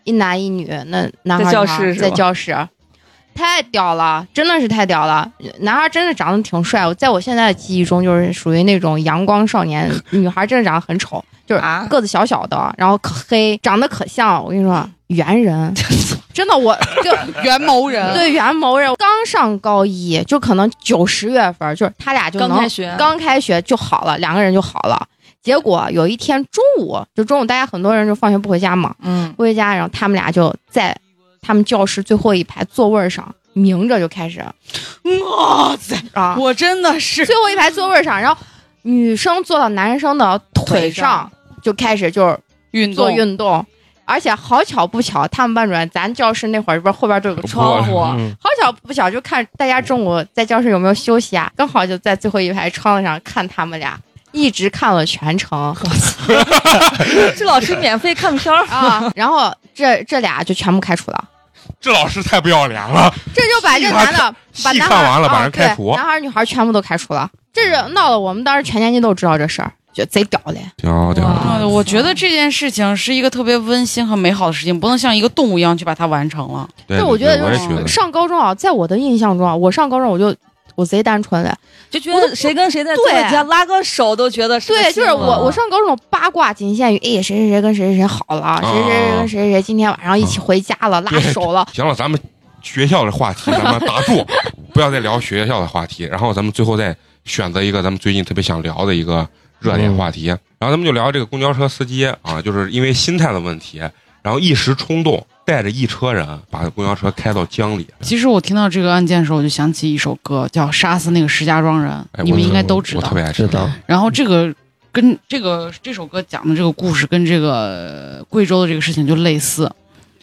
D: 一男一女，那男孩儿
F: 在教
D: 女孩儿
F: 室是吧
D: 在教室，太屌了，真的是太屌了。男孩儿真的长得挺帅，我在我现在的记忆中就是属于那种阳光少年，女孩儿真的长得很丑，就是
F: 啊
D: 个子小小的，然后可黑，长得可像我跟你说
F: 嗯
D: 猿人，真的我就
B: 袁某人，
D: 对袁某人刚上高一，就可能九十月份儿，就是他俩就
F: 刚
D: 能
F: 开学，
D: 刚开学就好了，两个人就好了。结果有一天中午，就中午大家很多人就放学不回家嘛，
F: 嗯，
D: 不回家，然后他们俩就在他们教室最后一排座位上明着就开始
B: 哇塞，
D: 啊，
B: 我真的是 <laughs>
D: 最后一排座位上，然后女生坐到男生的腿
F: 腿上
D: 上就开始就是
B: 运
D: 做运动，而且好巧不巧，他们班主任咱教室那会儿不是后边都有个窗户，
E: 嗯，
D: 好巧不巧，就看大家中午在教室有没有休息啊，刚好就在最后一排窗子上看他们俩，一直看了全程，
F: <laughs> 这老师免费看片儿
D: 啊。然后这这俩就全部开除了，
A: 这老师太不要脸了，
D: 这就把这男的
A: 戏
D: 把
A: 看
D: 男
A: 戏
D: 孩
A: 看完了
D: 啊
A: 把人开
D: 对
A: 除
D: 男孩女孩全部都开除了，这是闹得我们当时全年级都知道这事儿，就贼屌嘞。
A: 屌屌
F: 哇
A: 屌，
B: 啊！我觉得这件事情是一个特别温馨和美好的事情，不能像一个动物一样去把它完成了。
A: 对，
D: 这
A: 对
D: 我觉得
A: 对我也
B: 就是
A: 觉得，
D: 上高中啊，在我的印象中啊，我上高中我就我贼单纯嘞，
F: 就觉得谁跟谁在桌子底下拉个手都觉得是个
D: 对，就是嗯
F: 新闻
D: 我，我上高中八卦仅限于，哎，谁谁谁跟谁谁谁好了，
A: 啊
D: 谁谁谁跟谁谁谁今天晚上一起回家了，拉手了，
A: 行了，咱们学校的话题咱们打住，不要再聊学校的话题。然后咱们最后再选择一个咱们最近特别想聊的一个热点话题。然后咱们就聊这个公交车司机啊，就是因为心态的问题，然后一时冲动带着一车人把公交车开到江里。
B: 其实我听到这个案件的时候，我就想起一首歌，叫《杀死那个石家庄人》，
A: 哎
B: 你们
A: 我
B: 应该都
A: 我
B: 知
A: 我
B: 道
A: 特。别爱吃
E: 知道。
B: 然后这个跟这个这首歌讲的这个故事跟这个呃贵州的这个事情就类似，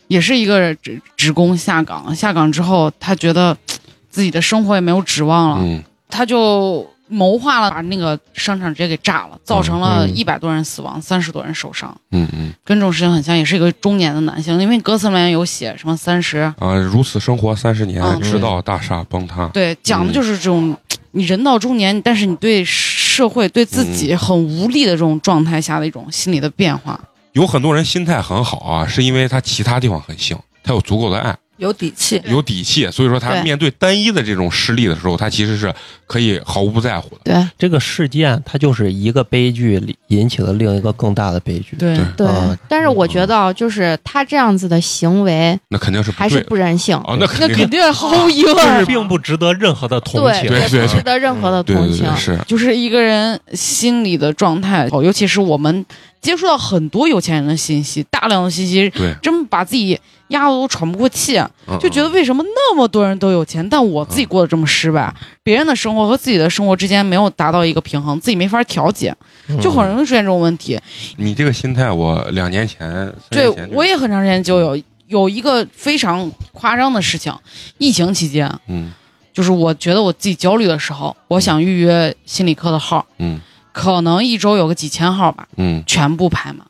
B: 也是一个职职工下岗，下岗之后他觉得嘖自己的生活也没有指望了，
A: 嗯，
B: 他就谋划了把那个商场直接给炸了，造成了
A: 嗯
B: 一百多人死亡，三十多人受伤。
A: 嗯嗯
B: 跟这种事情很像，也是一个中年的男性，因为歌词里面有写什么三十，
A: 啊，如此生活三十年
B: 嗯，
A: 直到大厦崩塌。
B: 对，讲的就是这种、你人到中年，但是你对社会、对自己很无力的这种状态下的一种心理的变化。
A: 有很多人心态很好啊，是因为他其他地方很幸，他有足够的爱，
F: 有底气。
A: 有底气，所以说他
D: 对
A: 面对单一的这种失利的时候，他其实是可以毫无不在乎的。
D: 对
E: 这个事件，它就是一个悲剧里引起了另一个更大的悲剧。
B: 对
A: 对
D: 对
E: 啊，
D: 但是我觉得啊就是他这样子的行为
A: 那肯定是不
D: 还
A: 对
D: 是
A: 的
D: 不人性，
A: 啊，那肯
B: 那
A: 定
B: 肯定毫无疑问，
E: <laughs> 就是并不值得任何的同
D: 对
E: 情。
A: 对
D: 也
A: 对
D: 不
A: 对
D: 值得任何的
A: 对
D: 同
A: 对
D: 情
A: 对，。是
B: 就是一个人心理的状态，哦尤其是我们接触到很多有钱人的信息，大量的信息，
A: 对，
B: 真把自己压得都喘不过气，啊
A: 嗯
B: 就觉得
A: 嗯
B: 为什么那么多人都有钱，但我自己过得这么失败，
A: 嗯
B: 别人的生活和自己的生活之间没有达到一个平衡，自己没法调节，就很容易出现这种问题。
A: 嗯你这个心态，我两年前，三
B: 对
A: 年前就
B: 我也很长时间就有有一个非常夸张的事情，疫情期间，
A: 嗯
B: 就是我觉得我自己焦虑的时候，我想预约心理科的号，
A: 嗯
B: 可能一周有个几千号吧。
A: 嗯
B: 全部排满。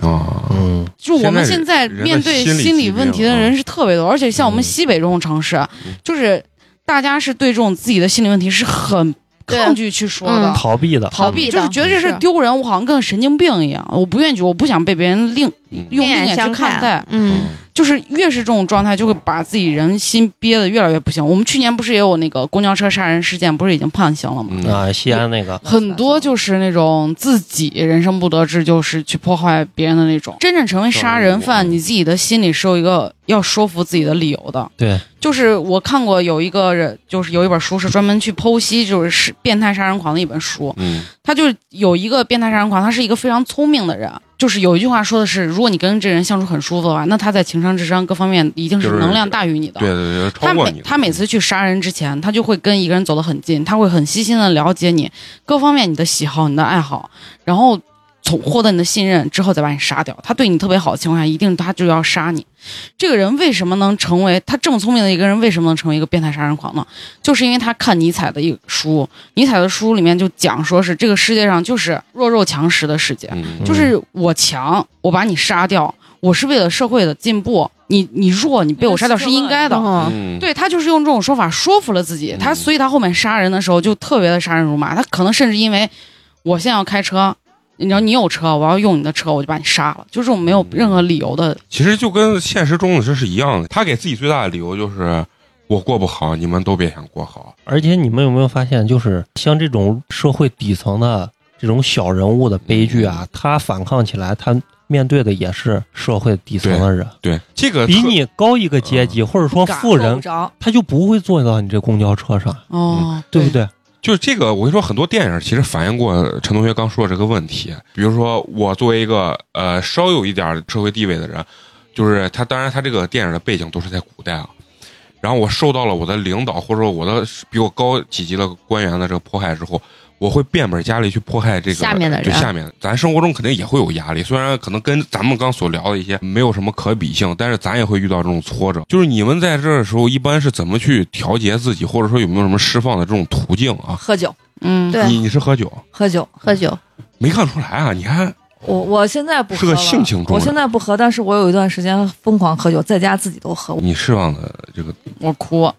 A: 啊，
E: 嗯，
B: 就我们现
A: 现
B: 在
A: 在人的
B: 面对
A: 心理
B: 心
A: 疾
B: 理
A: 病啊
B: 问题的人是特别多，而且像我们
A: 嗯
B: 西北这种城市
A: 嗯，
B: 就是大家是对这种自己的心理问题是很抗拒去说的
D: 嗯。
E: 逃避的，
B: 逃
D: 避的
B: 就是觉得这事
D: 是
B: 丢人，我好像跟神经病一样，我不愿意去，我不想被别人另
A: 嗯
B: 用另
D: 另眼
B: 眼去
D: 相
B: 看
D: 看
B: 待。
D: 嗯，
B: 就是越是这种状态，就会把自己人心憋得越来越不行。我们去年不是也有那个公交车杀人事件，不是已经判刑了吗？
A: 嗯
E: 啊，西安那个，
B: 很多就是那种自己人生不得志，就是去破坏别人的那种。真正成为杀人
A: 嗯
B: 犯，你自己的心里是有一个要说服自己的理由的。
E: 对，
B: 就是我看过有一个人，就是有一本书是专门去剖析就是是变态杀人狂的一本书。
A: 嗯
B: 他就是有一个变态杀人狂，他是一个非常聪明的人。就是有一句话说的是，如果你跟这人相处很舒服的话，那他在情商、智商各方面一定是
A: 就是
B: 能量大于你的。
A: 对对对，超
B: 他
A: 过
B: 每
A: 你的嗯
B: 他每次去杀人之前，他就会跟一个人走得很近，他会很细心的了解你各方面你的喜好、你的爱好，然后从获得你的信任之后再把你杀掉。他对你特别好的情况下，一定他就要杀你。这个人为什么能成为他这么聪明的一个人，为什么能成为一个变态杀人狂呢？就是因为他看尼采的一个书，尼采的书里面就讲说是这个世界上就是弱肉强食的世界，
A: 嗯
B: 就是我强，我把你杀掉，我是为了社会的进步。你你弱，你被我杀掉是应该的。
D: 嗯
A: 嗯
B: 对他就是用这种说法说服了自己，他
A: 嗯
B: 所以他后面杀人的时候就特别的杀人如麻，他可能甚至因为我现在要开车，你知道你有车，我要用你的车，我就把你杀了，就这种没
A: 嗯
B: 有任何理由的，
A: 其实就跟现实中的这是一样的。他给自己最大的理由就是我过不好，你们都别想过好。
E: 而且你们有没有发现，就是像这种社会底层的这种小人物的悲剧
A: 嗯
E: 啊，他反抗起来，他面对的也是社会底层的人，
A: 对，嗯这个
E: 比
A: 特
E: 你高一个阶级，或者说富
F: 够不
E: 人，
F: 着，
E: 他就不会坐到你这公交车上，
A: 嗯
B: 哦，
E: 对不对？
A: 就是这个，我跟你说，很多电影其实反映过陈同学刚说的这个问题。比如说，我作为一个呃稍有一点社会地位的人，就是他，当然他这个电影的背景都是在古代啊。然后我受到了我的领导或者我的比我高几级的官员的这个迫害之后，我会变本加厉去迫害这个
D: 下面的人
A: 对下面，咱生活中肯定也会有压力，虽然可能跟咱们刚所聊的一些没有什么可比性，但是咱也会遇到这种挫折。就是你们在这儿的时候，一般是怎么去调节自己，或者说有没有什么释放的这种途径啊？
F: 喝酒，
B: 嗯，
D: 对
A: 你你是喝酒，
F: 喝酒。
D: 喝酒，
A: 没看出来啊？你还
F: 我我现在不喝
A: 是个
F: 了
A: 性情中
F: 我
A: 人
F: 现在不喝，但是我有一段时间疯狂喝酒，在家自己都喝。
A: 你释放的这个，
B: 我哭，
A: 啊、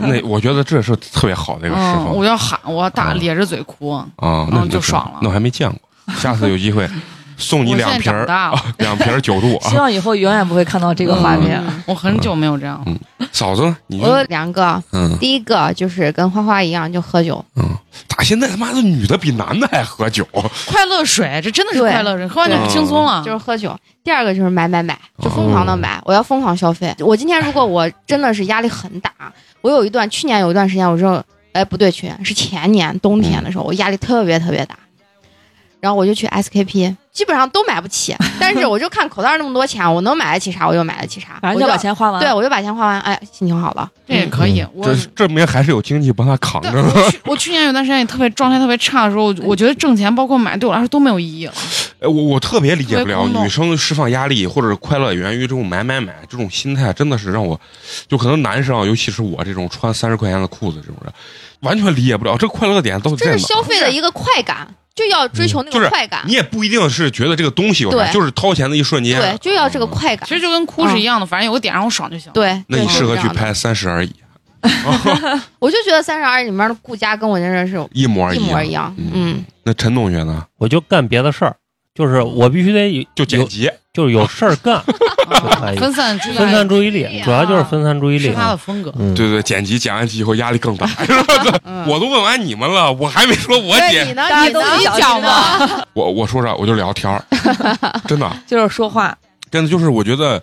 A: 那
B: <laughs>
A: 我觉得这是特别好的一个释
B: 嗯，
A: 放
B: 我要喊，我要大
A: 嗯
B: 咧着嘴哭，
A: 啊，那
B: 嗯就爽了
A: 那我还没见过，下次有机
B: <laughs>
A: 会送
B: 我
A: 你
B: 现
A: 两
B: 在
A: 瓶
B: 长
A: 儿，啊
B: 大
A: <laughs>
B: 了，
A: 两瓶儿九度
F: 希
A: 啊。
F: 望以后永远不会看到这个画面。
B: 嗯我很久没有这样了，
A: 嫂子呢，你
D: 我有
A: 就
D: 两个，
A: 嗯
D: 第一个就是跟花花一样就喝酒，
A: 嗯，咋现在他妈的女的比男的还喝酒？啊
B: 快乐水，这真的是
D: 对
B: 快乐水，喝完就
A: 对
B: 轻松了，
D: 就是喝酒。第二个就是买买买，就疯狂
A: 哦
D: 的买，我要疯狂消费。我今天如
A: 哎
D: 果我真的是压力很大，我有一段去年有一段
A: 嗯
D: 时间，我是哎不对，去年是前年冬天的时候，我压力特别特别大。然后我就去 SKP，基本上都买不
A: <laughs>
D: 起，但是我就看口袋那么多钱，我能买得起啥我就买得起啥，
F: 反
D: 我就
F: 正就把钱花完。
D: 对，我就把钱花完，哎，心情好了。
B: 这也可以
A: 嗯。
B: 我
A: 这是证明还是有经济帮他扛
B: 但
A: 着呢。 <laughs>
B: 我去我去年有段时间也特别状态特别差的时候，我我觉得挣钱包括买对我来说都没有意义了。
A: 哎，我我特别理解不
B: 特别
A: 了
B: 空洞
A: 女生释放压力或者快乐源于这种买买买这种心态，真的是让我，就可能男生啊，尤其是我这种穿三十块钱的裤子这种人，完全理解不了这快乐点到底
D: 这
A: 在
D: 是
A: 哪。
D: 消费的一个快感，就要追求
A: 嗯
D: 那
A: 就
D: 个
A: 是
D: 快感
A: 你，也不一定是觉得这个东西有啥，
D: 对
A: 就是掏钱的一瞬间。嗯
D: 对，就要这个快感
B: 其。实就跟
F: 嗯
B: 哭是一样的，反正有个点让我爽就行。，
D: 对，
A: 那
D: 对
A: 你适合去。
D: 是这样的
A: 拍《三十而已》，
D: 我就觉得《三十而已》里面的顾佳跟我真的是
A: 一模
D: 一模
A: 样。
D: 一样。
A: 嗯
D: 嗯，
A: 那陈同学呢？
E: 我就干别的事儿，就是我必须得有
A: 就
E: 有
A: 剪辑，
E: 就是有事
A: <laughs>
E: 儿干，就
A: 哎
E: 可以
B: 嗯分散注意力，
D: 注
E: 分散注意
D: 意力
E: 力，
D: 啊
E: 主要就是分散注意力
B: 是他的
E: 啊。
B: 风格。
E: 嗯，
A: 对对，剪辑剪完辑以后压力
D: <laughs>
A: 更大。
B: 嗯
A: 我都问完你们了，我还没说我
D: 对你
A: 姐，
D: 呢？
F: 大家
D: 啊你
F: 都
D: 呢？
F: 是小
D: 讲
F: 心的
D: 吗？
A: 我我说啥我就聊天儿，真的
F: 就是说话，
A: 真的就是我觉得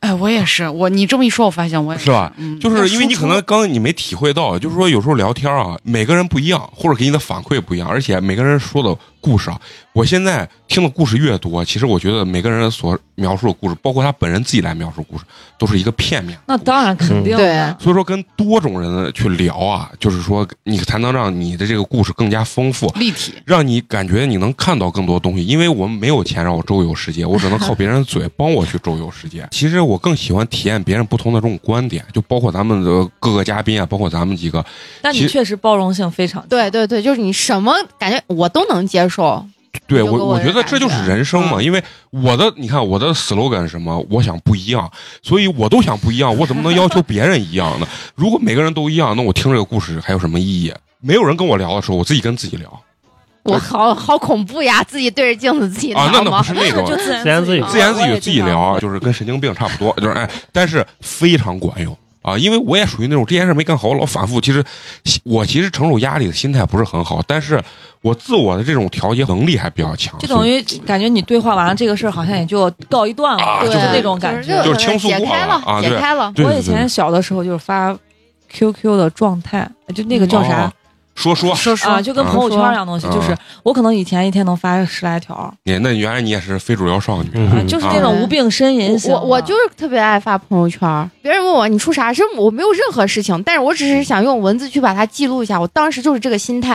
B: 哎，我也是，我你这么一说，我发现我也
A: 是吧？
B: 嗯，
A: 就是因为你可能刚刚你没体会到，就是说有时候聊天啊，每个人不一样，或者给你的反馈不一样，而且每个人说的故事啊，我现在听的故事越多，其实我觉得每个人所描述的故事，包括他本人自己来描述故事，都是一个片面。
F: 那当然肯定
D: 对啊
F: 的。
A: 所以说，跟多种人去聊啊，就是说你才能让你的这个故事更加丰富，
B: 立体，
A: 让你感觉你能看到更多东西，因为我们没有钱让我周游世界，我只能靠别人的嘴帮我去周游世界。其实我更喜欢体验别人不同的这种观点，就包括咱们的各个嘉宾啊，包括咱们几个，
F: 但
A: 其
F: 你
A: 实
F: 确实包容性非常强
D: 对对对，就是你什么感觉我都能接受。
A: 对
D: 有
A: 我
D: 个我
A: 我
D: 的
A: 觉得
D: 感
A: 这就是
D: 觉
A: 人生嘛。
D: 嗯
A: 因为我的你看我的 slogan 是什么，我想不一样，所以我都想不一样，我怎么能要求别人一样呢？ <laughs> 如果每个人都一样，那我听这个故事还有什么意义？没有人跟我聊的时候，我自己跟自己聊
D: 我好好恐怖呀！自己对着镜子自己
A: 啊，那
D: 挠
A: 那不
D: 吗？
A: 是那种
F: 就。自
E: 自言
F: 自
E: 自语
F: 语，
A: 自言自
F: 啊我
A: 语
F: 也
A: 自己
F: 经常
A: 聊，啊就是跟神经病差不多，就是哎，但是非常管用啊！因为我也属于那种这件事没干好，我老反复。其实我其实承受压力的心态不是很好，但是我自我的这种调节能力还比较强，
F: 就等
A: 于
F: 于感觉你对话完了这个事儿，好像也就告一段
A: 啊
F: 了，
A: 对
F: 就那种感觉。
A: 就是倾诉
D: 解
A: 过
D: 开
A: 了啊
D: 了，解
A: 对
D: 开了。
A: 对
F: 我
A: 对
F: 以前
A: 对
F: 小的时候就是发 QQ 的状态，就那个叫啥
A: 哦说说
B: 说说
F: 啊，就跟朋友圈一样东西，
A: 嗯
F: 就是我可能以前一天能发十来条，啊
A: 你那原来你也是非主流少女，啊
E: 嗯
F: 就是那种无病呻吟型
D: 我
F: 的。
D: 我就是特别爱发朋友圈儿，别人问我你出啥事，我没有任何事情，但是我只是想用文字去把它记录一下，我当时就是这个心态，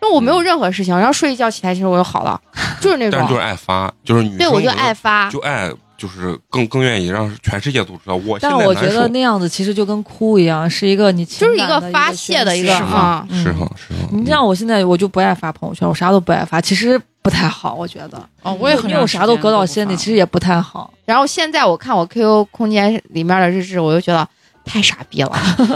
D: 因为我没有任何事情，然后睡一觉起来其实我就好了，就是那
A: 嗯但是就是
D: 种，
A: 爱发，就是女生
D: 对我就爱发，
A: 就爱就是更更愿意让全世界都知道我现
F: 但
A: 在
F: 我
A: 难
F: 觉
A: 受
F: 得那样子其实就跟哭一样，是一个你情
D: 就是一
F: 感
D: 个
F: 的
D: 发泄的一个
F: 宣泄
D: 啊，
F: 嗯
A: 是哈是哈，
F: 你像我现在，我就不爱发朋友圈，我啥都不爱发，其实不太好，我觉得，
B: 哦，我也很
F: 因为我嗯啥都搁到心里，其实也不太好。
D: 然后现在我看我 QQ 空间里面的日志，我就觉得太傻
A: <laughs>
D: 逼了，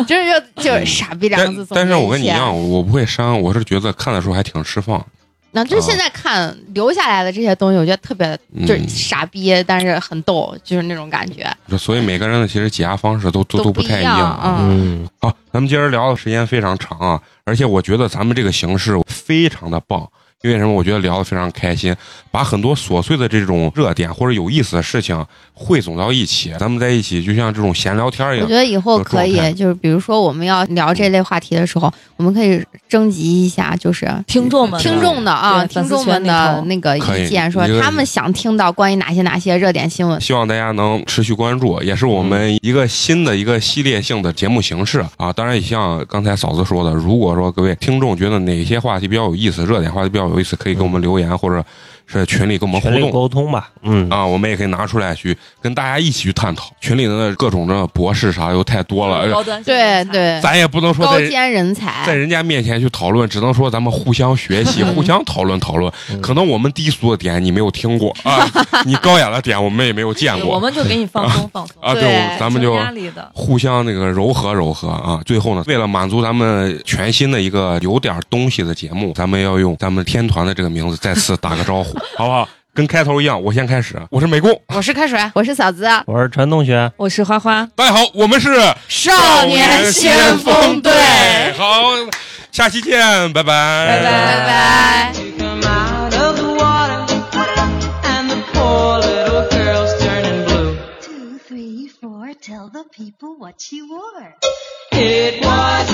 D: 就是就就是傻逼两个字
A: 但嗯但
D: 总结一切。
A: 是我跟你一
F: 啊
A: 样，我不会删，我是觉得看的时候还挺释放，
D: 那就是现在看留下来的这些东西，我觉得特别
A: 嗯
D: 就是傻逼，但是很逗，就是那种感觉。
A: 就所以每个人的其实解压方式都都
D: 都
A: 都
D: 不
A: 太
D: 一
A: 样
D: 样
A: 啊。
E: 嗯，
A: 好，咱们今儿聊的时间非常长啊，而且我觉得咱们这个形式非常的棒。因为什么？我觉得聊得非常开心，把很多琐碎的这种热点或者有意思的事情汇总到一起，咱们在一起就像这种闲聊天一
D: 我
A: 样
D: 觉。得以后可
A: 有状态
D: 以，就是比如说我们要聊这类话题的时候，我们可以征集一下，就是
A: 嗯
F: 听众们，
D: 听众的啊，
F: 对
D: 听众们的那个
A: 可以
D: 意见，说
A: 一个
D: 他们想听到关于哪些哪些热点新闻。
A: 希望大家能持续关注，也是我
D: 嗯
A: 们一个新的一个系列性的节目形式啊。当然，也像刚才嫂子说的，如果说各位听众觉得哪些话题比较有意思，热点话题比较有意思，可以给我们留言，或者是群里跟我们
E: 全
A: 互
E: 力
A: 动。
E: 沟通吧，嗯，
A: 啊，我们也可以拿出来去跟大家一起去探讨。群里的各种的博士啥又太多了，哎
F: 高端
D: 对，对，
A: 咱也不能说
D: 高
A: 在人
D: 尖人
A: 在
D: 才，
A: 人家面前去讨论，只能说咱们互相学习，互相讨论讨论。
E: 嗯
A: 可能我们低俗的点你没有听过啊，你高雅的点我们也没有见
F: 我
A: 过
F: 们就给你放松放松，
A: 啊。
D: 对
A: 对，咱们就
F: 有压力的。
A: 互相那个柔和柔和啊。最后呢，为了满足咱们全新的一个有点东西的节目，咱们要用咱们天团的这个名字再次打个招呼， <laughs> 好不好？跟开头一样，我先开始，我是美工，
B: 我是开水，
D: 我是嫂子，
E: 我是陈同学，
F: 我是花花，
A: 大家好，我们是
D: 少
A: 好，下期见，拜拜，
F: 拜拜
D: 拜拜。
C: You come out of the water, and the poor little girl's turning blue.
G: Two, three, four, tell the people what you wore.
C: It was